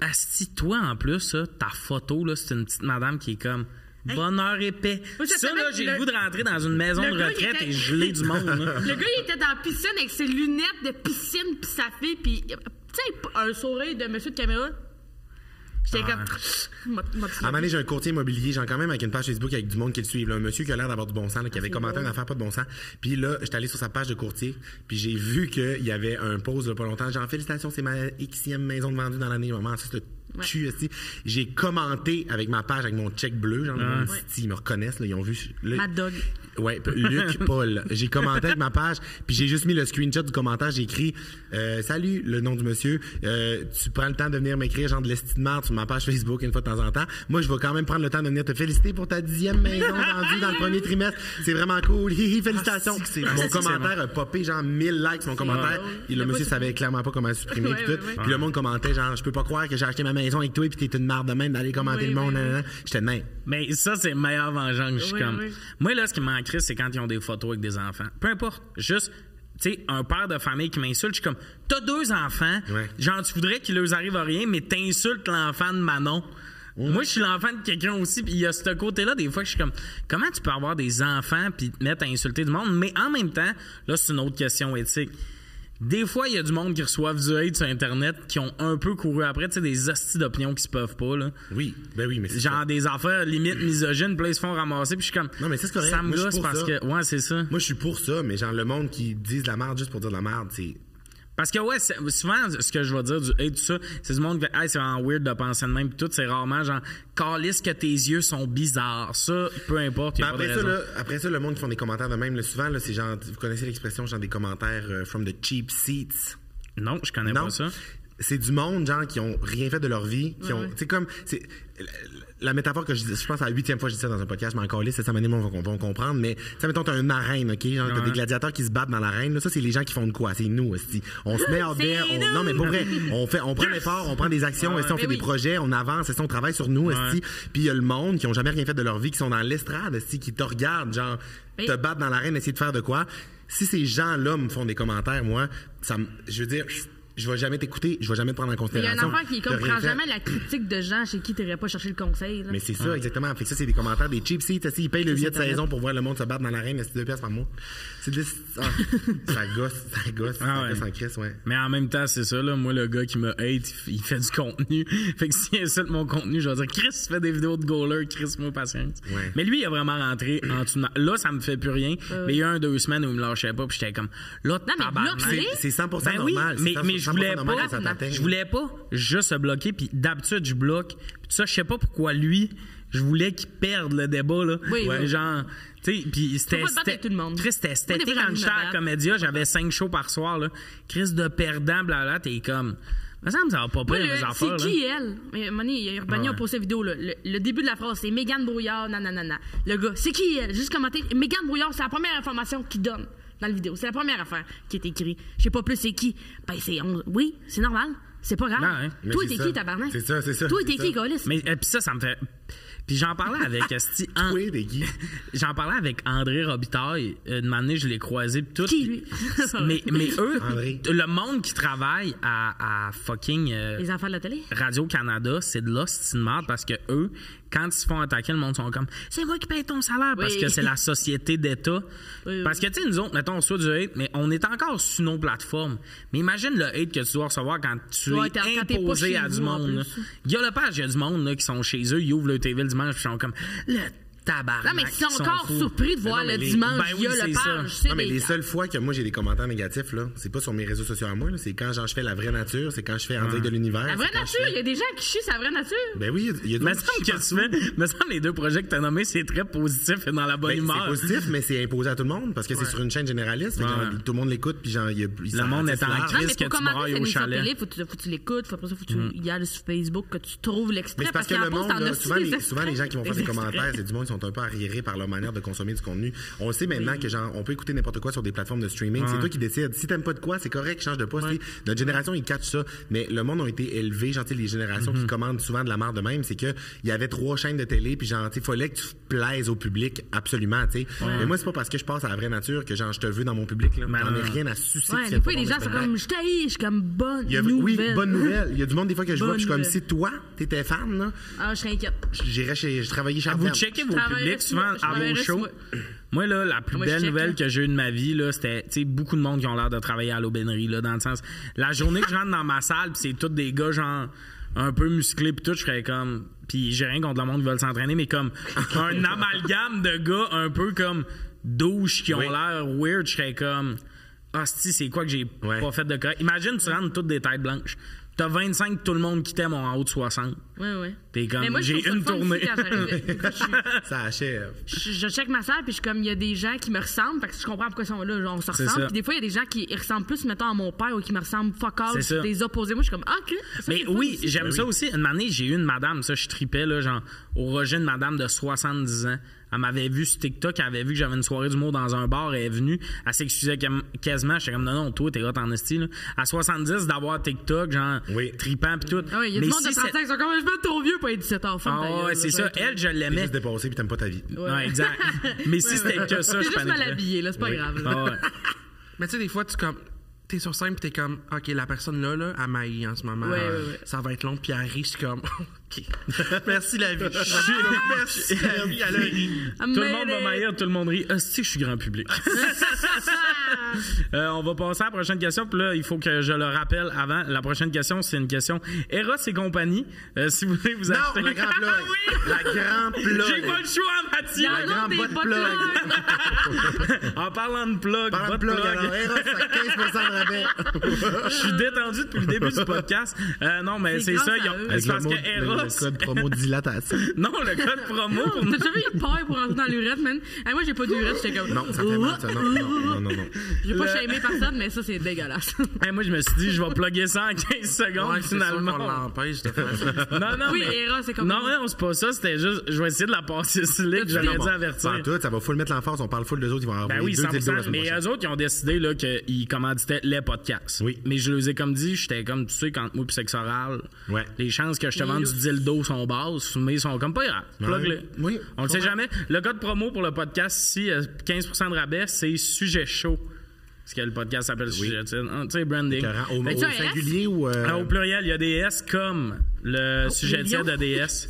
[SPEAKER 1] Asti, toi, en plus, ça, ta photo, là, c'est une petite madame qui est comme. Bonheur épais.
[SPEAKER 4] Moi, cette
[SPEAKER 1] Ça, là,
[SPEAKER 4] semaine,
[SPEAKER 1] j'ai
[SPEAKER 4] le-
[SPEAKER 1] le goût de rentrer dans une maison
[SPEAKER 4] le
[SPEAKER 1] de
[SPEAKER 4] gars, il
[SPEAKER 1] retraite
[SPEAKER 4] était-
[SPEAKER 1] et geler du monde. là.
[SPEAKER 4] Le gars, il était dans la piscine avec ses lunettes de piscine, puis sa fille, puis. Tu sais, un sourire de monsieur de caméra. J'étais comme. M'a- m'a-
[SPEAKER 2] À un moment donné, j'ai un courtier immobilier, genre quand même avec une page Facebook avec du monde qui le suit. là, un monsieur qui a l'air d'avoir du bon sens, là, qui avait commenté une affaire pas de bon sens. Puis là, j'étais allé sur sa page de courtier, puis j'ai vu qu'il y avait un pause là, pas longtemps. Genre, félicitations, c'est ma xème maison de vendue dans l'année. Maman, ça, c'est le cul, esti. J'ai commenté avec ma page, avec mon check bleu, genre, mon esti, ils me reconnaissent, là, ils ont vu. là,
[SPEAKER 4] Mad Dog.
[SPEAKER 2] Ouais, p- Luc Paul. J'ai commenté avec ma page, puis j'ai juste mis le screenshot du commentaire. J'ai écrit euh, Salut, le nom du monsieur. Euh, tu prends le temps de venir m'écrire, genre de l'estime de marde sur ma page Facebook une fois de temps en temps. Moi, je vais quand même prendre le temps de venir te féliciter pour ta dixième maison vendue dans le premier trimestre. C'est vraiment cool. Hi, hi, Félicitations.
[SPEAKER 5] Ah, c'est que c'est-
[SPEAKER 2] Mon
[SPEAKER 5] c'est que c'est
[SPEAKER 2] commentaire a popé, genre 1000 likes, mon commentaire. Et le monsieur savait clairement pas comment le supprimer.
[SPEAKER 4] Ouais,
[SPEAKER 2] puis tout.
[SPEAKER 4] ouais, ouais.
[SPEAKER 2] Puis le monde commentait, genre, je peux pas croire que j'ai acheté ma maison avec toi, puis t'es une marde de même d'aller commenter
[SPEAKER 4] Oui,
[SPEAKER 2] le monde.
[SPEAKER 4] oui,
[SPEAKER 2] nanana. J'étais de même.
[SPEAKER 1] Mais ça, c'est meilleur vengeance. Je suis
[SPEAKER 4] Oui,
[SPEAKER 1] comme.
[SPEAKER 4] oui.
[SPEAKER 1] Moi, là, ce qui m'encrisse, c'est quand ils ont des photos avec des enfants. Peu importe. Juste, tu sais, un père de famille qui m'insulte, je suis comme, t'as deux enfants.
[SPEAKER 2] Ouais.
[SPEAKER 1] Genre, tu voudrais qu'il leur arrive à rien, mais t'insultes l'enfant de Manon. Moi, je suis l'enfant de quelqu'un aussi, puis il y a ce côté-là, des fois, que je suis comme, comment tu peux avoir des enfants puis te mettre à insulter du monde? Mais en même temps, là, c'est une autre question éthique. Des fois, il y a du monde qui reçoivent du hate sur Internet qui ont un peu couru après, tu sais, des hosties d'opinion qui se peuvent pas, là
[SPEAKER 2] Oui, ben oui, mais c'est
[SPEAKER 1] genre des affaires limite misogynes, puis là, ils se font ramasser, puis je suis comme.
[SPEAKER 2] Non, mais c'est correct.
[SPEAKER 1] Ça me
[SPEAKER 2] Moi, je suis
[SPEAKER 1] gosse
[SPEAKER 2] pour
[SPEAKER 1] parce
[SPEAKER 2] ça.
[SPEAKER 1] que. Ouais, c'est ça.
[SPEAKER 2] Moi, je suis pour ça, mais genre, le monde qui dit de la merde juste pour dire de la merde, c'est.
[SPEAKER 1] Parce que, ouais, c'est- souvent, ce que je vais dire du hate, tout ça, c'est du monde qui fait, hey, c'est vraiment weird de penser de même, puis tout, c'est rarement genre, calisse que tes yeux sont bizarres. Ça, peu importe. y a
[SPEAKER 2] Mais
[SPEAKER 1] pas de
[SPEAKER 2] Ben, après ça,
[SPEAKER 1] raison.
[SPEAKER 2] là, après ça, le monde qui font des commentaires de même, là, souvent, là, c'est genre, vous connaissez l'expression, genre des commentaires euh, from the cheap seats.
[SPEAKER 1] Non, je connais pas ça.
[SPEAKER 2] C'est du monde, genre, qui ont rien fait de leur vie, qui ont. C'est comme. C'est, la- la métaphore que je dis, je pense à la huitième fois que je dis ça dans un podcast, je m'en calais, c'est ça, maintenant, on va comprendre, mais, ça, mettons, t'as une arène, OK? Genre, t'as
[SPEAKER 1] Ouais.
[SPEAKER 2] des gladiateurs qui se battent dans l'arène, là, ça, c'est les gens qui font de quoi? C'est nous, aussi. On se met en
[SPEAKER 4] C'est
[SPEAKER 2] bière, on- non, mais pour vrai, on fait, on prend l'effort, on prend des actions, esti, on fait des projets, on avance, esti, on travaille sur nous, esti. Puis il y a le monde qui ont jamais rien fait de leur vie, qui sont dans l'estrade, esti, qui te regardent, genre, te battent dans l'arène, essayer de faire de quoi? Si ces gens-là me font des commentaires, moi, ça me- je veux dire, je vais jamais t'écouter, je vais jamais te prendre en
[SPEAKER 4] Il y a un
[SPEAKER 2] considération.
[SPEAKER 4] enfant qui
[SPEAKER 2] T'as rien
[SPEAKER 4] comprend
[SPEAKER 2] fait.
[SPEAKER 4] jamais la critique de gens chez qui t'aurais pas cherché le conseil. là.
[SPEAKER 2] Mais c'est ça, exactement. Fait que ça, c'est des commentaires des cheap seats. esti, Ils payent le billet de
[SPEAKER 4] Internet.
[SPEAKER 2] saison pour voir le monde se battre dans l'arène, c'est deux piastres par mois. C'est de... ah, ça gosse, ça gosse,
[SPEAKER 1] Ah
[SPEAKER 2] ça
[SPEAKER 1] ouais.
[SPEAKER 2] gosse en crise, ouais.
[SPEAKER 1] Mais en même temps, c'est ça, là. Moi, le gars qui me hate, il f- il fait du contenu. fait que s'il insulte mon contenu, je vais dire Chris, fais des vidéos de goaler, Chris, moi, patience.
[SPEAKER 2] Ouais.
[SPEAKER 1] Mais lui, il a vraiment rentré en dessous de ma- Là, ça me fait plus rien. Mais il y a un, deux semaines où il me lâchait pas, puis j'étais comme, là,
[SPEAKER 4] mais
[SPEAKER 1] tabarnak.
[SPEAKER 4] bloque-les.
[SPEAKER 2] C'est 100%
[SPEAKER 1] Ben oui,
[SPEAKER 2] normal.
[SPEAKER 1] mais,
[SPEAKER 2] c'est
[SPEAKER 1] mais je voulais
[SPEAKER 2] 100% normal
[SPEAKER 1] pas.
[SPEAKER 2] que ça t'atteigne.
[SPEAKER 1] Je voulais pas juste se bloquer. Puis d'habitude, je bloque. Puis ça, je sais pas pourquoi lui, je voulais qu'il perde le débat. Là.
[SPEAKER 4] Oui,
[SPEAKER 1] Mais
[SPEAKER 4] oui.
[SPEAKER 1] Genre, tu sais, puis c'était.
[SPEAKER 4] pas te battre
[SPEAKER 1] c'était-
[SPEAKER 4] avec tout le monde.
[SPEAKER 1] Chris, c'était
[SPEAKER 4] Moi, des
[SPEAKER 1] c'était
[SPEAKER 4] fois, j'ai
[SPEAKER 1] quand
[SPEAKER 4] envie de
[SPEAKER 1] j'étais
[SPEAKER 4] me
[SPEAKER 1] à
[SPEAKER 4] battre.
[SPEAKER 1] Comédia, j'avais cinq shows par soir. Là. Chris de perdant, blabla, t'es comme. Me semble que ça va pas
[SPEAKER 4] Moi,
[SPEAKER 1] pire,
[SPEAKER 4] le-
[SPEAKER 1] mes
[SPEAKER 4] c'est
[SPEAKER 1] affaires. là.
[SPEAKER 4] qui elle? Mais Money, il a
[SPEAKER 1] Ouais.
[SPEAKER 4] Urbania pour cette vidéo là. Le, le début de la phrase, c'est Mégane Brouillard, nanana. Le gars, c'est qui elle? Juste commenter. Mégane Brouillard, c'est la première information qu'il donne dans la vidéo. C'est la première affaire qui est écrite. Je sais pas plus c'est qui. Ben c'est on- oui, c'est normal. C'est pas grave.
[SPEAKER 1] Non, hein.
[SPEAKER 2] Mais
[SPEAKER 4] Toi
[SPEAKER 2] c'est
[SPEAKER 4] t'es
[SPEAKER 2] ça.
[SPEAKER 4] qui tabarnak?
[SPEAKER 2] C'est ça, c'est ça,
[SPEAKER 4] Toi
[SPEAKER 2] c'est
[SPEAKER 4] t'es
[SPEAKER 2] ça.
[SPEAKER 4] qui Golis?
[SPEAKER 1] Mais euh, puis ça, ça me fait. Puis j'en parlais avec euh, Esti. en-
[SPEAKER 2] Oui, des guillemets.
[SPEAKER 1] J'en parlais avec André Robitaille. Euh, Une année, je l'ai croisé. Pis tout.
[SPEAKER 4] Qui, lui?
[SPEAKER 1] mais, mais eux,
[SPEAKER 2] André.
[SPEAKER 1] le monde qui travaille à, à fucking euh,
[SPEAKER 4] Les enfants de la télé?
[SPEAKER 1] Radio-Canada, c'est de l'hostie de merde parce que eux, quand ils se font attaquer, le monde sont comme c'est moi qui paye ton salaire parce
[SPEAKER 4] Oui.
[SPEAKER 1] que c'est la société d'État.
[SPEAKER 4] oui.
[SPEAKER 1] Parce que, tu sais, nous autres, mettons, on reçoit du hate, mais on est encore sur nos plateformes. Mais imagine le hate que tu dois recevoir quand tu
[SPEAKER 4] Ouais, t'es-
[SPEAKER 1] es
[SPEAKER 4] quand t'es pas
[SPEAKER 1] imposé
[SPEAKER 4] chez
[SPEAKER 1] à du
[SPEAKER 4] vous, en
[SPEAKER 1] monde.
[SPEAKER 4] plus.
[SPEAKER 1] là. Il y a le page, il y a du monde là, qui sont chez eux, ils ouvrent le TV le dimanche, puis ils sont comme le tabarnak.
[SPEAKER 4] Non mais ils sont
[SPEAKER 1] ils
[SPEAKER 4] encore
[SPEAKER 1] fous.
[SPEAKER 4] surpris de voir
[SPEAKER 2] non, mais
[SPEAKER 4] le
[SPEAKER 2] les-
[SPEAKER 4] dimanche
[SPEAKER 1] Ben oui,
[SPEAKER 4] via
[SPEAKER 1] c'est
[SPEAKER 4] le
[SPEAKER 1] ça.
[SPEAKER 4] page. c'est
[SPEAKER 2] Non, mais
[SPEAKER 4] des- ah,
[SPEAKER 2] les seules fois que moi j'ai des commentaires négatifs, là, c'est pas sur mes réseaux sociaux à moi, là, c'est quand genre, je fais la vraie nature, c'est quand je fais en direct de l'univers.
[SPEAKER 4] La vraie
[SPEAKER 2] ah, c'est quand je
[SPEAKER 4] nature,
[SPEAKER 2] fais-
[SPEAKER 4] il y a des gens qui chient sa vraie nature.
[SPEAKER 2] Ben oui, il y a
[SPEAKER 1] Mais
[SPEAKER 2] d'autres
[SPEAKER 1] semble que tu fais, me semble les deux projets que t'as nommés, c'est très positif et dans la bonne
[SPEAKER 2] Ben,
[SPEAKER 1] humeur.
[SPEAKER 2] c'est positif, mais c'est imposé à tout le monde parce que c'est sur une chaîne généraliste. fait que, genre,
[SPEAKER 1] Ouais.
[SPEAKER 2] tout le monde l'écoute, puis genre, il y a il s'en
[SPEAKER 1] monde
[SPEAKER 2] rend Ah,
[SPEAKER 1] est en
[SPEAKER 2] large.
[SPEAKER 1] crise.
[SPEAKER 4] Non, mais
[SPEAKER 1] Risque
[SPEAKER 4] pour
[SPEAKER 1] que tu brailles
[SPEAKER 4] commenter cette
[SPEAKER 1] au
[SPEAKER 4] émission
[SPEAKER 1] chalet.
[SPEAKER 4] télé, faut que tu, faut que tu l'écoutes, faut après ça, faut que tu y ailles sur Facebook, que tu trouves
[SPEAKER 2] Mm. Mais
[SPEAKER 4] l'extrait.
[SPEAKER 2] c'est parce que
[SPEAKER 4] qu'en
[SPEAKER 2] le
[SPEAKER 4] poste,
[SPEAKER 2] monde,
[SPEAKER 4] t'en
[SPEAKER 2] là,
[SPEAKER 4] as
[SPEAKER 2] souvent,
[SPEAKER 4] aussi
[SPEAKER 2] les,
[SPEAKER 4] des
[SPEAKER 2] souvent les gens qui vont faire des
[SPEAKER 4] extraits.
[SPEAKER 2] commentaires, c'est du monde qui sont un peu arriérés par leur manière de consommer du contenu. On le sait maintenant que genre on peut écouter n'importe quoi sur des plateformes de streaming, c'est toi qui décides. Si t'aimes pas de quoi, c'est correct, change de poste. Tu sais, Notre génération, ils catchent ça, mais le monde a été élevé, genre tu sais, les générations
[SPEAKER 4] Mm-hmm.
[SPEAKER 2] qui commandent souvent de la merde de même, c'est que il y avait trois chaînes de télé puis genre il fallait que tu plaises au public absolument, tu sais. Mais moi c'est pas parce que je passe à la vraie nature que genre je te veux dans mon public là,
[SPEAKER 1] Ben
[SPEAKER 2] j'en ai
[SPEAKER 1] non.
[SPEAKER 2] rien à sucer. que
[SPEAKER 4] Ouais,
[SPEAKER 2] tu
[SPEAKER 4] des
[SPEAKER 2] aies
[SPEAKER 4] fois,
[SPEAKER 2] pas
[SPEAKER 4] les
[SPEAKER 2] mon
[SPEAKER 4] gens sont
[SPEAKER 2] spectacle.
[SPEAKER 4] comme, je t'haïs, je suis comme bonne.
[SPEAKER 2] Il y a- oui,
[SPEAKER 4] nouvelle.
[SPEAKER 2] bonne nouvelle. Il y a du monde des fois que je vois, puis je suis comme
[SPEAKER 4] Bonne
[SPEAKER 2] si toi, t'étais fan, là,
[SPEAKER 4] Ah, je serais inquiète.
[SPEAKER 2] j'irais chez, je travaillais chez
[SPEAKER 1] Vous
[SPEAKER 2] Ardenne.
[SPEAKER 1] checkez vos
[SPEAKER 4] travaillerais
[SPEAKER 1] publics
[SPEAKER 4] sur-
[SPEAKER 1] souvent
[SPEAKER 4] je
[SPEAKER 1] à vos
[SPEAKER 4] travaillerais sur
[SPEAKER 1] shows.
[SPEAKER 4] moi.
[SPEAKER 1] Moi, là, la plus
[SPEAKER 4] Moi, je
[SPEAKER 1] belle
[SPEAKER 4] check,
[SPEAKER 1] nouvelle
[SPEAKER 4] là.
[SPEAKER 1] que j'ai eue de ma vie, là, c'était, tu sais, beaucoup de monde qui ont l'air de travailler à l'aubainerie, là, dans le sens, la journée que je rentre dans ma salle, pis c'est tous des gars, genre, un peu musclé puis tout, je serais comme puis j'ai rien contre le monde qui veulent s'entraîner mais comme un amalgame de gars un peu comme douche qui ont l'air weird, je serais comme Hostie, c'est quoi que j'ai
[SPEAKER 2] Ouais.
[SPEAKER 1] pas fait de correct? Imagine, tu rentres toutes des têtes blanches. T'as 25, tout le monde qui t'aime en haut de 60.
[SPEAKER 4] Oui, oui.
[SPEAKER 1] T'es comme,
[SPEAKER 4] Mais moi, je
[SPEAKER 1] j'ai
[SPEAKER 4] trouve ça
[SPEAKER 1] une
[SPEAKER 4] le fun
[SPEAKER 1] tournée.
[SPEAKER 4] aussi quand j'arrive- quand je-
[SPEAKER 2] Ça achève.
[SPEAKER 4] je, je check ma salle, puis je suis comme, il y a des gens qui me ressemblent, parce que je comprends pourquoi ils sont là, genre, on se
[SPEAKER 1] C'est
[SPEAKER 4] ressemble.
[SPEAKER 1] ça.
[SPEAKER 4] Puis des fois, il y a des gens qui ils ressemblent plus, mettons, à mon père ou qui me ressemblent fuck all,
[SPEAKER 1] C'est ça.
[SPEAKER 4] des opposés. Moi, je suis comme, ah, ok. ça, Ben c'est
[SPEAKER 1] Mais
[SPEAKER 4] le fun
[SPEAKER 1] oui,
[SPEAKER 4] aussi.
[SPEAKER 1] j'aime ça aussi. Une année, j'ai eu une madame, ça, je tripais, là, genre, au rejet, une madame de 70 ans. Elle m'avait vu sur TikTok, elle avait vu que j'avais une soirée d'humour dans un bar, elle est venue, elle s'excusait quam- quasiment. J'étais comme, non, non, toi, t'es hot en esti, là. À 70, d'avoir TikTok, genre,
[SPEAKER 2] Oui.
[SPEAKER 1] tripant pis tout.
[SPEAKER 4] Ah oui, il y a
[SPEAKER 1] Mais
[SPEAKER 4] du monde
[SPEAKER 1] si
[SPEAKER 4] de
[SPEAKER 1] c'est-
[SPEAKER 4] 35 qui sont comme, je vais être trop vieux pour être 17 ans.
[SPEAKER 1] Ah ouais, c'est ça. Elle, je
[SPEAKER 2] T'es
[SPEAKER 1] l'aimais.
[SPEAKER 2] juste dépassé puis t'aimes pas ta vie.
[SPEAKER 1] Ouais. exact. Mais si c'était que ça,
[SPEAKER 4] C'est
[SPEAKER 1] je
[SPEAKER 4] juste mal
[SPEAKER 1] paniquerais.
[SPEAKER 4] habillée, là, c'est pas
[SPEAKER 2] Oui.
[SPEAKER 4] grave. là.
[SPEAKER 1] Ah ouais.
[SPEAKER 5] Mais tu sais, des fois, tu comme. T'es sur scène, pis t'es comme, OK, la personne là, là, elle maille en ce moment. euh,
[SPEAKER 4] Ouais, ouais, ouais.
[SPEAKER 5] Ça va être long, puis elle rit, je suis comme, OK. Merci la vie. Merci la vie, elle a ri.
[SPEAKER 1] Tout le monde
[SPEAKER 4] Mais-
[SPEAKER 1] va maillir, tout le monde rit. Hostie, je suis grand public.
[SPEAKER 4] Ah!
[SPEAKER 1] Euh, on va passer à la prochaine question. Puis là, il faut que je le rappelle avant. La prochaine question, c'est une question Eros et compagnie. Euh, si vous voulez vous
[SPEAKER 2] Non,
[SPEAKER 1] acheter.
[SPEAKER 2] la grande plug.
[SPEAKER 1] Ah oui!
[SPEAKER 2] La grande
[SPEAKER 1] J'ai pas
[SPEAKER 2] plug.
[SPEAKER 1] le choix,
[SPEAKER 4] Il y
[SPEAKER 1] Mathieu!
[SPEAKER 4] en a
[SPEAKER 2] grande
[SPEAKER 4] des
[SPEAKER 2] botte
[SPEAKER 4] bottes
[SPEAKER 2] plug.
[SPEAKER 4] longues.
[SPEAKER 1] En parlant de plug,
[SPEAKER 2] Par la
[SPEAKER 1] votre
[SPEAKER 2] plug,
[SPEAKER 1] plug.
[SPEAKER 2] alors, Eros, ça 15% de rabais.
[SPEAKER 1] Je suis détendu depuis le début du podcast. Euh, non, mais c'est
[SPEAKER 4] grâce
[SPEAKER 1] ça.
[SPEAKER 4] à
[SPEAKER 1] ils ont-
[SPEAKER 4] eux.
[SPEAKER 1] C'est parce que
[SPEAKER 2] le, le
[SPEAKER 1] Eros.
[SPEAKER 2] code promo dilatation.
[SPEAKER 1] Non, le code promo pour
[SPEAKER 4] T'as jamais eu peur pour rentrer dans l'urette, man? Hey, moi, j'ai pas d'urette, j'étais comme.
[SPEAKER 2] Non, ça fait mal, ça. Non, non, non, non. non.
[SPEAKER 4] J'ai pas shamé personne, mais ça, c'est dégueulasse.
[SPEAKER 1] Hey, Eh, moi, je me suis dit, je vais plugger ça en 15 secondes,
[SPEAKER 5] Ouais, c'est sûr
[SPEAKER 1] finalement.
[SPEAKER 5] qu'on l'empêche de faire ça.
[SPEAKER 1] Non, non,
[SPEAKER 4] Oui,
[SPEAKER 1] mais...
[SPEAKER 4] Hera, c'est comme-
[SPEAKER 1] Non, non, c'est pas ça, c'était juste... Je vais essayer de la passer sur que j'aurais dû
[SPEAKER 2] Pas en
[SPEAKER 1] avertir.
[SPEAKER 2] tout, ça va full mettre l'emphase. On parle full d'eux autres, ils vont avoir
[SPEAKER 1] Ben oui,
[SPEAKER 2] deux dildos la
[SPEAKER 1] 100%,
[SPEAKER 2] semaine
[SPEAKER 1] mais
[SPEAKER 2] prochaine.
[SPEAKER 1] eux autres, ils ont décidé là, qu'ils commanditaient les podcasts.
[SPEAKER 2] Oui.
[SPEAKER 1] Mais je les ai comme dit, j'étais comme, tu sais, quand moi pis sexe oral,
[SPEAKER 2] Ouais.
[SPEAKER 1] les chances que je te vende du dildo sont basses, mais ils sont comme pas grave.
[SPEAKER 2] Ouais.
[SPEAKER 1] Plug-les.
[SPEAKER 2] Ben Oui,
[SPEAKER 1] On le sait jamais. Le code promo pour le podcast, ici, euh, 15% de rabais, c'est sujet chaud. Parce que le podcast s'appelle sujet, tu sais, hein, tu sais, branding.
[SPEAKER 2] Écœurant. Au,
[SPEAKER 1] Fait que
[SPEAKER 2] au
[SPEAKER 1] tu-
[SPEAKER 4] un S?
[SPEAKER 2] singulier ou. euh,
[SPEAKER 1] Ben Ah, au pluriel, il y a des S comme le sujet
[SPEAKER 4] million.
[SPEAKER 1] tiède de DS.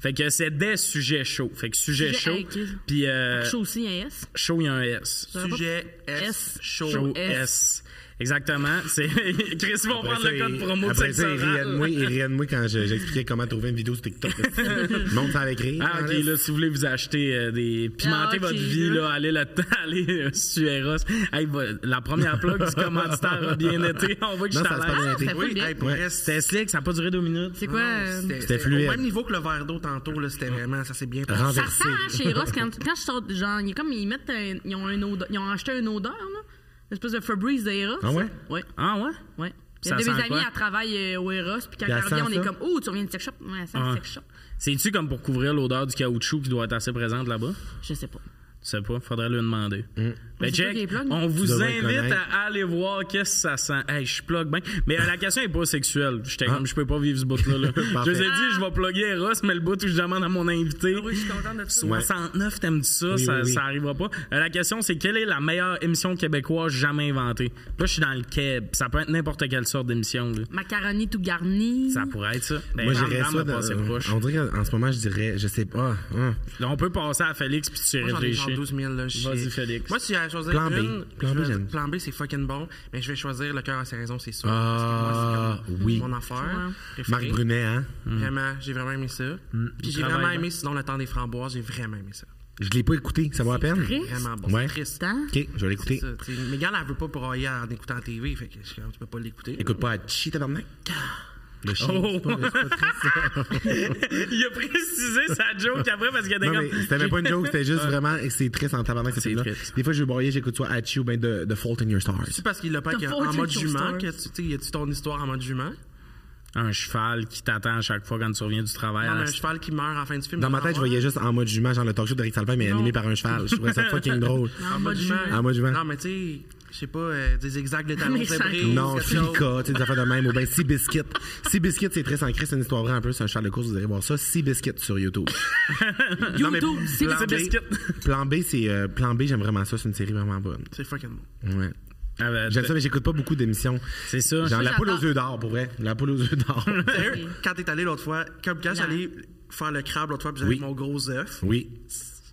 [SPEAKER 1] Fait que c'est des sujets chauds. Fait que sujet
[SPEAKER 4] Sujet-
[SPEAKER 1] chaud.
[SPEAKER 4] hey, Chris.
[SPEAKER 1] Puis euh,
[SPEAKER 4] Chaud aussi, un S.
[SPEAKER 1] chaud, il y a un S.
[SPEAKER 5] Sujet S.
[SPEAKER 4] S.
[SPEAKER 5] Chaud.
[SPEAKER 1] Chaud
[SPEAKER 4] S.
[SPEAKER 1] S. Exactement. C'est Chris ils vont
[SPEAKER 2] après
[SPEAKER 1] prendre
[SPEAKER 2] ça,
[SPEAKER 1] le code
[SPEAKER 2] ils-
[SPEAKER 1] promo de
[SPEAKER 2] Après
[SPEAKER 1] sexe
[SPEAKER 2] ça, ils riaient de moi,
[SPEAKER 1] oral.
[SPEAKER 2] ils riaient de moi quand je- j'expliquais comment trouver une vidéo sur TikTok. Le monde savait écrire.
[SPEAKER 1] Ah, ok, là, si vous voulez vous acheter euh, des. Pimenter
[SPEAKER 4] Ah, ok,
[SPEAKER 1] votre vie,
[SPEAKER 4] là.
[SPEAKER 1] là, allez là-dedans, allez euh, sur Eros. Hey, va- la première plug du commanditaire a bien été. On voit que je
[SPEAKER 2] Non,
[SPEAKER 1] suis
[SPEAKER 2] ça
[SPEAKER 1] à
[SPEAKER 2] se
[SPEAKER 1] l'aise.
[SPEAKER 2] passe bien été.
[SPEAKER 4] ça
[SPEAKER 5] Oui,
[SPEAKER 4] bien.
[SPEAKER 5] hey, pour
[SPEAKER 2] Ouais.
[SPEAKER 5] vrai,
[SPEAKER 1] C'était slick, ça n'a pas duré deux minutes.
[SPEAKER 4] C'est quoi? euh,
[SPEAKER 5] C'était
[SPEAKER 2] fluide.
[SPEAKER 5] Au même niveau que le verre d'eau tantôt, là, c'était vraiment, ça s'est bien passé.
[SPEAKER 4] Ça sent
[SPEAKER 2] Renversé.
[SPEAKER 4] hein, chez Ross quand, quand je sors, genre, il y a comme, ils mettent un- ils ont un odeur- ils ont acheté un odeur, là. Une espèce de Febreze de Eros.
[SPEAKER 2] Ah ouais?
[SPEAKER 4] Ouais,
[SPEAKER 1] Ah, ouais?
[SPEAKER 4] ouais. Il y
[SPEAKER 1] Ça
[SPEAKER 4] a des
[SPEAKER 1] sent
[SPEAKER 4] mes amis,
[SPEAKER 1] quoi?
[SPEAKER 4] à travaillent euh, au Eros, puis quand
[SPEAKER 2] elle
[SPEAKER 4] elle revient,
[SPEAKER 2] sent
[SPEAKER 4] on est
[SPEAKER 2] ça?
[SPEAKER 4] comme, oh, tu reviens de sex shop? Ouais, elle sent le
[SPEAKER 1] Ouais.
[SPEAKER 4] sex shop.
[SPEAKER 1] C'est-tu comme pour couvrir l'odeur du caoutchouc qui doit être assez présente là-bas?
[SPEAKER 4] Je sais pas.
[SPEAKER 1] Je sais pas, faudrait lui demander.
[SPEAKER 4] Mais
[SPEAKER 1] Ben,
[SPEAKER 4] c'est toi qui les
[SPEAKER 1] check,
[SPEAKER 4] plugs, non?
[SPEAKER 1] on
[SPEAKER 2] Mm. Tu
[SPEAKER 1] vous
[SPEAKER 2] devrais
[SPEAKER 1] invite
[SPEAKER 2] connaître.
[SPEAKER 1] à aller voir qu'est-ce que ça sent. Hey, je plug bien. Mais euh, la question est pas sexuelle. J'étais
[SPEAKER 2] Ah.
[SPEAKER 1] comme, je peux pas vivre ce bout-là. là. je vous ai dit, je vais plugger Ross, mais le bout où je demande à mon invité.
[SPEAKER 5] Ah Oui, je suis contente de ça.
[SPEAKER 1] 69, t'aimes ça?
[SPEAKER 2] Oui,
[SPEAKER 1] ça,
[SPEAKER 2] oui, oui.
[SPEAKER 1] ça arrivera pas. Euh, la question, c'est quelle est la meilleure émission québécoise jamais inventée? Là, je suis dans le keb. Ça peut être n'importe quelle sorte d'émission. là.
[SPEAKER 4] Macaroni tout garni.
[SPEAKER 1] Ça pourrait être ça. Ben,
[SPEAKER 2] Moi,
[SPEAKER 1] Ramdam
[SPEAKER 2] j'irais
[SPEAKER 1] a
[SPEAKER 2] ça. dans-
[SPEAKER 1] passé proche.
[SPEAKER 2] On dirait qu'en ce moment, je dirais, je sais pas. hein.
[SPEAKER 1] Là, on peut passer à Félix puis tu
[SPEAKER 5] Moi, j'en ai genre
[SPEAKER 1] réfléchis.
[SPEAKER 5] 12 000, là. j'ai-
[SPEAKER 1] Vas-y, Félix.
[SPEAKER 5] Moi, si j'avais à choisir
[SPEAKER 2] Plan B.
[SPEAKER 5] une,
[SPEAKER 2] Plan
[SPEAKER 5] je
[SPEAKER 2] B,
[SPEAKER 5] vais-
[SPEAKER 2] j'aime.
[SPEAKER 5] Plan B, c'est fucking bon, mais je vais choisir le cœur à ses raisons, c'est sûr.
[SPEAKER 2] Ah,
[SPEAKER 5] Parce que moi, c'est comme
[SPEAKER 2] oui.
[SPEAKER 5] Mon affaire.
[SPEAKER 2] Marc Mm.
[SPEAKER 5] préférée.
[SPEAKER 2] Brunet, hein?
[SPEAKER 5] Vraiment, j'ai vraiment aimé ça. Puis j'ai
[SPEAKER 1] travaille
[SPEAKER 5] vraiment
[SPEAKER 1] bien.
[SPEAKER 5] aimé, sinon, le temps des framboises, j'ai vraiment aimé ça.
[SPEAKER 2] Je l'ai pas écouté, ça vaut la peine?
[SPEAKER 4] triste.
[SPEAKER 5] Vraiment bon.
[SPEAKER 2] Ouais.
[SPEAKER 5] C'est triste.
[SPEAKER 4] Hein?
[SPEAKER 2] Ok, je vais
[SPEAKER 5] C'est
[SPEAKER 2] l'écouter.
[SPEAKER 5] ça, tu sais. Mégane, elle veut pas broyer en écoutant la TV, fait que je suis comme, tu peux pas l'écouter.
[SPEAKER 2] Écoute pas à Chi, tabarnak. Le chien.
[SPEAKER 1] Oh.
[SPEAKER 2] c'est pas- c'est pas triste.
[SPEAKER 1] Il a précisé sa joke après parce qu'il était
[SPEAKER 2] Non,
[SPEAKER 1] comme.
[SPEAKER 2] mais c'était même pas une joke, c'était juste vraiment, c'est triste en tabarnak,
[SPEAKER 1] C'est
[SPEAKER 2] c'est là
[SPEAKER 1] triste.
[SPEAKER 2] Des fois, je vais broyer, j'écoute soit Hachi ou ben de, de Fault in Your Stars.
[SPEAKER 5] C'est parce qu'il l'a pas
[SPEAKER 4] The
[SPEAKER 5] en en
[SPEAKER 4] Fortune
[SPEAKER 5] mode
[SPEAKER 4] Tour
[SPEAKER 5] jument,
[SPEAKER 4] Store.
[SPEAKER 5] que tu tu sais, y a-tu ton histoire en mode jument?
[SPEAKER 1] un cheval qui t'attend à chaque fois quand tu reviens du travail.
[SPEAKER 5] Non, mais
[SPEAKER 1] à
[SPEAKER 5] un
[SPEAKER 1] la-
[SPEAKER 5] cheval qui meurt en fin du film.
[SPEAKER 2] Euh, Dans ma
[SPEAKER 1] Ah
[SPEAKER 2] tête, je voyais juste en mode jument, genre le talk show d'Eric Salvaire, mais animé par un cheval. Je trouvais ça fucking drôle.
[SPEAKER 5] En mode jument.
[SPEAKER 2] En mode jument.
[SPEAKER 5] Non, mais tu sais, je sais pas, euh, des zigzags de talons
[SPEAKER 4] Mais ça-
[SPEAKER 5] zébrés.
[SPEAKER 2] Non,
[SPEAKER 5] quelque chose.
[SPEAKER 2] Filica, tu sais, des affaires de même. Ou ben Sea Biscuit. Sea Biscuit, c'est triste en Christ, c'est une histoire vraie un peu, c'est un cheval de course, vous allez voir ça. Sea Biscuit sur YouTube. Non, mais
[SPEAKER 4] YouTube, c'est
[SPEAKER 1] Plan
[SPEAKER 4] le
[SPEAKER 1] B.
[SPEAKER 2] Plan B, c'est. euh, plan B, j'aime vraiment ça, c'est une série vraiment bonne.
[SPEAKER 5] C'est fucking bon.
[SPEAKER 2] Ouais.
[SPEAKER 1] Ah, ben,
[SPEAKER 2] J'aime ça, mais j'écoute pas beaucoup d'émissions.
[SPEAKER 1] C'est ça.
[SPEAKER 2] Genre
[SPEAKER 1] Ça,
[SPEAKER 2] La poule aux
[SPEAKER 4] j'adore.
[SPEAKER 2] œufs d'or, pour vrai. La poule aux œufs d'or.
[SPEAKER 5] D'ailleurs, quand t'es allé l'autre fois, comme quand j'allais faire le crabe l'autre fois, puis j'avais
[SPEAKER 2] Oui.
[SPEAKER 5] mon gros œuf,
[SPEAKER 2] Oui.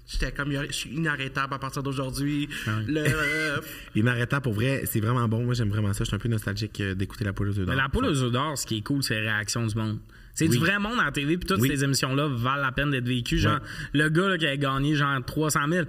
[SPEAKER 5] j'étais comme, je suis inarrêtable à partir d'aujourd'hui. Le, euh,
[SPEAKER 2] Inarrêtable, pour vrai, c'est vraiment bon. Moi, j'aime vraiment ça. Je suis un peu nostalgique euh, d'écouter La poule aux œufs d'or.
[SPEAKER 1] La poule aux œufs d'or, ce qui est cool, c'est la réaction du monde. C'est
[SPEAKER 2] Oui.
[SPEAKER 1] du vrai monde à la télé, puis toutes
[SPEAKER 2] Oui.
[SPEAKER 1] ces émissions-là valent la peine d'être vécues. Genre,
[SPEAKER 2] Ouais.
[SPEAKER 1] le gars là, qui a gagné genre 300 000.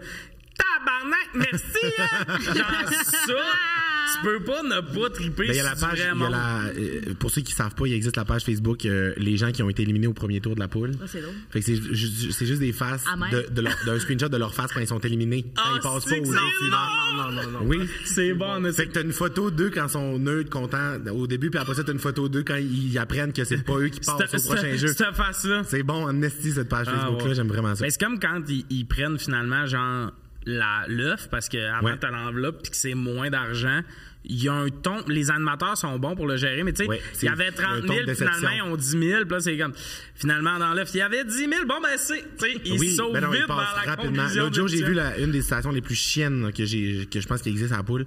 [SPEAKER 1] Tabarnak, merci! hein! genre, ça, tu peux pas ne pas triper
[SPEAKER 2] Ben, il y
[SPEAKER 1] sur
[SPEAKER 2] a la
[SPEAKER 1] du
[SPEAKER 2] page,
[SPEAKER 1] vrai
[SPEAKER 2] il y a
[SPEAKER 1] monde.
[SPEAKER 2] la- euh, pour ceux qui savent pas, il existe la page Facebook euh, les gens qui ont été éliminés au premier tour de la poule.
[SPEAKER 4] Ah, c'est drôle.
[SPEAKER 2] Fait que c'est ju- ju- c'est juste des faces
[SPEAKER 4] Ah, merde.
[SPEAKER 2] de, de leur- d'un screenshot de leur face quand ils sont éliminés, quand
[SPEAKER 1] Ah,
[SPEAKER 2] ils passent pas
[SPEAKER 1] c'est
[SPEAKER 2] au
[SPEAKER 1] excellent!
[SPEAKER 2] round suivant.
[SPEAKER 5] Non, non, non.
[SPEAKER 2] Oui.
[SPEAKER 1] C'est bon, mais
[SPEAKER 2] Fait
[SPEAKER 1] c'est
[SPEAKER 2] que t'as une photo d'eux quand ils sont neutres, contents au début, puis après ça, t'as une photo d'eux quand ils apprennent que c'est pas eux qui passent au prochain jeu.
[SPEAKER 1] Cette face-là.
[SPEAKER 2] C'est bon, amnesty, cette page
[SPEAKER 1] Ah,
[SPEAKER 2] Facebook-là,
[SPEAKER 1] ouais.
[SPEAKER 2] j'aime vraiment ça.
[SPEAKER 1] Ben, c'est comme quand ils, ils prennent finalement genre la l'œuf parce que avant
[SPEAKER 2] Ouais.
[SPEAKER 1] t'as l'enveloppe puis que c'est moins d'argent. Il y a un ton. Les animateurs sont bons pour le gérer, mais tu sais,
[SPEAKER 2] Ouais,
[SPEAKER 1] il y
[SPEAKER 2] c'est
[SPEAKER 1] avait 30
[SPEAKER 2] le
[SPEAKER 1] 000,
[SPEAKER 2] ton de
[SPEAKER 1] puis
[SPEAKER 2] déception.
[SPEAKER 1] finalement, ils ont 10 000, puis là, c'est comme. Finalement, dans l'œuf, il y avait 10 000. Bon, ben, c'est. Tu sais, ils
[SPEAKER 2] oui,
[SPEAKER 1] sauvent
[SPEAKER 2] ben non,
[SPEAKER 1] vite
[SPEAKER 2] il passe
[SPEAKER 1] vers la
[SPEAKER 2] rapidement.
[SPEAKER 1] conclusion
[SPEAKER 2] L'autre jour,
[SPEAKER 1] de
[SPEAKER 2] j'ai vu
[SPEAKER 1] l'émission.
[SPEAKER 2] la- une des stations les plus chiennes que, j'ai, que je pense qui existe à la poule.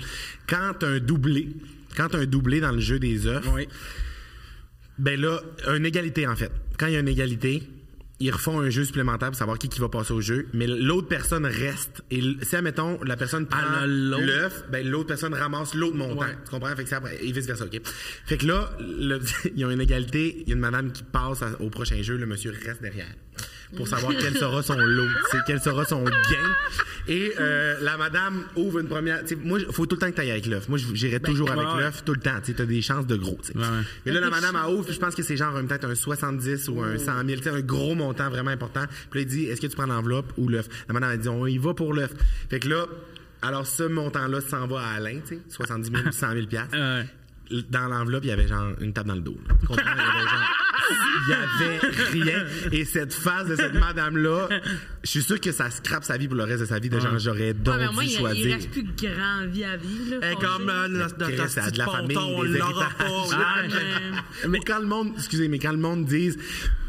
[SPEAKER 2] Quand t'as un doublé, quand t'as un doublé dans le jeu des œufs,
[SPEAKER 1] Oui.
[SPEAKER 2] ben là, une égalité en fait. Quand il y a une égalité, ils refont un jeu supplémentaire pour savoir qui, qui va passer au jeu, mais l'autre personne reste. Et l- si, admettons, la personne prend
[SPEAKER 1] là, l'autre.
[SPEAKER 2] l'œuf, ben l'autre personne ramasse l'autre montant. Tu comprends? Fait que c'est après- et vice-versa, OK? Fait que là, le- ils ont une égalité, il y a une madame qui passe à- au prochain jeu, le monsieur reste derrière pour savoir quel sera son lot, c'est quel sera son gain. Et euh, la madame ouvre une première... tu sais, moi, il faut tout le temps que tu ailles avec l'œuf. Moi, j'irai toujours avec
[SPEAKER 1] Ben, ouais.
[SPEAKER 2] l'œuf tout le temps. Tu as des chances de gros. tu sais.
[SPEAKER 1] Ouais, ouais.
[SPEAKER 2] Mais là, la madame à ouvre, puis je pense que c'est genre un- peut-être un 70 ou
[SPEAKER 4] Hmm.
[SPEAKER 2] un 100 000, tu sais, un gros montant vraiment important. Puis là, il dit, est-ce que tu prends l'enveloppe ou l'œuf? La madame, elle dit, on y va pour l'œuf. Fait que là, alors ce montant-là s'en va à Alain, tu sais, 70 000 ou 100 000 piastres.
[SPEAKER 1] Ouais.
[SPEAKER 2] Dans l'enveloppe, il y avait genre une table dans le dos. là. Tu comprends? Il y avait genre- il y avait rien. Et cette phase de cette madame-là, je suis sûr que ça scrape sa vie pour le reste de sa vie. De genre, j'aurais donc
[SPEAKER 4] Ouais, mais au moins,
[SPEAKER 2] dû
[SPEAKER 4] il, il
[SPEAKER 2] choisir.
[SPEAKER 4] reste plus grand vie à vivre.
[SPEAKER 1] Eh,
[SPEAKER 4] là,
[SPEAKER 5] Et
[SPEAKER 4] fâché.
[SPEAKER 5] comme euh, notre-
[SPEAKER 2] Chris,
[SPEAKER 5] notre
[SPEAKER 2] ça a
[SPEAKER 5] petit
[SPEAKER 2] de la famille,
[SPEAKER 5] ponton, on
[SPEAKER 2] des
[SPEAKER 5] l'aura
[SPEAKER 2] héritages.
[SPEAKER 5] pas. on
[SPEAKER 1] Ah,
[SPEAKER 5] l'aura jamais.
[SPEAKER 2] Mais quand le monde, excusez, mais quand le monde dise,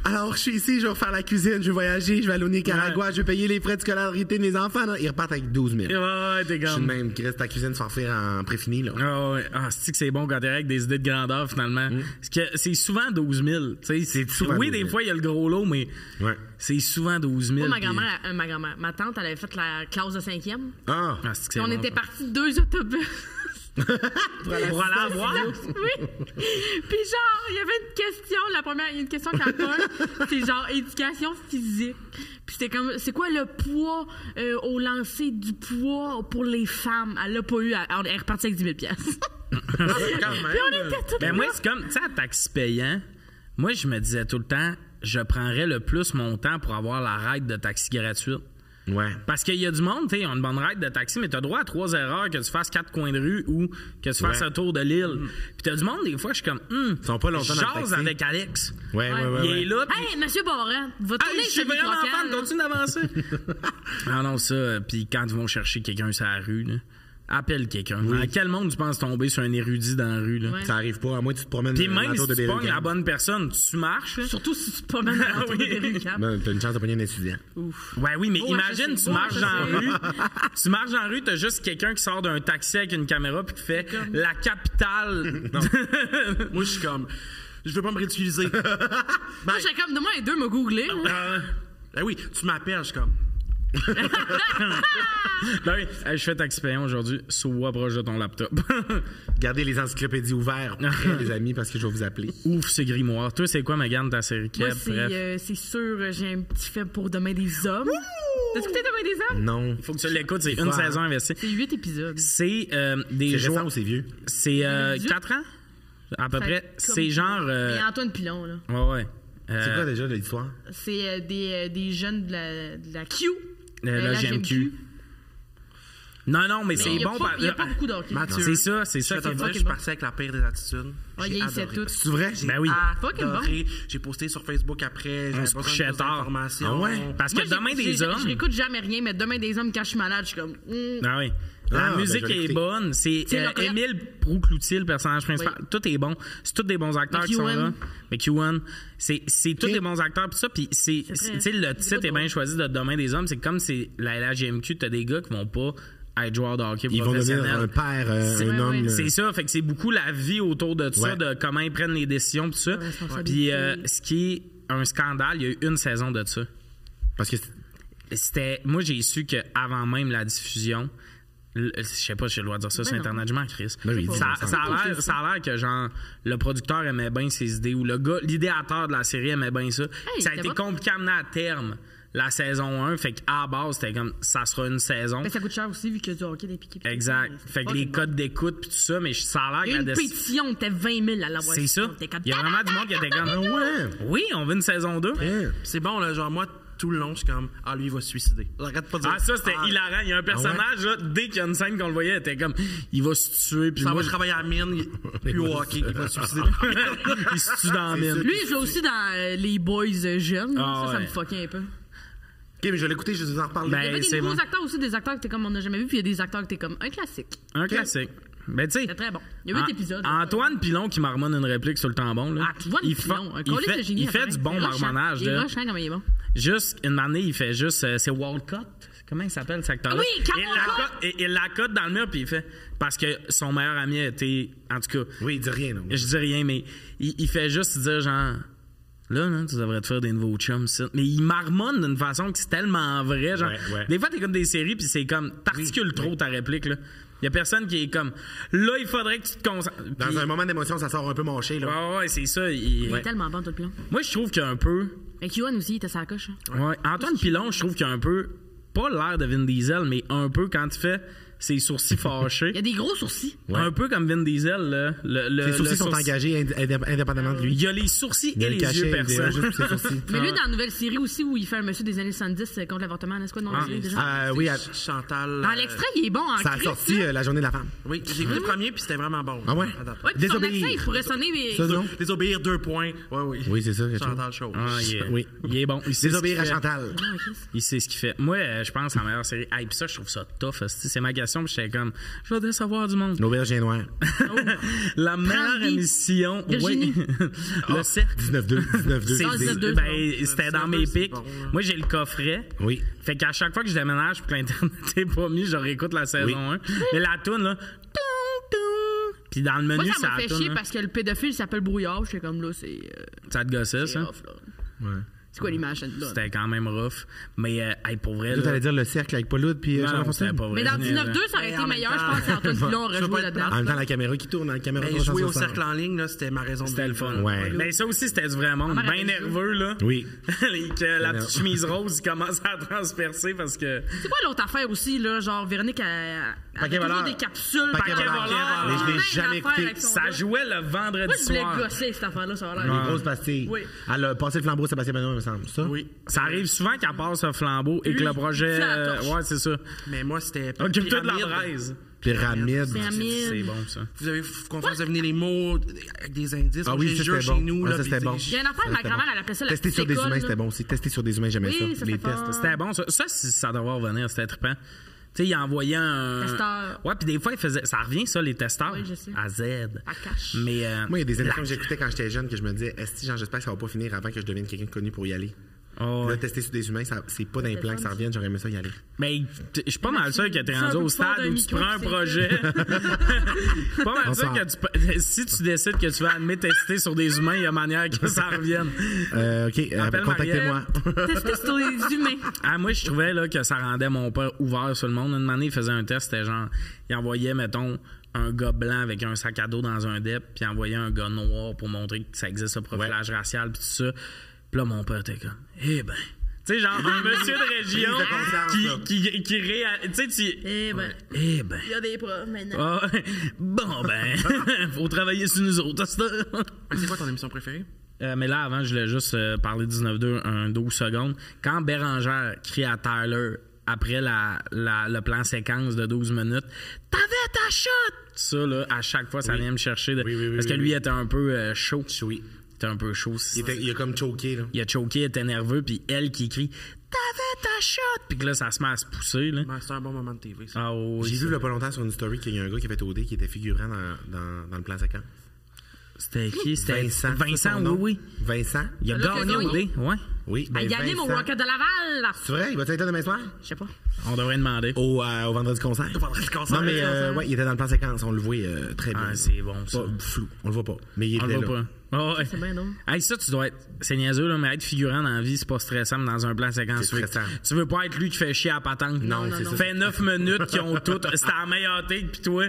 [SPEAKER 2] alors je suis ici, je vais refaire la cuisine, je vais voyager, je vais aller au Nicaragua, je vais payer les frais de scolarité de mes enfants, là, ils repartent avec 12 000.
[SPEAKER 1] Ouais, ouais, t'es
[SPEAKER 2] Je suis
[SPEAKER 1] comme.
[SPEAKER 2] de même, Chris, ta cuisine se fait offrir en préfini, là.
[SPEAKER 1] Ah, ouais. Ah, c'est que c'est bon quand t'es avec des idées de grandeur, finalement. Parce que c'est souvent 12 000. tu sais.
[SPEAKER 2] Hmm. souvent
[SPEAKER 1] oui,
[SPEAKER 2] 12 000.
[SPEAKER 1] des fois, il y a le gros lot, mais
[SPEAKER 2] Ouais.
[SPEAKER 1] c'est souvent 12 000.
[SPEAKER 4] Moi, ma
[SPEAKER 1] puis-
[SPEAKER 4] grand-mère, euh, ma grand-mère, ma tante, elle avait fait la classe de cinquième.
[SPEAKER 2] Ah!
[SPEAKER 1] Ah, c'est que c'est
[SPEAKER 4] Puis on
[SPEAKER 1] bon,
[SPEAKER 4] était
[SPEAKER 1] ça.
[SPEAKER 4] partis de deux autobus.
[SPEAKER 1] pour aller voir.
[SPEAKER 4] oui. Puis genre, il y avait une question, la première, il y a une question qui apporte, c'est genre éducation physique. Puis c'était comme, c'est quoi le poids euh, au lancer du poids pour les femmes? Elle l'a pas eu, elle, elle est repartie avec 10 000 piastres.
[SPEAKER 5] Ah, Quand même.
[SPEAKER 4] Puis on était toutes
[SPEAKER 1] Ben
[SPEAKER 4] là.
[SPEAKER 1] moi, c'est comme, tu sais, à taxe payant, moi, je me disais tout le temps, je prendrais le plus mon temps pour avoir la ride de taxi gratuite.
[SPEAKER 2] Ouais.
[SPEAKER 1] Parce qu'il y a du monde, tu sais, ils ont une bonne ride de taxi, mais t'as droit à trois erreurs, que tu fasses quatre coins de rue ou que tu fasses
[SPEAKER 2] Ouais. Mm.
[SPEAKER 1] un tour de l'île. Puis t'as du monde, des fois, je suis comme, hum,
[SPEAKER 2] Ils sont pas longtemps dans le
[SPEAKER 1] j'ose
[SPEAKER 2] taxi.
[SPEAKER 1] avec Alex.
[SPEAKER 2] Ouais, ouais, ouais.
[SPEAKER 1] il
[SPEAKER 2] ouais.
[SPEAKER 1] est là, puis
[SPEAKER 4] Hey, monsieur Barrette, va
[SPEAKER 1] Hey,
[SPEAKER 4] tourner
[SPEAKER 1] je suis
[SPEAKER 4] celui
[SPEAKER 1] vraiment
[SPEAKER 4] croquant,
[SPEAKER 1] fan,
[SPEAKER 4] là.
[SPEAKER 1] continue d'avancer. ah non, ça, euh, puis quand ils vont chercher quelqu'un sur la rue, là, appelle quelqu'un. À quel monde tu penses tomber sur un érudit dans la rue? Là?
[SPEAKER 4] Ouais.
[SPEAKER 2] Ça arrive pas, à moins que tu te promènes
[SPEAKER 1] Puis
[SPEAKER 2] dans
[SPEAKER 1] même
[SPEAKER 2] la tour
[SPEAKER 1] si
[SPEAKER 2] de
[SPEAKER 1] tu pognes
[SPEAKER 2] Berry
[SPEAKER 1] Euh, la bonne personne, tu marches. là.
[SPEAKER 4] Surtout si tu te promènes dans
[SPEAKER 1] Ah oui.
[SPEAKER 4] l'entrée des rues, hein. Cap.
[SPEAKER 2] Ben, t'as une chance de pogner un étudiant.
[SPEAKER 1] Ouais, oui, mais
[SPEAKER 4] Beau
[SPEAKER 1] imagine,
[SPEAKER 4] HEC,
[SPEAKER 1] tu
[SPEAKER 4] beau
[SPEAKER 1] marches
[SPEAKER 4] HEC.
[SPEAKER 1] dans la rue, tu marches dans la rue, t'as juste quelqu'un qui sort d'un taxi avec une caméra puis qui fait la capitale.
[SPEAKER 5] Moi, je suis comme. Je veux pas me réutiliser.
[SPEAKER 4] Moi, j'étais comme, donne-moi les deux, m'a googlé. là.
[SPEAKER 1] Euh,
[SPEAKER 5] Ben oui, tu m'appelles, je suis comme.
[SPEAKER 1] ben oui, Hey, je fais taxi payant aujourd'hui, sois proche de ton laptop.
[SPEAKER 2] Gardez les encyclopédies ouvertes, prêts, les amis, parce que je vais vous appeler.
[SPEAKER 1] Ouf, c'est grimoire. Toi, c'est quoi, Megan, ta série
[SPEAKER 4] Moi,
[SPEAKER 1] Keb?
[SPEAKER 4] c'est
[SPEAKER 1] Bref.
[SPEAKER 4] euh, c'est sûr, euh, j'ai un petit fait pour Demain des hommes. T'as écouté Demain des hommes?
[SPEAKER 2] Non.
[SPEAKER 1] Faut que tu l'écoutes, c'est une
[SPEAKER 2] Wow.
[SPEAKER 1] saison investie.
[SPEAKER 4] C'est huit épisodes.
[SPEAKER 1] C'est euh, des
[SPEAKER 2] C'est récent
[SPEAKER 1] joueurs.
[SPEAKER 2] ou c'est vieux?
[SPEAKER 1] C'est
[SPEAKER 4] 2018?
[SPEAKER 1] 4 ans, à peu
[SPEAKER 4] Fait
[SPEAKER 1] près.
[SPEAKER 4] comme-
[SPEAKER 1] C'est genre. euh,
[SPEAKER 4] Et Antoine Pilon, là.
[SPEAKER 1] Ouais, ouais. Euh,
[SPEAKER 2] C'est quoi déjà l'histoire?
[SPEAKER 4] C'est euh, des, euh, des jeunes de la, de la Q.
[SPEAKER 1] euh,
[SPEAKER 4] Euh,
[SPEAKER 1] la
[SPEAKER 4] la
[SPEAKER 1] GMQ. Non, non, mais
[SPEAKER 4] Mais
[SPEAKER 1] c'est
[SPEAKER 4] il y a
[SPEAKER 1] bon. ben,
[SPEAKER 4] pas-
[SPEAKER 1] par-
[SPEAKER 4] Il n'y a pas beaucoup d'hockey.
[SPEAKER 5] Mathieu.
[SPEAKER 1] C'est ça, c'est ça.
[SPEAKER 5] Je
[SPEAKER 1] qui est
[SPEAKER 5] te dire, je
[SPEAKER 1] fucking
[SPEAKER 5] suis
[SPEAKER 1] bon.
[SPEAKER 5] parti avec la pire des attitudes.
[SPEAKER 4] Ouais,
[SPEAKER 5] J'ai
[SPEAKER 4] ils essaient
[SPEAKER 5] adoré.
[SPEAKER 4] tous.
[SPEAKER 2] C'est vrai? J'ai-
[SPEAKER 1] Ben oui.
[SPEAKER 4] Ah, fucking
[SPEAKER 5] adoré. J'ai posté sur Facebook après. j'avais
[SPEAKER 1] se
[SPEAKER 5] besoin de
[SPEAKER 1] couchait
[SPEAKER 5] plus
[SPEAKER 1] tard.
[SPEAKER 2] Ah
[SPEAKER 5] d'informations.
[SPEAKER 2] ouais?
[SPEAKER 1] Parce que
[SPEAKER 4] Moi, j'ai-
[SPEAKER 1] Demain
[SPEAKER 4] j'ai-
[SPEAKER 1] des
[SPEAKER 4] j'ai- Je
[SPEAKER 1] Hommes.
[SPEAKER 4] n'écoute jamais rien, mais Demain des hommes, quand je suis malade, je suis comme. hmm.
[SPEAKER 1] Ah oui.
[SPEAKER 2] Ah,
[SPEAKER 1] La
[SPEAKER 2] ben,
[SPEAKER 1] musique
[SPEAKER 2] je vais
[SPEAKER 1] est
[SPEAKER 2] l'écouter.
[SPEAKER 1] bonne. C'est
[SPEAKER 4] C'est
[SPEAKER 1] euh,
[SPEAKER 4] Lockhart.
[SPEAKER 1] Émile Proucloutier, le personnage principal.
[SPEAKER 4] Oui.
[SPEAKER 1] Tout est bon. C'est tous des bons acteurs qui sont
[SPEAKER 4] McEwan.
[SPEAKER 1] là. McEwan. C'est c'est tous
[SPEAKER 2] Ok.
[SPEAKER 1] des bons acteurs. Puis ça, puis c'est.
[SPEAKER 4] C'est
[SPEAKER 1] c'est-
[SPEAKER 4] vrai.
[SPEAKER 1] Tu sais, le
[SPEAKER 4] C'est
[SPEAKER 1] titre
[SPEAKER 4] pas
[SPEAKER 1] est bien
[SPEAKER 4] drôle.
[SPEAKER 1] choisi de Demain des Hommes. C'est comme c'est la LHGMQ, t'as des gars qui vont pas être joueurs de hockey
[SPEAKER 2] Ils vont devenir
[SPEAKER 1] professionnels.
[SPEAKER 2] un père, euh,
[SPEAKER 1] C'est-
[SPEAKER 2] un homme.
[SPEAKER 4] ouais.
[SPEAKER 2] là.
[SPEAKER 1] C'est ça, fait que c'est beaucoup la vie autour de tout ça,
[SPEAKER 2] Ouais.
[SPEAKER 1] de comment ils prennent les décisions, tout ça.
[SPEAKER 4] responsabilité.
[SPEAKER 1] Puis euh, ce qui est un scandale, il y a eu une saison de ça.
[SPEAKER 2] Parce que c'est-
[SPEAKER 1] C'était, moi j'ai su que avant même la diffusion, le- Je sais pas si j'ai le droit de dire ça sur
[SPEAKER 4] non.
[SPEAKER 1] Internet, je m'en crisse.
[SPEAKER 2] Ben oui,
[SPEAKER 1] ça,
[SPEAKER 2] dis-le,
[SPEAKER 1] ça
[SPEAKER 2] ça.
[SPEAKER 1] a l'air- ça a l'air que genre le producteur aimait bien ses idées ou le gars, l'idéateur de la série aimait bien ça. ça a
[SPEAKER 4] c'était
[SPEAKER 1] été
[SPEAKER 4] bon.
[SPEAKER 1] compliqué à amener à terme la saison 1. Fait qu'à la base, c'était comme ça sera une saison.
[SPEAKER 4] Mais ça coûte cher aussi, vu qu'il y a du hockey des piquets.
[SPEAKER 1] Exact. Fait que les codes d'écoute pis tout ça, mais ça a l'air
[SPEAKER 4] Il y a
[SPEAKER 1] que
[SPEAKER 4] eu
[SPEAKER 1] la
[SPEAKER 4] une
[SPEAKER 1] déc-
[SPEAKER 4] pétition, t'es 20 000 à l'avoir.
[SPEAKER 1] C'est ça.
[SPEAKER 4] T'es comme,
[SPEAKER 1] Il y a vraiment du monde qui était
[SPEAKER 2] Ah
[SPEAKER 1] comme
[SPEAKER 2] ouais!
[SPEAKER 1] Oui, on veut une saison 2.
[SPEAKER 2] Hein?
[SPEAKER 5] C'est bon, là, genre, moi, tout le long, je suis comme, ah, lui, il va se suicider. Je regarde pas dire.
[SPEAKER 1] Ah, ça, c'était hilarant. Il y a un personnage, là, dès qu'il y a une scène qu'on le voyait, il était comme, il va se tuer, puis
[SPEAKER 5] Ça
[SPEAKER 1] moi,
[SPEAKER 5] va travailler à la mine, il- puis au hockey, il va se suicider.
[SPEAKER 1] il se tue dans la mine.
[SPEAKER 4] Lui, il joue aussi dans euh, Les Boys euh, Jeunes.
[SPEAKER 1] Ah,
[SPEAKER 4] ça, ça
[SPEAKER 1] ouais.
[SPEAKER 4] me fuckait un peu.
[SPEAKER 2] Ok, mais je vais l'écouter, je vous en reparle.
[SPEAKER 1] Ben,
[SPEAKER 4] Il y avait
[SPEAKER 1] c'est
[SPEAKER 4] des nouveaux
[SPEAKER 1] bon.
[SPEAKER 4] acteurs aussi, des acteurs que t'es comme on n'a jamais vu, puis il y a des acteurs que t'es comme un classique.
[SPEAKER 1] Un classique. Ben, tu sais.
[SPEAKER 4] C'est très bon. Il y a huit
[SPEAKER 1] An-
[SPEAKER 4] épisodes. Ah,
[SPEAKER 1] Antoine Pilon qui marmonne une réplique sur le temps bon. Là.
[SPEAKER 4] Antoine
[SPEAKER 1] il fa-
[SPEAKER 4] Pilon, un
[SPEAKER 1] il
[SPEAKER 4] colis
[SPEAKER 1] fait,
[SPEAKER 4] de génie.
[SPEAKER 1] il fait
[SPEAKER 4] apparemment.
[SPEAKER 1] du bon
[SPEAKER 4] Il est rush, hein.
[SPEAKER 1] marmonnage.
[SPEAKER 4] Il est
[SPEAKER 1] là.
[SPEAKER 4] rush, hein, comme il est bon.
[SPEAKER 1] Juste, une année, il fait juste. euh, c'est Walcott. Comment il s'appelle cet acteur-là?
[SPEAKER 4] Ah Oui, Carl
[SPEAKER 1] Il la
[SPEAKER 4] Walcott.
[SPEAKER 1] cote- il- Il la cote dans le mur, puis il fait. Parce que son meilleur ami était. En tout cas,
[SPEAKER 2] Oui, il dit rien, non.
[SPEAKER 1] je dis rien, mais il, il fait juste dire genre. Là, là, tu devrais te faire des nouveaux chums, ça. Mais il marmonne d'une façon que c'est tellement vrai. Genre,
[SPEAKER 2] Ouais, ouais.
[SPEAKER 1] Des fois, t'es comme des séries, puis c'est comme. T'articules trop ta réplique, là. Il y a personne qui est comme. Là, il faudrait que tu te concentres.
[SPEAKER 2] Dans
[SPEAKER 1] Puis- Ah,
[SPEAKER 2] un moment d'émotion, ça sort un peu manché, là.
[SPEAKER 1] Ouais, ouais, c'est ça. il-
[SPEAKER 4] Il est tellement bon tout le plan.
[SPEAKER 1] Moi, je trouve qu'il y a un peu.
[SPEAKER 4] Et Yohan aussi, il était sa coche. hein.
[SPEAKER 1] Ouais, Antoine Pilon, je trouve qu'il y a un peu. Pas l'air de Vin Diesel, mais un peu quand il fait ses sourcils fâchés.
[SPEAKER 4] Il y a des gros sourcils.
[SPEAKER 2] Ouais.
[SPEAKER 1] Un peu comme Vin Diesel, là. Le, le-
[SPEAKER 2] Ses
[SPEAKER 1] euh, le
[SPEAKER 2] sourcils sont
[SPEAKER 1] sourcil-
[SPEAKER 2] engagés ind- indép- indépendamment de
[SPEAKER 1] Il
[SPEAKER 2] lui.
[SPEAKER 1] y a les sourcils
[SPEAKER 2] Il y
[SPEAKER 1] et
[SPEAKER 2] a le
[SPEAKER 1] les
[SPEAKER 2] cachet,
[SPEAKER 1] yeux
[SPEAKER 2] il y a
[SPEAKER 1] perçants.
[SPEAKER 2] juste ses sourcils.
[SPEAKER 1] Ah
[SPEAKER 4] Mais lui, dans la nouvelle série aussi, où il fait un monsieur des années 70 euh, contre l'avortement, n'est-ce quoi, non,
[SPEAKER 1] Ah,
[SPEAKER 4] le- déjà?
[SPEAKER 2] Ah, oui, à-
[SPEAKER 5] Ch- Chantal.
[SPEAKER 4] Dans
[SPEAKER 5] euh,
[SPEAKER 4] l'extrait, il est bon en
[SPEAKER 2] ça a
[SPEAKER 4] Christ,
[SPEAKER 2] sorti
[SPEAKER 4] là.
[SPEAKER 2] euh, la journée de la femme.
[SPEAKER 5] Oui, j'ai écouté le premier, puis c'était vraiment bon.
[SPEAKER 2] Ah ouais?
[SPEAKER 5] À date.
[SPEAKER 4] Ouais, puis son
[SPEAKER 2] Désobéir.
[SPEAKER 4] accent, il pourrait sonner, mais.
[SPEAKER 2] Ça, non?
[SPEAKER 5] Deux- Désobéir, deux points. Ouais, oui.
[SPEAKER 2] Oui, c'est ça, quelque
[SPEAKER 5] Chantal Show.
[SPEAKER 1] Ah, il est-
[SPEAKER 2] Oui.
[SPEAKER 1] Il est bon. Il sait ce qu'il
[SPEAKER 2] Désobéir à
[SPEAKER 1] fait.
[SPEAKER 2] Chantal.
[SPEAKER 4] Ah, ouais, Christ.
[SPEAKER 1] Il sait ce qu'il fait. Moi, euh, je pense que la meilleure série. Ah, et puis ça, je trouve ça tough. hostie. C'est ma question, puis j'étais comme, je vais décevoir du monde.
[SPEAKER 2] L'auberge est noire.
[SPEAKER 1] La meilleure
[SPEAKER 4] vie.
[SPEAKER 1] émission.
[SPEAKER 4] Virginie.
[SPEAKER 1] Oui.
[SPEAKER 2] Ah,
[SPEAKER 1] le cercle.
[SPEAKER 2] 19-2, 19-2.
[SPEAKER 1] C'est-
[SPEAKER 4] Ah,
[SPEAKER 1] c'est-
[SPEAKER 4] 19-2,
[SPEAKER 1] ben, c'était dans mes
[SPEAKER 5] 19-2, c'est
[SPEAKER 1] pics.
[SPEAKER 5] bon, là.
[SPEAKER 1] Moi, j'ai le coffret.
[SPEAKER 2] Oui.
[SPEAKER 1] Fait qu'à chaque fois que je déménage pour que l'Internet est pas mis, je réécoute la saison
[SPEAKER 2] Oui.
[SPEAKER 1] 1. Mais la toune, là. toum, toum. Puis dans le menu,
[SPEAKER 4] Moi,
[SPEAKER 1] ça hein.
[SPEAKER 4] ça m'a fait
[SPEAKER 1] tourne,
[SPEAKER 4] chier
[SPEAKER 1] là.
[SPEAKER 4] parce que le pédophile s'appelle Brouillard. J'étais comme là, c'est. euh,
[SPEAKER 1] Ça te gossait,
[SPEAKER 4] c'est
[SPEAKER 1] ça?
[SPEAKER 4] rough, là. C'est quoi l'image là?
[SPEAKER 1] C'était quand même rough. Mais, euh, hey, pour vrai,
[SPEAKER 2] Tu
[SPEAKER 1] là,
[SPEAKER 2] allais dire le cercle avec Paul Hood puis euh,
[SPEAKER 1] non, non,
[SPEAKER 2] Jean-François.
[SPEAKER 1] c'était pas vrai.
[SPEAKER 4] Mais dans
[SPEAKER 1] Mais,
[SPEAKER 4] 19-2, ça aurait
[SPEAKER 5] Mais
[SPEAKER 4] été
[SPEAKER 5] en
[SPEAKER 4] meilleur,
[SPEAKER 5] même
[SPEAKER 4] je
[SPEAKER 5] temps-
[SPEAKER 4] pense, qu'Antoine Pilon
[SPEAKER 5] Je
[SPEAKER 4] aurait
[SPEAKER 5] veux pas
[SPEAKER 4] joué
[SPEAKER 5] être
[SPEAKER 4] là-dedans.
[SPEAKER 5] plate.
[SPEAKER 2] En même temps, la caméra qui tourne, la caméra
[SPEAKER 5] Ben, jouer au
[SPEAKER 2] 360.
[SPEAKER 5] cercle en ligne, là, c'était ma raison de
[SPEAKER 1] C'était le fun.
[SPEAKER 2] Ouais.
[SPEAKER 1] Mais ça aussi, c'était du vrai monde.
[SPEAKER 4] mère
[SPEAKER 1] Bien
[SPEAKER 4] avait joué.
[SPEAKER 1] nerveux, là.
[SPEAKER 2] Oui.
[SPEAKER 1] Et que la
[SPEAKER 2] Non.
[SPEAKER 1] petite chemise rose il commence à transpercer parce que.
[SPEAKER 4] C'est quoi l'autre affaire aussi, là? Genre, Véronique, elle- elle
[SPEAKER 2] Paquet
[SPEAKER 4] avait toujours
[SPEAKER 2] voleur.
[SPEAKER 4] des capsules.
[SPEAKER 2] Paquet
[SPEAKER 4] paquet
[SPEAKER 2] voleur.
[SPEAKER 4] voleur.
[SPEAKER 2] Mais je l'ai
[SPEAKER 4] Plein
[SPEAKER 2] jamais
[SPEAKER 4] d'affaires
[SPEAKER 2] écouté.
[SPEAKER 4] avec son
[SPEAKER 1] Ça
[SPEAKER 4] gars.
[SPEAKER 1] jouait le vendredi
[SPEAKER 4] Moi, je voulais
[SPEAKER 1] soir.
[SPEAKER 4] gosser, cette affaire-là, ça a
[SPEAKER 2] Les
[SPEAKER 4] l'air.
[SPEAKER 2] grosses pastilles.
[SPEAKER 4] Oui.
[SPEAKER 2] Elle a passé le flambeau à Sébastien Benoît, il me semble. Ça?
[SPEAKER 5] Oui.
[SPEAKER 1] Ça arrive souvent qu'elle passe un flambeau et que
[SPEAKER 4] Lui,
[SPEAKER 1] le projet.
[SPEAKER 4] il tient la
[SPEAKER 1] euh,
[SPEAKER 4] torche.
[SPEAKER 1] ouais, c'est ça.
[SPEAKER 5] Mais moi, c'était.
[SPEAKER 2] Ah,
[SPEAKER 1] Occupe-toi de la
[SPEAKER 5] pyramide.
[SPEAKER 1] braise.
[SPEAKER 2] Pyramide.
[SPEAKER 4] Pyramide.
[SPEAKER 1] C'est bon, ça.
[SPEAKER 5] Vous avez f- qu'on fasse devenir les mots avec des indices.
[SPEAKER 2] Ah
[SPEAKER 5] Moi,
[SPEAKER 2] oui, ça,
[SPEAKER 5] j'ai le jeu
[SPEAKER 2] c'était bon.
[SPEAKER 5] chez nous.
[SPEAKER 2] Ah,
[SPEAKER 5] là,
[SPEAKER 2] ça,
[SPEAKER 5] puis
[SPEAKER 2] c'était bon.
[SPEAKER 4] Il y a une affaire,
[SPEAKER 2] Ça,
[SPEAKER 4] ma
[SPEAKER 2] c'était
[SPEAKER 4] grand-mère,
[SPEAKER 2] bon.
[SPEAKER 4] elle appelait ça la
[SPEAKER 2] Tester
[SPEAKER 4] petite
[SPEAKER 2] sur des
[SPEAKER 4] école,
[SPEAKER 2] humains,
[SPEAKER 4] là.
[SPEAKER 2] c'était bon aussi. Tester sur des humains, j'aimais
[SPEAKER 4] Oui,
[SPEAKER 2] ça.
[SPEAKER 4] ça,
[SPEAKER 2] Les
[SPEAKER 4] c'était
[SPEAKER 2] tests.
[SPEAKER 4] fort.
[SPEAKER 1] C'était bon, ça. Ça, si ça devrait revenir, c'était trippant. Tu sais, il envoyait un.
[SPEAKER 4] Testeur.
[SPEAKER 1] Ouais, puis des fois, il faisait. Ça revient, ça, les testeurs.
[SPEAKER 4] Oui, je sais.
[SPEAKER 1] À Z.
[SPEAKER 4] À cash.
[SPEAKER 1] Mais. euh,
[SPEAKER 2] Moi, il y a des émissions
[SPEAKER 1] la-
[SPEAKER 2] que j'écoutais quand j'étais jeune que je me disais, est-ce que genre, j'espère que ça va pas finir avant que je devienne quelqu'un de connu pour y aller.
[SPEAKER 1] Oh,
[SPEAKER 2] Là,
[SPEAKER 1] ouais.
[SPEAKER 2] tester sur des humains, ça- c'est pas d'un plan que ça revienne, j'aurais aimé ça y aller.
[SPEAKER 1] Mais t- je suis pas mal sûr que t'es
[SPEAKER 4] c'est un
[SPEAKER 1] rendu
[SPEAKER 4] peu
[SPEAKER 1] au
[SPEAKER 4] plus fort
[SPEAKER 1] stade
[SPEAKER 4] d'un
[SPEAKER 1] où tu
[SPEAKER 4] micro,
[SPEAKER 1] prends un
[SPEAKER 4] c'est-
[SPEAKER 1] projet. pas mal sûr
[SPEAKER 2] Bonsoir.
[SPEAKER 1] que tu. peux- Si tu décides que tu vas admettre tester sur des humains, il y a manière que ça revienne.
[SPEAKER 2] Euh, OK, euh,
[SPEAKER 1] Appelle
[SPEAKER 2] contactez-moi.
[SPEAKER 4] Tester sur les humains.
[SPEAKER 1] Ah, moi, je trouvais là, que ça rendait mon père ouvert sur le monde. Une année, il faisait un test, c'était genre, il envoyait, mettons, un gars blanc avec un sac à dos dans un DEP, puis il envoyait un gars noir pour montrer que ça existe, le profilage racial, puis tout ça. Puis là, mon père était comme, eh ben. Tu sais, genre, un monsieur de région
[SPEAKER 2] Prise de conscience,
[SPEAKER 1] qui,
[SPEAKER 2] là.
[SPEAKER 1] qui, qui, réa- Tu sais, tu.
[SPEAKER 4] Eh ben,
[SPEAKER 1] Eh ben.
[SPEAKER 4] il y a des preuves maintenant.
[SPEAKER 1] Ah, bon, ben. Faut travailler sur nous autres, c'est ça.
[SPEAKER 5] Mais C'est quoi ton émission préférée?
[SPEAKER 1] Euh, mais là, avant, je voulais juste euh, parler 19-2 un 12 secondes. Quand Bérangère crie à Tyler après la, la- le plan séquence de 12 minutes, T'avais ta shot! Ça, là, à chaque fois, ça vient me chercher. de-
[SPEAKER 2] Oui, oui, oui,
[SPEAKER 1] parce que
[SPEAKER 2] oui,
[SPEAKER 1] lui,
[SPEAKER 2] oui.
[SPEAKER 1] était un peu euh, chaud.
[SPEAKER 2] Oui.
[SPEAKER 1] Il était un peu chaud.
[SPEAKER 2] Il, était- il a comme choqué, là.
[SPEAKER 1] Il a choqué, il était nerveux, puis elle qui crie T'avais ta shot! Puis que là, ça se met à se pousser. Là.
[SPEAKER 5] Ben, C'était un bon moment de TV. ça.
[SPEAKER 1] Ah, oui,
[SPEAKER 2] J'ai
[SPEAKER 1] ça-
[SPEAKER 2] vu il y a pas longtemps sur une story qu'il y a un gars qui avait OD qui était figurant dans, dans, dans le plan séquent.
[SPEAKER 1] C'était qui? C'était
[SPEAKER 2] Vincent. c'est son
[SPEAKER 1] Vincent,
[SPEAKER 2] nom?
[SPEAKER 1] oui, oui.
[SPEAKER 2] Vincent?
[SPEAKER 1] Il a
[SPEAKER 4] Là,
[SPEAKER 1] gagné
[SPEAKER 4] quelqu'un,
[SPEAKER 1] au dé, ouais.
[SPEAKER 2] Oui.
[SPEAKER 4] Ah,
[SPEAKER 2] ben
[SPEAKER 4] Il y a mon
[SPEAKER 2] Vincent.
[SPEAKER 4] Rocket de Laval, là.
[SPEAKER 2] C'est vrai? Il va être là demain soir?
[SPEAKER 4] Je sais pas.
[SPEAKER 1] On devrait demander.
[SPEAKER 2] Au, euh, au vendredi concert.
[SPEAKER 5] Au vendredi concert.
[SPEAKER 2] Non, mais euh, ouais, il était dans le plan séquence. On le voit euh, très bien.
[SPEAKER 1] Ah, c'est bon, ça.
[SPEAKER 2] Pas flou. On le voit pas. Mais il
[SPEAKER 1] On
[SPEAKER 2] était
[SPEAKER 1] le
[SPEAKER 2] là.
[SPEAKER 1] voit pas. Ah ouais.
[SPEAKER 4] C'est bien drôle.
[SPEAKER 1] Hey, ça, tu dois être. C'est niaiseux, là, mais être figurant dans la vie, c'est pas stressant, mais dans un plan séquence.
[SPEAKER 2] C'est
[SPEAKER 1] tu veux-
[SPEAKER 2] stressant.
[SPEAKER 1] Tu veux pas être lui qui fait chier à la patente.
[SPEAKER 2] Non, non, c'est non. ça.
[SPEAKER 1] Fait 9 minutes qui ont toutes. C'était la meilleure take, pis toi,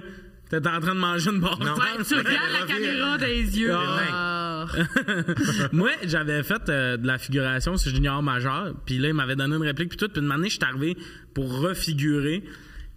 [SPEAKER 1] t'es en train de manger une barre.
[SPEAKER 4] Ouais, tu regardes la caméra dans les yeux.
[SPEAKER 1] Ah.
[SPEAKER 4] Ah.
[SPEAKER 1] Moi, j'avais fait euh, de la figuration sur junior majeur, puis là, il m'avait donné une réplique, puis tout, puis une année, je suis arrivé pour refigurer,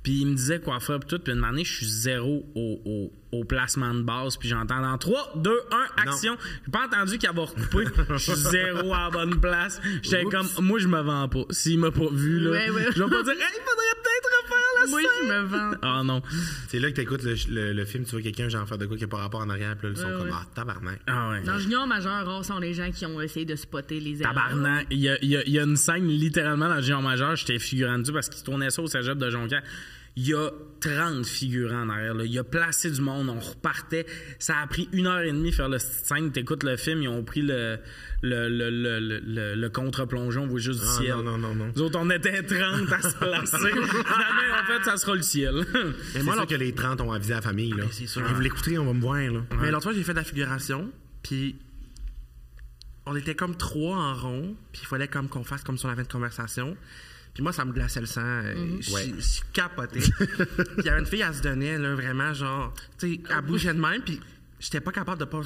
[SPEAKER 1] puis il me disait quoi faire, puis tout, puis une année, je suis zéro au, au- au placement de base, puis j'entends dans 3, 2, 1, action. J'ai pas entendu qu'il avait recoupé, je suis zéro à la bonne place. J'étais comme, moi, je me vends pas. S'il m'a pas vu, là,
[SPEAKER 4] Ouais, ouais.
[SPEAKER 1] je vais pas dire, hey, il faudrait peut-être refaire la
[SPEAKER 4] Moi, je
[SPEAKER 1] scène.
[SPEAKER 4] me vends.
[SPEAKER 1] Ah non.
[SPEAKER 2] C'est là que t'écoutes le, le, le film, tu vois quelqu'un, genre, faire de quoi qui n'a pas rapport en arrière, puis là, ils sont
[SPEAKER 4] Ouais,
[SPEAKER 2] comme,
[SPEAKER 4] ouais.
[SPEAKER 2] ah, tabarnak.
[SPEAKER 1] Ah ouais.
[SPEAKER 4] Dans Junior Majeur, rares sont les gens qui ont essayé de spotter les erreurs.
[SPEAKER 1] Tabarnak. Il y a, il y a- il y a une scène, littéralement, dans le Géant Majeur, j'étais figurant dessus parce qu'il tournait ça au cégep de Jonquière. Il y a 30 figurants en arrière. là. Il a placé du monde. On repartait. Ça a pris une heure et demie faire le petite scène. T'écoutes le film, ils ont pris le, le, le, le, le- le- le contre-plongeon. On voit juste du
[SPEAKER 2] Ah,
[SPEAKER 1] ciel.
[SPEAKER 2] non, non, non, non.
[SPEAKER 1] Nous autres, on était 30 à se placer. Finalement, en fait, ça sera le ciel.
[SPEAKER 2] C'est
[SPEAKER 5] moi,
[SPEAKER 2] sûr
[SPEAKER 5] l'autre-
[SPEAKER 2] que les 30 ont avisé la famille, là.
[SPEAKER 5] mais c'est sûr.
[SPEAKER 2] Hey, vous l'écouterez, on va me voir, là.
[SPEAKER 1] Mhm.
[SPEAKER 5] Mais l'autre fois, j'ai fait de la figuration, puis on était comme trois en rond, puis il fallait comme qu'on fasse comme si on avait une conversation. Puis moi, ça me glaçait le sang. euh,
[SPEAKER 1] Mhm.
[SPEAKER 5] Je
[SPEAKER 2] Ouais.
[SPEAKER 5] suis- je suis capoté. puis il y avait une fille, elle se donnait, là, vraiment, genre, tu sais, elle bougeait de même, puis j'étais pas capable de pas.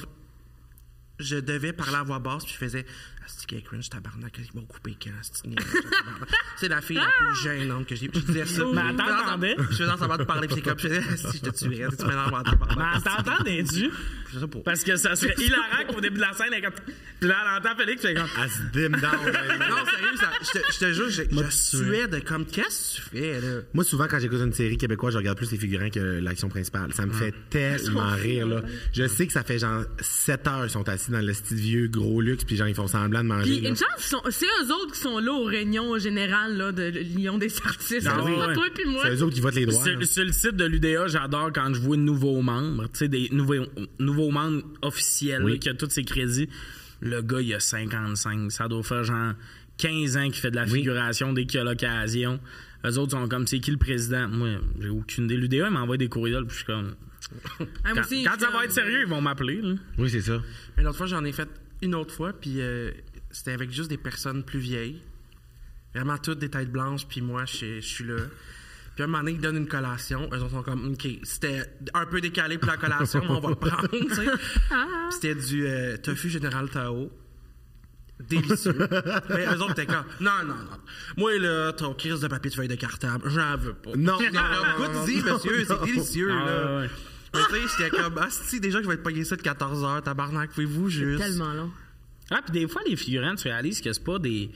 [SPEAKER 5] Je devais parler à voix basse, puis je faisais Asti qui est cringe, tabarnak, ils vont couper quand asti, niaise, tabarnak. C'est la fille la plus gênante que j'ai. Je disais ça.
[SPEAKER 1] Mais attends, attendez.
[SPEAKER 5] Je faisais en savoir de parler, puis c'est comme, je faisais Asti, je te tuerais, tu m'énerves, tabarnak.
[SPEAKER 1] Mais t'entendais-tu?
[SPEAKER 5] Je sais pas.
[SPEAKER 1] Parce que ça serait hilarant qu'au début de la scène, elle est comme... Puis là, elle entend Félix, puis elle est comme...
[SPEAKER 2] Elle se dim down, là.
[SPEAKER 5] Non, sérieux, ça- je te- je te jure, je, je
[SPEAKER 1] tu veux.
[SPEAKER 5] suais de comme, qu'est-ce que tu fais, là?
[SPEAKER 2] Moi, souvent, quand j'écoute une série québécoise, je regarde plus les figurants que l'action principale. Ça me fait tellement rire, là. Je sais que ça fait genre 7 heures qu'ils sont assis dans le style vieux gros luxe, puis genre, ils font semblant de manger.
[SPEAKER 4] Puis
[SPEAKER 2] là.
[SPEAKER 4] une chance, ils sont- c'est eux autres qui sont là aux réunions générales là, de Lyon des artistes.
[SPEAKER 1] Ah
[SPEAKER 4] C'est
[SPEAKER 1] oui,
[SPEAKER 4] pas
[SPEAKER 1] ouais.
[SPEAKER 4] toi puis moi.
[SPEAKER 2] C'est eux autres qui votent les droits. là.
[SPEAKER 1] Sur, sur le site de l'UDA, j'adore quand je vois nouveaux membres, tu sais, des nouveaux, nouveaux membres officiels,
[SPEAKER 2] Oui.
[SPEAKER 1] là, qui a tous ses crédits. Le gars, il a 55. Ça doit faire genre 15 ans qu'il fait de la figuration dès qu'il a l'occasion. Eux autres sont comme, c'est qui le président? Moi, j'ai aucune idée. L'UDA, il m'envoie des courriels, puis je suis comme.
[SPEAKER 4] Ah, moi
[SPEAKER 1] Quand,
[SPEAKER 4] aussi,
[SPEAKER 1] quand
[SPEAKER 4] je-
[SPEAKER 1] ça va être sérieux, ils vont m'appeler. là.
[SPEAKER 2] Oui, c'est ça.
[SPEAKER 5] Mais l'autre fois, j'en ai fait une autre fois, puis euh, c'était avec juste des personnes plus vieilles. Vraiment toutes des têtes blanches, puis moi, je je suis là. Puis à un moment donné, ils donnent une collation. Eux autres sont comme, OK, c'était un peu décalé pour la collation, mais on va le prendre, tu sais. Puis C'était du euh, tofu général Tao. Délicieux. Mais eux autres étaient comme, non, non, non. Moi, là, ton crise de papier de feuille de cartable, j'en veux pas.
[SPEAKER 2] Non, non,
[SPEAKER 5] J'étais comme,
[SPEAKER 2] non, non,
[SPEAKER 5] Goûte-y, monsieur, c'est délicieux,
[SPEAKER 1] Ah,
[SPEAKER 5] là.
[SPEAKER 1] ouais, ouais.
[SPEAKER 5] Mais tu sais, j'étais comme, ah, si, déjà que je vais être pogné ça de 14h, tabarnak, pouvez-vous juste.
[SPEAKER 4] Tellement long.
[SPEAKER 1] Ah, puis des fois, les figurants, tu réalises que c'est pas des.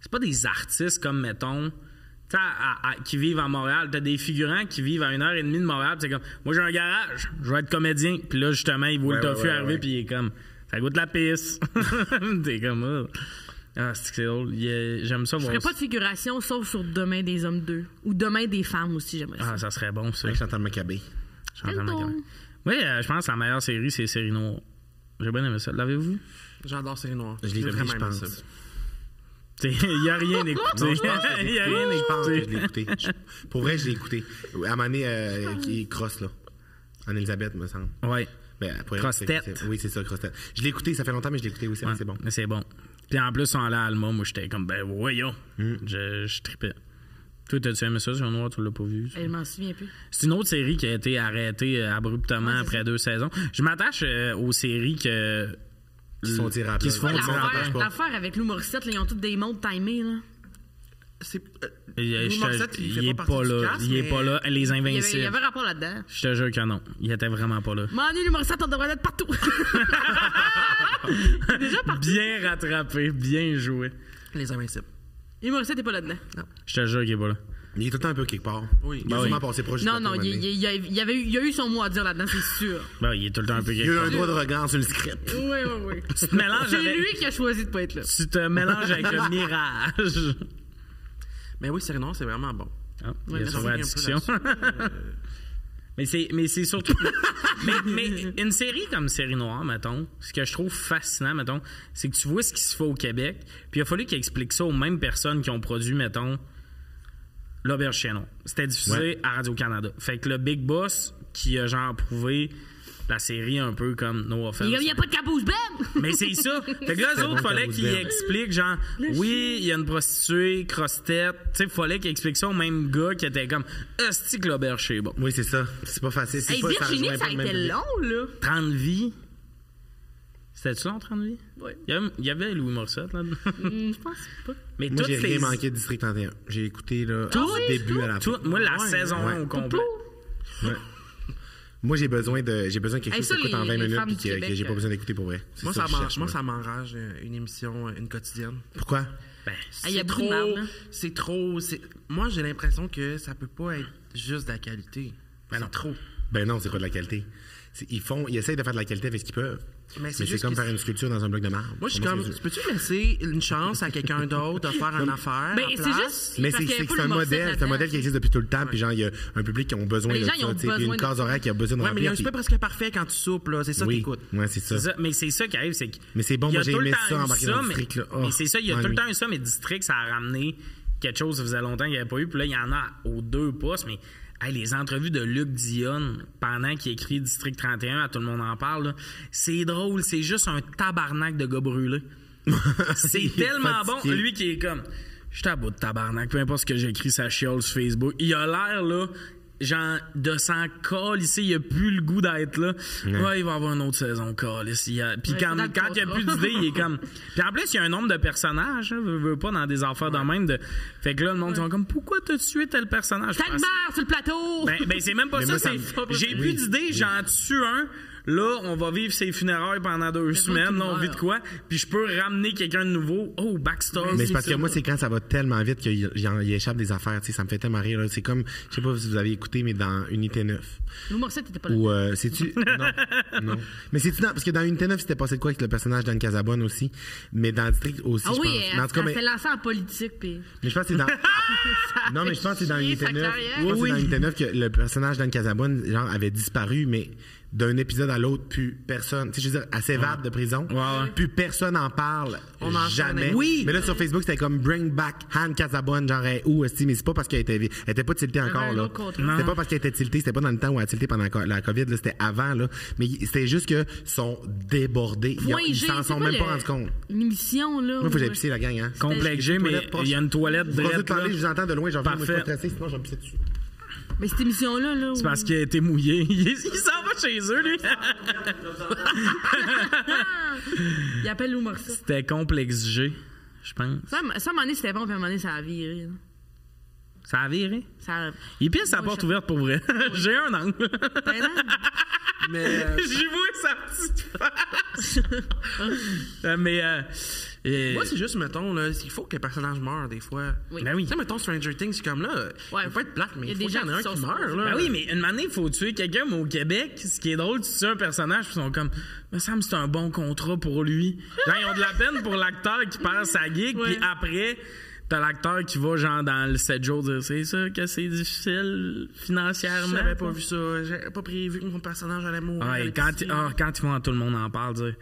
[SPEAKER 1] C'est pas des artistes comme, mettons. tu sais, à- à- qui vivent à Montréal. T'as des figurants qui vivent à une heure et demie de Montréal. pis C'est comme, moi j'ai un garage, je vais être comédien. Puis là, justement, il voit le
[SPEAKER 2] Ouais,
[SPEAKER 1] tofu
[SPEAKER 2] ouais, ouais,
[SPEAKER 1] arriver,
[SPEAKER 2] ouais.
[SPEAKER 1] puis il est comme, ça goûte la pisse. T'es comme, oh. ah, c'est que c'est drôle. Il est- J'aime ça
[SPEAKER 4] Je
[SPEAKER 1] voir
[SPEAKER 4] ferais
[SPEAKER 1] ça.
[SPEAKER 4] pas de figuration sauf sur Demain des hommes 2 ou Demain des femmes aussi, j'aimerais ça.
[SPEAKER 1] Ah, ça serait bon, ça.
[SPEAKER 2] Avec Chantal Maccabé.
[SPEAKER 1] Chantal
[SPEAKER 4] Hello.
[SPEAKER 1] Maccabée. Oui, euh, je pense que la meilleure série, c'est Série Noire. J'ai bien aimé ça. L'avez-vous vu?
[SPEAKER 5] J'adore Série Noire.
[SPEAKER 2] Je l'ai
[SPEAKER 5] J'ai
[SPEAKER 2] écouté,
[SPEAKER 5] vraiment
[SPEAKER 2] je
[SPEAKER 5] aimé
[SPEAKER 2] pense.
[SPEAKER 5] ça.
[SPEAKER 1] Il n'y a rien d'écouté. Il n'y a rien
[SPEAKER 2] Je pense que je
[SPEAKER 1] d'écouté.
[SPEAKER 2] l'ai écouté. Je- Pour vrai, je l'ai écouté. À un moment donné, euh, qui est cross, là. Anne-Elisabeth, me semble.
[SPEAKER 1] Ouais.
[SPEAKER 2] Ben, pour elle,
[SPEAKER 1] Cross-tête.
[SPEAKER 2] c'est- c'est- Oui, c'est ça, cross-tête. Je l'ai écouté, ça fait longtemps, mais je l'ai écouté, oui, c'est
[SPEAKER 1] Ouais,
[SPEAKER 2] c'est bon.
[SPEAKER 1] Mais c'est bon. Puis en plus, en allant à Alma, moi, j'étais comme, ben voyons.
[SPEAKER 5] Hmm.
[SPEAKER 1] Je, je tripais. Toi, t'as-tu aimé ça, sur Noir? Tu l'as pas vu? ça?
[SPEAKER 4] Je m'en souviens plus.
[SPEAKER 1] C'est une autre série qui a été arrêtée euh, abruptement après deux saisons. Je m'attache euh, aux séries que. euh,
[SPEAKER 2] Qui se font tirer à la
[SPEAKER 1] Qui se
[SPEAKER 2] place.
[SPEAKER 1] font
[SPEAKER 2] Ouais,
[SPEAKER 1] tirer à la place.
[SPEAKER 2] marche
[SPEAKER 4] L'affaire
[SPEAKER 2] pas.
[SPEAKER 4] l'affaire avec Lou Morissette, là, ils ont toutes des montres timées. Là.
[SPEAKER 5] C'est. euh,
[SPEAKER 1] Il, euh,
[SPEAKER 5] Louis
[SPEAKER 1] je te-
[SPEAKER 5] Morissette, il fait
[SPEAKER 1] il est
[SPEAKER 5] pas
[SPEAKER 1] pas
[SPEAKER 5] partie du
[SPEAKER 1] là.
[SPEAKER 5] cast,
[SPEAKER 1] il est
[SPEAKER 5] mais-
[SPEAKER 1] pas là. Les
[SPEAKER 4] Il, y avait, il y
[SPEAKER 1] Invincibles.
[SPEAKER 4] avait rapport là-dedans.
[SPEAKER 1] Je te jure que non. Il était vraiment pas là.
[SPEAKER 4] Manu Lou Morissette, on devrait être partout.
[SPEAKER 1] Bien rattrapé, bien joué.
[SPEAKER 5] Les Invincibles.
[SPEAKER 4] Lou Morissette est pas là-dedans.
[SPEAKER 1] Je te jure qu'il est pas là.
[SPEAKER 2] Il est tout le temps un peu quelque part.
[SPEAKER 5] Oui.
[SPEAKER 2] Il est
[SPEAKER 1] Ben oui.
[SPEAKER 2] sûrement passé proche du
[SPEAKER 4] Non,
[SPEAKER 2] plateau,
[SPEAKER 4] non,
[SPEAKER 2] à un
[SPEAKER 4] il,
[SPEAKER 2] moment donné.
[SPEAKER 4] il- il- il y avait eu- il y a eu son mot à dire là-dedans, c'est sûr.
[SPEAKER 1] Ben, il est tout le temps un peu
[SPEAKER 2] Il y a eu
[SPEAKER 1] gay.
[SPEAKER 2] un droit de regard sur le script.
[SPEAKER 4] Oui, oui, oui.
[SPEAKER 1] Tu te mélanges
[SPEAKER 4] C'est
[SPEAKER 1] avec-
[SPEAKER 4] lui qui a choisi de pas être là.
[SPEAKER 1] Tu te mélanges avec le mirage.
[SPEAKER 5] Mais oui, Série Noire, c'est vraiment bon.
[SPEAKER 1] Ah, il y a
[SPEAKER 5] mais
[SPEAKER 1] souvent
[SPEAKER 5] ça
[SPEAKER 1] la
[SPEAKER 5] revient un peu
[SPEAKER 1] discussion. mais c'est mais c'est surtout mais, mais une série comme série noire mettons, ce que je trouve fascinant mettons, c'est que tu vois ce qui se fait au Québec, puis il a fallu qu'ils expliquent ça aux mêmes personnes qui ont produit mettons l'auberge chez nous. C'était diffusé à Radio Canada. Fait que le Big Boss qui a genre prouvé la série un peu comme No Offense.
[SPEAKER 4] Il y a- il y a pas de cabouche, Ben!
[SPEAKER 1] Mais c'est ça. Fait que là, eux autres,
[SPEAKER 2] bon
[SPEAKER 1] fallait
[SPEAKER 2] qu'elle
[SPEAKER 1] qu'ils
[SPEAKER 2] vous aime.
[SPEAKER 1] expliquent, genre, oui, il y a une prostituée, cross-tête. Tu sais, fallait qu'ils expliquent ça au même gars qui était comme, Esti que l'auberge, c'est bon.
[SPEAKER 2] Oui, c'est ça. C'est pas facile. C'est
[SPEAKER 4] Hey,
[SPEAKER 2] pas- ça
[SPEAKER 4] Virginie,
[SPEAKER 2] rejoint
[SPEAKER 4] ça
[SPEAKER 2] pas
[SPEAKER 4] a
[SPEAKER 2] le même
[SPEAKER 4] été
[SPEAKER 2] public.
[SPEAKER 4] long, là.
[SPEAKER 1] 30 vies. C'était-tu long, 30 vies?
[SPEAKER 4] Oui.
[SPEAKER 1] Il y avait, il y avait Louis Morissette, là.
[SPEAKER 4] Mm, Je pense pas.
[SPEAKER 1] Mais
[SPEAKER 2] Moi,
[SPEAKER 1] toutes
[SPEAKER 2] j'ai
[SPEAKER 1] les.
[SPEAKER 2] rien manqué de District 31. J'ai écouté là,
[SPEAKER 1] Tout?
[SPEAKER 2] du début à la fin.
[SPEAKER 1] Tout- moi, la
[SPEAKER 5] Ouais,
[SPEAKER 1] saison
[SPEAKER 2] ouais.
[SPEAKER 1] 1 au complet.
[SPEAKER 2] Ouais. Moi, j'ai besoin de j'ai besoin de quelque
[SPEAKER 4] Hey,
[SPEAKER 2] chose
[SPEAKER 4] ça,
[SPEAKER 2] que j'écoute en
[SPEAKER 4] les-
[SPEAKER 2] 20
[SPEAKER 4] les
[SPEAKER 2] minutes
[SPEAKER 4] femmes
[SPEAKER 2] puis
[SPEAKER 4] du
[SPEAKER 2] que,
[SPEAKER 4] Québec,
[SPEAKER 2] que j'ai pas
[SPEAKER 4] euh,
[SPEAKER 2] besoin d'écouter pour vrai. C'est
[SPEAKER 5] Moi,
[SPEAKER 2] ça
[SPEAKER 5] ça
[SPEAKER 2] que je
[SPEAKER 5] m'en-
[SPEAKER 2] cherche,
[SPEAKER 5] moi,
[SPEAKER 2] moi.
[SPEAKER 5] ça m'enrage euh, une émission, euh, une quotidienne.
[SPEAKER 2] Pourquoi?
[SPEAKER 1] Ben,
[SPEAKER 4] Ah, il y a
[SPEAKER 5] C'est
[SPEAKER 4] beaucoup de
[SPEAKER 5] trop-
[SPEAKER 4] marde, hein.
[SPEAKER 5] C'est trop. c'est- Moi, j'ai l'impression que ça peut pas être juste de la qualité.
[SPEAKER 1] Ben non.
[SPEAKER 5] C'est trop.
[SPEAKER 2] Ben non, c'est pas de la qualité. C'est- Ils font, ils essayent de faire de la qualité avec ce qu'ils peuvent.
[SPEAKER 5] Mais
[SPEAKER 2] Mais
[SPEAKER 5] c'est
[SPEAKER 2] c'est
[SPEAKER 5] juste
[SPEAKER 2] comme
[SPEAKER 5] qu'ils-
[SPEAKER 2] faire une sculpture dans un bloc de marbre.
[SPEAKER 5] Moi, je suis
[SPEAKER 2] Comment
[SPEAKER 1] Ah,
[SPEAKER 5] comme,
[SPEAKER 2] c'est-
[SPEAKER 5] peux-tu laisser une chance à quelqu'un d'autre de faire une affaire?
[SPEAKER 4] Ben,
[SPEAKER 5] à
[SPEAKER 4] c'est
[SPEAKER 5] place?
[SPEAKER 4] juste.
[SPEAKER 2] Mais
[SPEAKER 4] parce
[SPEAKER 2] c'est
[SPEAKER 4] qu'il y
[SPEAKER 2] c'est
[SPEAKER 4] avait pas
[SPEAKER 2] c'est un
[SPEAKER 4] le morceau
[SPEAKER 2] modèle, c'est un
[SPEAKER 4] là-dedans.
[SPEAKER 2] modèle qui existe depuis tout le temps. Puis genre, il y a un public qui a besoin
[SPEAKER 4] Les
[SPEAKER 2] de
[SPEAKER 4] gens,
[SPEAKER 2] ça.
[SPEAKER 4] ils
[SPEAKER 2] tu
[SPEAKER 4] ont
[SPEAKER 2] sais, puis
[SPEAKER 4] besoin
[SPEAKER 2] une
[SPEAKER 4] de-
[SPEAKER 2] case horaire qui a besoin de
[SPEAKER 5] Ouais, mais il y a
[SPEAKER 2] remplir.
[SPEAKER 5] un souper
[SPEAKER 2] puis-
[SPEAKER 5] presque parfait quand tu soupes, là. C'est ça
[SPEAKER 2] Oui,
[SPEAKER 5] t'écoutes.
[SPEAKER 2] ouais, c'est ça.
[SPEAKER 1] C'est ça. Mais c'est ça qui arrive, c'est que.
[SPEAKER 2] Mais c'est bon,
[SPEAKER 1] il y a
[SPEAKER 2] moi, j'ai
[SPEAKER 1] tout le
[SPEAKER 2] aimé
[SPEAKER 1] temps
[SPEAKER 2] ça,
[SPEAKER 1] eu
[SPEAKER 2] embarquer dans le
[SPEAKER 1] mais-
[SPEAKER 2] district, là. Oh,
[SPEAKER 1] mais c'est ça, il y a
[SPEAKER 2] ouais,
[SPEAKER 1] tout le
[SPEAKER 2] oui.
[SPEAKER 1] temps eu ça, mais district, ça a ramené quelque chose, ça faisait longtemps qu'il n'y avait pas eu. Puis là, il y en a aux deux postes, mais hey, les entrevues de Luc Dion pendant qu'il écrit District 31, à tout le monde en parle, là, c'est drôle, c'est juste un tabarnak de gars brûlés.
[SPEAKER 2] Il
[SPEAKER 1] c'est
[SPEAKER 2] est
[SPEAKER 1] tellement bon,
[SPEAKER 2] fatigué.
[SPEAKER 1] lui qui est comme. Je suis à bout de tabarnak, peu importe ce que j'écris, ça chiole sur Facebook. Il a l'air, là, genre, de s'en coller ici, il a plus le goût d'être là. Ouais, il va avoir une autre saison, colle ici. Puis
[SPEAKER 4] Ouais,
[SPEAKER 1] quand,
[SPEAKER 4] c'est dans le
[SPEAKER 1] quand il n'y a
[SPEAKER 4] contrat.
[SPEAKER 1] plus d'idées, il est comme. Puis en plus, il y a un nombre de personnages, hein, veux, veux pas, dans des affaires de même. De... Fait que là, le monde, ils sont comme, pourquoi t'as tué tel personnage? Ah,
[SPEAKER 4] T'as une
[SPEAKER 1] Parce-
[SPEAKER 4] mère sur le plateau!
[SPEAKER 1] ben, ben, c'est même pas
[SPEAKER 2] Mais
[SPEAKER 1] ça.
[SPEAKER 2] moi, ça
[SPEAKER 1] c'est-
[SPEAKER 2] me fait pas
[SPEAKER 1] J'ai
[SPEAKER 2] plaisir.
[SPEAKER 1] plus
[SPEAKER 2] Oui,
[SPEAKER 1] d'idées,
[SPEAKER 2] oui.
[SPEAKER 1] j'en tue un. Là, on va vivre ses funérailles pendant deux semaines.
[SPEAKER 4] qui
[SPEAKER 1] là, on
[SPEAKER 4] meurt.
[SPEAKER 1] vit de quoi? Puis je peux ramener quelqu'un de nouveau. Oh, backstory.
[SPEAKER 2] Mais c'est parce que moi, c'est quand ça va tellement vite qu'il il en- il échappe des affaires. Tu sais, ça me fait tellement rire. là. C'est comme, je sais pas si vous avez écouté, mais dans Unité 9.
[SPEAKER 4] Nous, Morissette, t'étais pas là.
[SPEAKER 2] Ou euh, c'est-tu. Non. non. Mais c'est-tu. dans- Parce que dans Unité 9, c'était passé de quoi avec le personnage d'Anne Casabonne aussi. Mais dans District aussi.
[SPEAKER 4] Ah
[SPEAKER 2] je
[SPEAKER 4] oui,
[SPEAKER 2] pense.
[SPEAKER 4] elle
[SPEAKER 2] Mais en tout cas,
[SPEAKER 4] elle
[SPEAKER 2] mais,
[SPEAKER 4] s'est lancée en politique, puis.
[SPEAKER 2] mais je pense que c'est dans. non, mais je pense que c'est dans
[SPEAKER 4] chier sa
[SPEAKER 2] Unité 9.
[SPEAKER 4] carrière.
[SPEAKER 2] Je pense que
[SPEAKER 1] Oui,
[SPEAKER 2] c'est dans
[SPEAKER 1] oui.
[SPEAKER 2] Unité 9 que le personnage d'Anne Casabonne, genre, avait disparu, mais d'un épisode à l'autre, plus personne. Tu sais, je veux dire, elle s'évade de prison.
[SPEAKER 1] ouais.
[SPEAKER 2] Plus personne en parle.
[SPEAKER 5] On en
[SPEAKER 2] jamais.
[SPEAKER 5] parle.
[SPEAKER 1] Oui.
[SPEAKER 2] Mais là, sur Facebook, c'était comme Bring Back Anne Casabonne, genre, elle est où est-ce que- Mais c'est pas parce qu'elle était, elle était pas tiltée
[SPEAKER 4] avait
[SPEAKER 2] encore,
[SPEAKER 4] un
[SPEAKER 2] là.
[SPEAKER 4] autre contrat.
[SPEAKER 2] C'était pas parce qu'elle était tiltée, c'était pas dans le temps où elle a tilté pendant la co- la COVID, là, c'était avant, là. Mais il- c'était juste que sont débordés. Ils ont-
[SPEAKER 4] Point
[SPEAKER 2] Ils
[SPEAKER 4] G,
[SPEAKER 2] s'en
[SPEAKER 4] c'est
[SPEAKER 2] sont
[SPEAKER 4] quoi
[SPEAKER 2] même pas
[SPEAKER 4] le-
[SPEAKER 2] rendus compte.
[SPEAKER 4] Une émission, là.
[SPEAKER 2] Moi, faut que j'aille
[SPEAKER 4] où-
[SPEAKER 2] pisser, la gang, hein.
[SPEAKER 1] Complexe G,
[SPEAKER 2] Toilette
[SPEAKER 1] mais
[SPEAKER 2] proche.
[SPEAKER 1] il y a Ben, une toilette
[SPEAKER 2] Vous continuez de
[SPEAKER 1] drette, là.
[SPEAKER 2] parler, je vous entends de loin, j'en vais me
[SPEAKER 1] Parfait.
[SPEAKER 2] stresser, sinon je vais me pisser dessus.
[SPEAKER 4] Mais Ben, cette émission-là, là. où-
[SPEAKER 1] C'est parce qu'il a été mouillé. Il, il s'en va chez eux, lui.
[SPEAKER 4] Il appelle Lou Morissette.
[SPEAKER 1] C'était complexe G, je pense.
[SPEAKER 4] Ça, à un moment donné, c'était bon, puis à un moment donné, ça a viré. là.
[SPEAKER 1] Ça a viré.
[SPEAKER 4] Ça a.
[SPEAKER 1] Il pisse sa
[SPEAKER 4] Moi,
[SPEAKER 1] porte
[SPEAKER 4] je-
[SPEAKER 1] ouverte pour vrai. J'ai un angle.
[SPEAKER 4] Ben non.
[SPEAKER 5] Mais euh,
[SPEAKER 1] J'ai vu sa petite face. Euh, mais. euh, euh,
[SPEAKER 5] moi, c'est juste, mettons, là, il faut que les personnages meurent des fois.
[SPEAKER 4] Oui.
[SPEAKER 1] ben oui.
[SPEAKER 5] Tu sais, mettons, Stranger Things, c'est comme là.
[SPEAKER 4] Ouais.
[SPEAKER 5] Il faut être plate, mais
[SPEAKER 4] Il y a
[SPEAKER 5] il
[SPEAKER 4] des
[SPEAKER 5] faut qu'il y en
[SPEAKER 4] gens
[SPEAKER 5] ait un
[SPEAKER 4] qui
[SPEAKER 5] qui
[SPEAKER 4] sont-
[SPEAKER 5] meurt, là.
[SPEAKER 1] Ben oui, mais une année, il faut tuer quelqu'un, mais au Québec, ce qui est drôle, tu tues un personnage, puis ils sont comme, me semble que c'est un bon contrat pour lui. Genre, ils ont de la peine pour l'acteur qui perd sa gig, puis
[SPEAKER 4] Ouais.
[SPEAKER 1] après, t'as l'acteur qui va, genre, dans le 7 jours, dire, c'est sûr que c'est difficile financièrement.
[SPEAKER 5] J'avais pas vu ça. J'avais pas prévu que mon personnage allait mourir.
[SPEAKER 1] Ouais,
[SPEAKER 5] à
[SPEAKER 1] quand,
[SPEAKER 5] l'épicerie.
[SPEAKER 1] ils- ah, quand ils vont, tout le monde en parle, dire,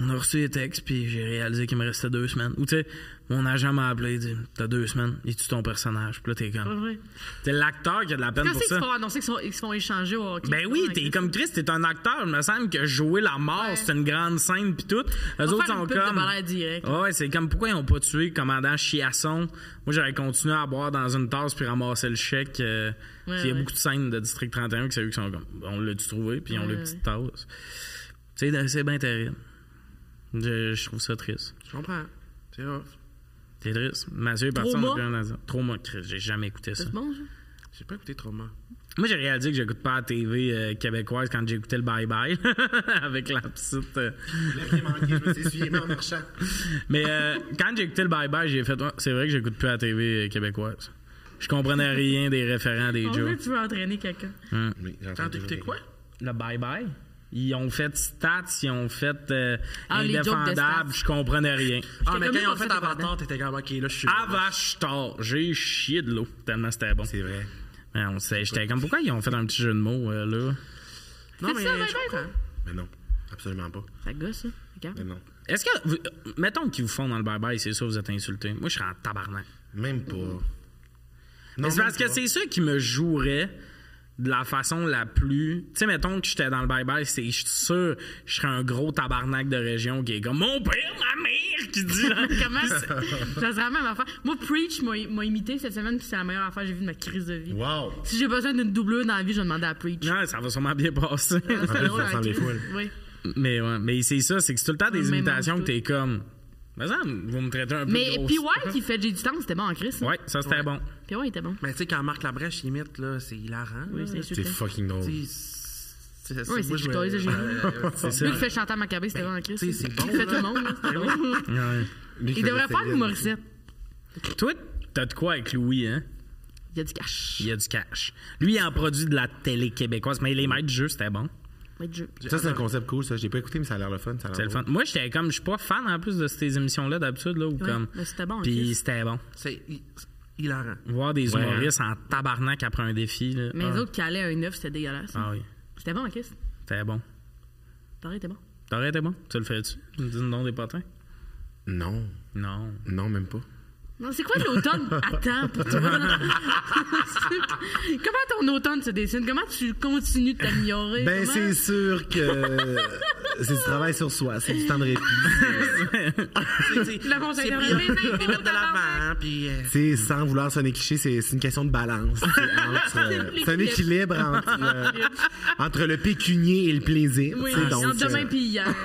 [SPEAKER 1] on a reçu les textes, puis j'ai réalisé qu'il me restait deux semaines. Ou, tu sais, mon agent m'a appelé, il dit, t'as deux semaines, et tu ton personnage, puis là, t'es
[SPEAKER 4] Pas
[SPEAKER 1] comme.
[SPEAKER 4] vrai.
[SPEAKER 1] T'es l'acteur qui a de la peine
[SPEAKER 4] Quand
[SPEAKER 1] pour
[SPEAKER 4] c'est qu'ils
[SPEAKER 1] ça.
[SPEAKER 4] se font annoncer qu'ils sont- ils se font échanger au hockey?
[SPEAKER 1] Ben oui, t'es comme Chris, t'es un acteur. Il me semble que jouer la mort,
[SPEAKER 4] Ouais.
[SPEAKER 1] c'est une grande scène pis tout. Eux
[SPEAKER 4] va
[SPEAKER 1] autres
[SPEAKER 4] faire
[SPEAKER 1] sont
[SPEAKER 4] une pub de
[SPEAKER 1] comme.
[SPEAKER 4] Bel Air direct.
[SPEAKER 1] Ah ouais, c'est comme pourquoi ils ont pas tué le commandant Chiasson. Moi, j'aurais continué à boire dans une tasse puis ramasser le chèque. euh, puis il
[SPEAKER 4] Ouais,
[SPEAKER 1] y a
[SPEAKER 4] ouais.
[SPEAKER 1] beaucoup de scènes de District 31 que c'est eux qui sont comme. On l'a dû trouver puis on l'a
[SPEAKER 4] Ouais,
[SPEAKER 1] petite tasse. Tu sais, c'est bien terrible. Je, je trouve ça triste.
[SPEAKER 5] Je comprends. C'est rough.
[SPEAKER 1] C'est triste. Mathieu est parti
[SPEAKER 4] Trauma?
[SPEAKER 1] en opinion dans un- Trauma, Chris. J'ai jamais écouté ça.
[SPEAKER 4] C'est bon, ça?
[SPEAKER 5] J'ai pas écouté Trauma.
[SPEAKER 1] Moi, j'ai réalisé que j'écoute pas la TV euh, québécoise quand j'écoutais le Bye Bye avec la petite. euh,
[SPEAKER 2] je me suis essuyé, mais en marchant.
[SPEAKER 1] Mais euh, quand j'ai écouté le Bye Bye, j'ai fait Ouais, c'est vrai que j'écoute plus la TV euh, québécoise. Je comprenais rien des référents des
[SPEAKER 4] On
[SPEAKER 1] jokes.
[SPEAKER 4] veut que tu veux entraîner quelqu'un.
[SPEAKER 2] Oui, j'entends toujours
[SPEAKER 5] Quand t'écoutais
[SPEAKER 2] des-
[SPEAKER 5] quoi? Ah,
[SPEAKER 1] Le Bye Bye, ils ont fait Stats, ils ont fait euh,
[SPEAKER 4] Ah, les jokes de
[SPEAKER 1] Indéfendable,
[SPEAKER 4] Stats.
[SPEAKER 1] je comprenais rien.
[SPEAKER 5] Ah,
[SPEAKER 4] comme
[SPEAKER 5] mais quand
[SPEAKER 4] lui,
[SPEAKER 5] ils ont
[SPEAKER 4] pensait
[SPEAKER 5] fait
[SPEAKER 4] que t'étais
[SPEAKER 5] Avatar, t'étais comme, OK, là, je suis.
[SPEAKER 1] Ah, vache tard, j'ai chié de l'eau tellement c'était bon.
[SPEAKER 2] C'est vrai.
[SPEAKER 1] Mais on sait, j'étais comme pourquoi ils ont fait un petit jeu de mots euh, là.
[SPEAKER 5] Non,
[SPEAKER 4] C'est
[SPEAKER 5] mais
[SPEAKER 4] ça,
[SPEAKER 5] je
[SPEAKER 4] ouais,
[SPEAKER 5] comprends.
[SPEAKER 2] Mais non, absolument pas.
[SPEAKER 4] Ça gosse, ça. Regarde.
[SPEAKER 2] Mais non.
[SPEAKER 1] Est-ce que vous- euh, mettons qu'ils vous font dans le Bye Bye, c'est ça vous êtes insulté. Moi, je serais en tabarnak.
[SPEAKER 2] Même pas.
[SPEAKER 1] Mais c'est parce que c'est ça qui me jouerait de la façon la plus. Tu sais, mettons que j'étais dans le bye-bye, c'est je suis sûr, je serais un gros tabarnak de région qui est comme mon père, ma mère, qui dit. là.
[SPEAKER 4] Comment ça ça serait la même affaire. Moi, Preach m'a m'a imité cette semaine, puis c'est la meilleure affaire que j'ai vue de ma crise de vie.
[SPEAKER 2] Wow!
[SPEAKER 4] Si j'ai besoin d'une doublure dans la vie, je vais demander à Preach.
[SPEAKER 1] Ouais, ça va sûrement bien passer.
[SPEAKER 4] C'est
[SPEAKER 2] plus,
[SPEAKER 4] drôle,
[SPEAKER 2] ça ressemble
[SPEAKER 4] hein,
[SPEAKER 2] les
[SPEAKER 4] Chris.
[SPEAKER 2] foules.
[SPEAKER 4] Oui.
[SPEAKER 1] mais ouais, mais c'est ça, c'est que c'est tout le temps des
[SPEAKER 4] Mais
[SPEAKER 1] imitations
[SPEAKER 4] mange
[SPEAKER 1] que t'es comme. Mais ça, vous me traitez un peu.
[SPEAKER 4] Mais
[SPEAKER 1] grosse.
[SPEAKER 4] puis ouais, qui fait J'ai du temps, c'était bon en crise.
[SPEAKER 1] Ouais, ça c'était bon.
[SPEAKER 4] Puis ouais, il était bon.
[SPEAKER 5] Mais tu sais, quand Marc Labrèche imite, là, c'est hilarant. là.
[SPEAKER 4] Oui, c'est
[SPEAKER 2] C'est
[SPEAKER 4] insultant.
[SPEAKER 2] fucking drôle.
[SPEAKER 5] Tu sais, c'est- c'est-
[SPEAKER 4] Oui, c'est
[SPEAKER 5] moi, je
[SPEAKER 4] Victoria
[SPEAKER 5] me-
[SPEAKER 4] de Génie.
[SPEAKER 5] Euh,
[SPEAKER 1] C'est ça.
[SPEAKER 4] Lui, il fait chanter à Maccabée,
[SPEAKER 2] Ben,
[SPEAKER 4] c'était bon en crise.
[SPEAKER 5] tu sais, c'est bon,
[SPEAKER 4] Il fait
[SPEAKER 5] là.
[SPEAKER 4] tout le monde, là, c'était bon.
[SPEAKER 1] Ouais.
[SPEAKER 2] Lui,
[SPEAKER 4] Il
[SPEAKER 2] faisait
[SPEAKER 4] devrait faire
[SPEAKER 2] Céline.
[SPEAKER 4] une Morissette.
[SPEAKER 1] Toi, t'as de quoi avec Louis, hein?
[SPEAKER 4] Il y a du cash.
[SPEAKER 1] Il y a du cash. Lui, il en produit de la télé québécoise, mais les maîtres du jeu, c'était bon.
[SPEAKER 4] Mais de jeu.
[SPEAKER 2] Ça, c'est un concept cool, ça. Je l'ai pas écouté, mais ça a l'air le fun. ça a l'air
[SPEAKER 1] C'est le
[SPEAKER 2] drôle.
[SPEAKER 1] fun. Moi, j'étais comme, je suis pas fan en plus de ces émissions-là d'habitude, là, ou comme.
[SPEAKER 4] mais c'était bon, en
[SPEAKER 1] Puis
[SPEAKER 4] plus.
[SPEAKER 1] c'était bon.
[SPEAKER 5] C'est hi- hilarant.
[SPEAKER 1] Voir des
[SPEAKER 2] Ouais.
[SPEAKER 1] humoristes en tabarnak après un défi, là.
[SPEAKER 4] Mais
[SPEAKER 1] ah.
[SPEAKER 4] les autres qui allaient à un œuf, c'était dégueulasse.
[SPEAKER 1] Ah oui,
[SPEAKER 4] C'était bon en crise.
[SPEAKER 1] c'était bon.
[SPEAKER 4] Pareil, était bon.
[SPEAKER 1] T'aurais été bon? Tu le ferais-tu? Tu me dis le nom des potins?
[SPEAKER 2] Non,
[SPEAKER 1] Non.
[SPEAKER 2] non, même pas.
[SPEAKER 4] Non, c'est quoi l'automne? Attends, pour toi. Comment ton automne se dessine? Comment tu continues de t'améliorer?
[SPEAKER 2] Ben,
[SPEAKER 4] Comment-
[SPEAKER 2] c'est sûr que c'est du travail sur soi, c'est du temps de répit.
[SPEAKER 5] Tu sais,
[SPEAKER 4] Le conseil
[SPEAKER 5] c'est
[SPEAKER 4] de
[SPEAKER 5] priorité,
[SPEAKER 4] réveil,
[SPEAKER 5] puis mettre de l'avant, puis... euh,
[SPEAKER 2] C'est sans vouloir sonner cliché, c'est c'est une question de balance. C'est entre, euh, C'est un équilibre entre, euh, entre le pécunier et le plaisir.
[SPEAKER 4] Oui,
[SPEAKER 2] tu sais,
[SPEAKER 4] entre
[SPEAKER 2] donc,
[SPEAKER 4] demain
[SPEAKER 2] euh,
[SPEAKER 4] puis hier.
[SPEAKER 1] Asti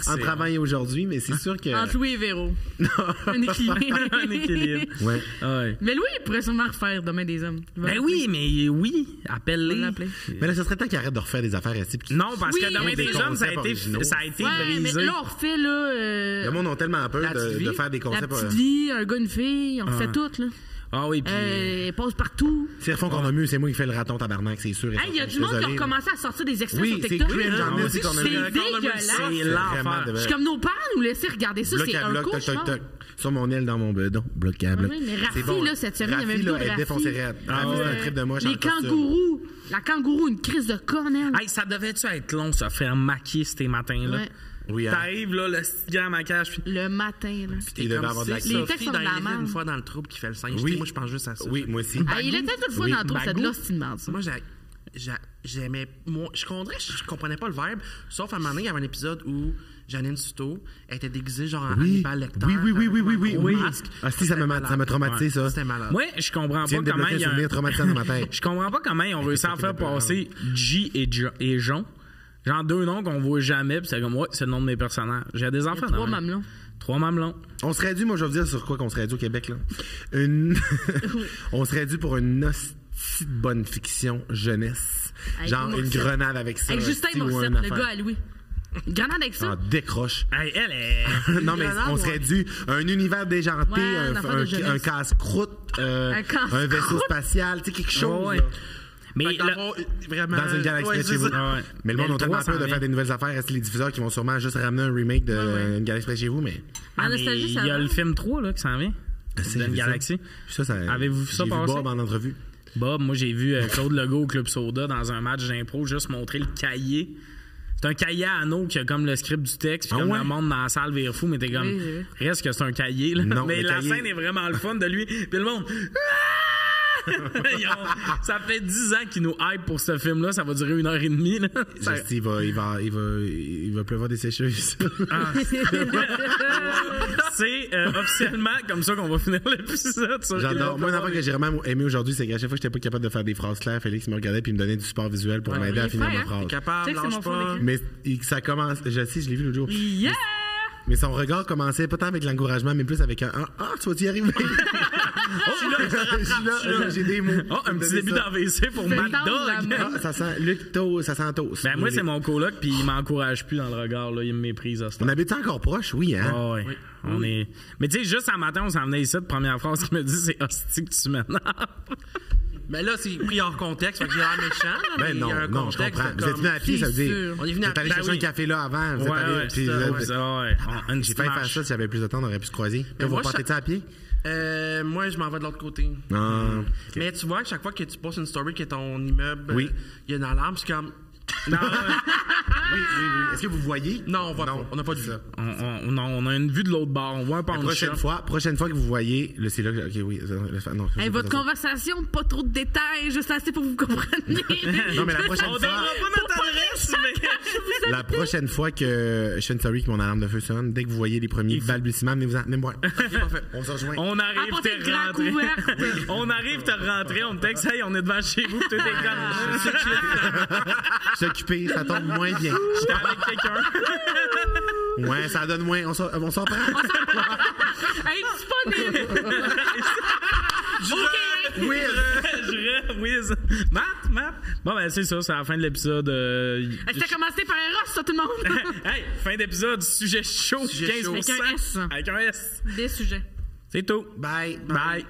[SPEAKER 1] que
[SPEAKER 2] en
[SPEAKER 1] c'est-
[SPEAKER 2] travaillant aujourd'hui, mais c'est sûr que.
[SPEAKER 4] Entre Louis et Véro. Un équilibre.
[SPEAKER 1] Un équilibre.
[SPEAKER 2] Ouais.
[SPEAKER 1] Ah ouais.
[SPEAKER 4] Mais Louis, il pourrait sûrement refaire Demain des hommes. Il va
[SPEAKER 1] Ben oui, mais oui,
[SPEAKER 4] On
[SPEAKER 1] appelle-les.
[SPEAKER 4] va l'appeler.
[SPEAKER 2] Mais là, ce serait temps qu'il arrête de refaire des affaires ici. puis-
[SPEAKER 1] Non, parce
[SPEAKER 4] Oui,
[SPEAKER 1] que Demain
[SPEAKER 4] mais
[SPEAKER 1] des
[SPEAKER 4] des
[SPEAKER 1] hommes, ça a
[SPEAKER 2] concepts
[SPEAKER 1] été,
[SPEAKER 2] originaux.
[SPEAKER 1] ça a été
[SPEAKER 4] Ouais,
[SPEAKER 1] brisé.
[SPEAKER 4] mais là, on refait, là. euh,
[SPEAKER 2] Le monde ont tellement peur
[SPEAKER 5] La
[SPEAKER 2] de, de
[SPEAKER 5] petite vie.
[SPEAKER 2] faire des
[SPEAKER 4] la
[SPEAKER 2] concepts.
[SPEAKER 4] petite
[SPEAKER 2] euh,
[SPEAKER 4] vie, un gars, une fille, on refait
[SPEAKER 1] Ah.
[SPEAKER 4] tout, là.
[SPEAKER 1] Ah oui, puis.
[SPEAKER 4] Euh, ils passent partout.
[SPEAKER 2] S'ils refont Cornemu, c'est moi qui fais le raton tabarnak, c'est sûr. et
[SPEAKER 4] Hey, Il y a
[SPEAKER 2] certain.
[SPEAKER 4] du monde qui a
[SPEAKER 2] Désolé.
[SPEAKER 4] recommencé à sortir des extraits
[SPEAKER 2] Oui,
[SPEAKER 4] sur
[SPEAKER 2] c'est
[SPEAKER 4] TikTok.
[SPEAKER 2] cringe,
[SPEAKER 4] là.
[SPEAKER 2] j'en ai aussi qu'on a vu.
[SPEAKER 4] C'est dégueulasse.
[SPEAKER 1] C'est
[SPEAKER 2] C'est vraiment
[SPEAKER 1] l'enfer.
[SPEAKER 2] de-
[SPEAKER 4] Je suis comme nos parents nous laissaient regarder ça,
[SPEAKER 2] Bloc
[SPEAKER 4] c'est
[SPEAKER 2] à
[SPEAKER 4] un
[SPEAKER 2] bloc,
[SPEAKER 4] cours,
[SPEAKER 2] toc, toc, toc. Sur mon aile dans mon bedon. Bloc à bloc.
[SPEAKER 4] oui, mais Rafi,
[SPEAKER 2] C'est bon.
[SPEAKER 4] là, cette semaine, il y avait
[SPEAKER 2] Rafi,
[SPEAKER 4] une
[SPEAKER 2] là,
[SPEAKER 4] vidéo de
[SPEAKER 2] elle
[SPEAKER 4] Rafi.
[SPEAKER 2] défonçait raide.
[SPEAKER 1] Ah
[SPEAKER 2] Rafi, c'est un
[SPEAKER 1] ouais.
[SPEAKER 2] trip de moche. en
[SPEAKER 4] Les
[SPEAKER 2] costume.
[SPEAKER 4] kangourous. La kangourou, une crise de cornelle.
[SPEAKER 1] Hey, ça devait-tu être long, se faire maquiller ces matins-là?
[SPEAKER 4] Ouais.
[SPEAKER 2] Oui, hein.
[SPEAKER 1] T'arrives, là, le petit grand maquillage, puis
[SPEAKER 4] Le matin, là.
[SPEAKER 2] Il devait avoir de la
[SPEAKER 5] C'est
[SPEAKER 4] Les
[SPEAKER 5] Sophie
[SPEAKER 4] textes sont
[SPEAKER 5] dans
[SPEAKER 4] de la
[SPEAKER 5] les livres,
[SPEAKER 4] merde.
[SPEAKER 5] une fois dans le trouble qui fait le singe.
[SPEAKER 2] Oui.
[SPEAKER 5] Tu sais, Moi, je pense juste à ça.
[SPEAKER 2] Oui, moi aussi.
[SPEAKER 4] Ah, il était toute fois
[SPEAKER 2] Oui,
[SPEAKER 4] dans trop, cette
[SPEAKER 1] Bagou.
[SPEAKER 4] là c'est une merde, ça.
[SPEAKER 5] Moi, j'a- j'a- j'aimais. Moi, je comprendrais, je comprenais pas le verbe. Sauf à un moment donné, il y avait un épisode où Janine Suto était déguisée genre en
[SPEAKER 2] Oui.
[SPEAKER 5] Hannibal Lecter.
[SPEAKER 2] Oui, oui, oui, oui, oui, oui,
[SPEAKER 5] avec un
[SPEAKER 2] oui.
[SPEAKER 5] gros masque.
[SPEAKER 2] Ah, si, ça me-
[SPEAKER 5] C'était
[SPEAKER 2] ça m'a
[SPEAKER 5] malade.
[SPEAKER 2] traumatisé,
[SPEAKER 5] Ouais,
[SPEAKER 2] ça.
[SPEAKER 5] C'était malade.
[SPEAKER 1] Moi, je comprends
[SPEAKER 2] Tu viens
[SPEAKER 1] pas
[SPEAKER 2] de
[SPEAKER 1] comment
[SPEAKER 2] débloquer un
[SPEAKER 1] il y a. un-
[SPEAKER 2] souvenir traumatisant dans ma tête.
[SPEAKER 1] Je comprends pas comment ils ont réussi à faire passer G et, Jo- et Jon. Genre deux noms qu'on voit jamais, puis c'est comme, ouais, c'est le nom de mes personnages. J'ai des enfants.
[SPEAKER 4] trois
[SPEAKER 1] dans la vie.
[SPEAKER 4] mamelons.
[SPEAKER 1] Trois mamelons.
[SPEAKER 2] On serait dû, moi, je vais vous dire sur quoi qu'on serait dû au Québec, là. Une... On serait dû pour une hostie de bonne fiction jeunesse.
[SPEAKER 4] Avec
[SPEAKER 2] Genre une
[SPEAKER 4] Morissette.
[SPEAKER 2] grenade avec ça.
[SPEAKER 4] Hey, Justin
[SPEAKER 2] hostie, ou
[SPEAKER 4] Morissette,
[SPEAKER 2] un
[SPEAKER 4] le
[SPEAKER 2] affaire.
[SPEAKER 4] gars à Louis. Une Grenade avec
[SPEAKER 2] Ah,
[SPEAKER 4] ça.
[SPEAKER 2] décroche.
[SPEAKER 1] Hey, elle est.
[SPEAKER 2] non, mais
[SPEAKER 5] grenade,
[SPEAKER 2] on serait dû un univers déjanté,
[SPEAKER 4] Ouais,
[SPEAKER 2] un,
[SPEAKER 4] une affaire de
[SPEAKER 2] un-
[SPEAKER 4] jeunesse.
[SPEAKER 2] un casse-croûte, euh,
[SPEAKER 4] Un casse-croûte.
[SPEAKER 2] un vaisseau spatial, tu sais, quelque chose.
[SPEAKER 1] Ouais.
[SPEAKER 2] là.
[SPEAKER 1] Mais
[SPEAKER 5] Fait que dans
[SPEAKER 1] le-
[SPEAKER 5] le fond, vraiment,
[SPEAKER 2] Dans une galaxie
[SPEAKER 5] ouais,
[SPEAKER 2] près de
[SPEAKER 5] c'est
[SPEAKER 2] chez vous.
[SPEAKER 5] ça.
[SPEAKER 1] Ah ouais.
[SPEAKER 2] Mais le monde
[SPEAKER 1] Mais
[SPEAKER 2] a
[SPEAKER 1] le
[SPEAKER 2] tellement
[SPEAKER 1] 300
[SPEAKER 2] peur de faire
[SPEAKER 1] vient.
[SPEAKER 2] des nouvelles affaires. Est-ce que les diffuseurs qui vont sûrement juste ramener un remake de euh, une galaxie près de chez vous, mais.
[SPEAKER 4] En
[SPEAKER 1] Ah, mais
[SPEAKER 4] nostalgie,
[SPEAKER 1] il
[SPEAKER 4] ça
[SPEAKER 1] y a
[SPEAKER 4] va.
[SPEAKER 1] le film 3 là, qui s'en vient.
[SPEAKER 2] C'est
[SPEAKER 1] Une galaxie.
[SPEAKER 2] Ça, ça,
[SPEAKER 1] Avez-vous vu ça
[SPEAKER 2] j'ai
[SPEAKER 1] passer?
[SPEAKER 2] Bob en entrevue.
[SPEAKER 1] Bob, moi j'ai vu euh, Claude Legault au Club Soda dans un match d'impro juste montrer le cahier. C'est un cahier à anneaux qui a comme le script du texte, puis
[SPEAKER 2] Ah
[SPEAKER 1] comme
[SPEAKER 2] ouais?
[SPEAKER 1] le monde dans la salle vire fou, mais t'es comme,
[SPEAKER 4] Oui, j'ai vu.
[SPEAKER 1] reste que c'est un cahier. Là.
[SPEAKER 2] Non,
[SPEAKER 1] mais
[SPEAKER 2] le
[SPEAKER 1] la
[SPEAKER 2] cahier-
[SPEAKER 1] scène est vraiment le fun de lui, puis le monde. Ils ont- ça fait 10 ans qu'ils nous hype pour ce film-là, ça va durer une heure et demie. là. Ça-
[SPEAKER 2] Juste, il, va, il, va, il, va, il va pleuvoir des sécheuses.
[SPEAKER 1] C'est euh, officiellement comme ça qu'on va finir l'épisode. sur-
[SPEAKER 2] J'adore. Moi, une affaire que j'ai vraiment aimé aujourd'hui, c'est qu'à chaque fois que j'étais pas capable de faire des phrases claires, Félix me regardait puis il me donnait du support visuel pour m'aider
[SPEAKER 4] on
[SPEAKER 2] à
[SPEAKER 4] les
[SPEAKER 2] finir
[SPEAKER 4] fait,
[SPEAKER 2] ma
[SPEAKER 4] hein.
[SPEAKER 2] phrase.
[SPEAKER 5] Capable,
[SPEAKER 4] Tu sais que c'est mon
[SPEAKER 5] lâche
[SPEAKER 4] fond
[SPEAKER 5] pas.
[SPEAKER 4] d'écran.
[SPEAKER 2] Mais il- ça commence, je sais, je l'ai vu l'autre jour.
[SPEAKER 4] Yeah!
[SPEAKER 2] Mais son regard commençait pas tant avec l'encouragement, mais plus avec un Ah, ah, tu vas y arriver. Je suis là, Ah, j'ai des mots.
[SPEAKER 1] Oh, un petit
[SPEAKER 2] Donnez
[SPEAKER 1] début
[SPEAKER 2] ça.
[SPEAKER 1] d'AVC pour
[SPEAKER 4] Fais
[SPEAKER 1] Mad
[SPEAKER 4] tendre la
[SPEAKER 1] Dog.
[SPEAKER 4] main.
[SPEAKER 2] Ah, ça sent Luc Toast, ça sent Toast.
[SPEAKER 1] Ben, moi,
[SPEAKER 2] Oui.
[SPEAKER 1] c'est mon coloc, puis il m'encourage plus dans le regard, là. Il me méprise à ce temps.
[SPEAKER 2] On habite encore proche, oui, hein?
[SPEAKER 1] Ah ouais. On est. Mais tu sais, juste un matin, on s'en venait ici, la première phrase qu'il me dit, c'est hostie que tu m'énerves.
[SPEAKER 5] Mais là, c'est pris hors contexte, fait que j'ai l'air méchant. là, mais
[SPEAKER 2] Ben
[SPEAKER 5] il y a un
[SPEAKER 2] non, non, je
[SPEAKER 5] contexte
[SPEAKER 2] comprends.
[SPEAKER 5] de
[SPEAKER 2] Vous êtes
[SPEAKER 5] comme-
[SPEAKER 2] venu à pied, ça veut
[SPEAKER 4] c'est
[SPEAKER 2] dire.
[SPEAKER 4] sûr.
[SPEAKER 5] On est venu
[SPEAKER 2] vous
[SPEAKER 5] à-
[SPEAKER 2] êtes allé
[SPEAKER 5] ben
[SPEAKER 2] chercher
[SPEAKER 5] oui.
[SPEAKER 2] un café là avant. Vous
[SPEAKER 1] Ouais,
[SPEAKER 2] êtes allé-
[SPEAKER 1] ouais,
[SPEAKER 2] puis-
[SPEAKER 1] c'est ça,
[SPEAKER 2] euh,
[SPEAKER 1] ouais, c'est ça, ouais. On- Une
[SPEAKER 2] J'ai
[SPEAKER 1] petite
[SPEAKER 2] failli faire
[SPEAKER 1] marche.
[SPEAKER 2] ça si j'avais plus de temps, on aurait pu se croiser. Là, vous
[SPEAKER 5] moi,
[SPEAKER 2] partez
[SPEAKER 5] ça-
[SPEAKER 2] ça à pied?
[SPEAKER 5] Euh, moi, je m'en vais de l'autre côté.
[SPEAKER 2] Ah. Non.
[SPEAKER 5] Mais tu vois, à chaque fois que tu postes une story que ton immeuble,
[SPEAKER 2] Oui.
[SPEAKER 5] euh, il y a une alarme, c'est comme.
[SPEAKER 1] Non, ouais.
[SPEAKER 2] Oui, oui, oui. Est-ce que vous voyez?
[SPEAKER 5] Non, on voit pas. On n'a pas de
[SPEAKER 2] c'est
[SPEAKER 5] vue.
[SPEAKER 2] ça.
[SPEAKER 1] On, on- non, on a une vue de l'autre bord. On voit un
[SPEAKER 2] La
[SPEAKER 1] pan de
[SPEAKER 2] prochaine
[SPEAKER 1] chat.
[SPEAKER 2] fois, prochaine fois que vous voyez le c'est là que- OK oui, euh, le- non.
[SPEAKER 4] Hey,
[SPEAKER 2] j'ai
[SPEAKER 4] votre
[SPEAKER 2] pas raison.
[SPEAKER 4] conversation, pas trop de détails, juste assez pour que vous compreniez.
[SPEAKER 2] Non, mais la prochaine
[SPEAKER 1] On
[SPEAKER 2] fois-
[SPEAKER 1] donnera pas notre adresse, mais...
[SPEAKER 2] La prochaine fois que je suis sorry que mon alarme de feu sonne, dès que vous voyez les premiers balbutiements, venez-vous-en, venez-moi.
[SPEAKER 5] parfait.
[SPEAKER 2] On se rejoint.
[SPEAKER 1] On arrive,
[SPEAKER 4] Apportez
[SPEAKER 1] t'es
[SPEAKER 4] le grand
[SPEAKER 1] rentré.
[SPEAKER 4] couvert.
[SPEAKER 1] on arrive, t'es rentré. On me texte, hey, on est devant chez vous, tout est comme.
[SPEAKER 2] Je suis occupé, ça tombe moins bien.
[SPEAKER 1] J'étais avec quelqu'un.
[SPEAKER 2] Ouais, ça donne moins. On s'en on s'en prend.
[SPEAKER 4] Hey, disponible.
[SPEAKER 2] Oui.
[SPEAKER 1] Je rêve, oui. ça. Matt, Matt. Bon, ben, c'est ça, c'est la fin de l'épisode. euh,
[SPEAKER 4] Est-ce que t'as commencé par un rush, ça, tout le monde?
[SPEAKER 1] hey, fin d'épisode, sujet chaud,
[SPEAKER 5] Sujet
[SPEAKER 1] 15%.
[SPEAKER 5] chaud.
[SPEAKER 4] Avec un S.
[SPEAKER 1] Avec un S.
[SPEAKER 4] Des sujets.
[SPEAKER 1] C'est tout.
[SPEAKER 2] Bye.
[SPEAKER 1] Bye.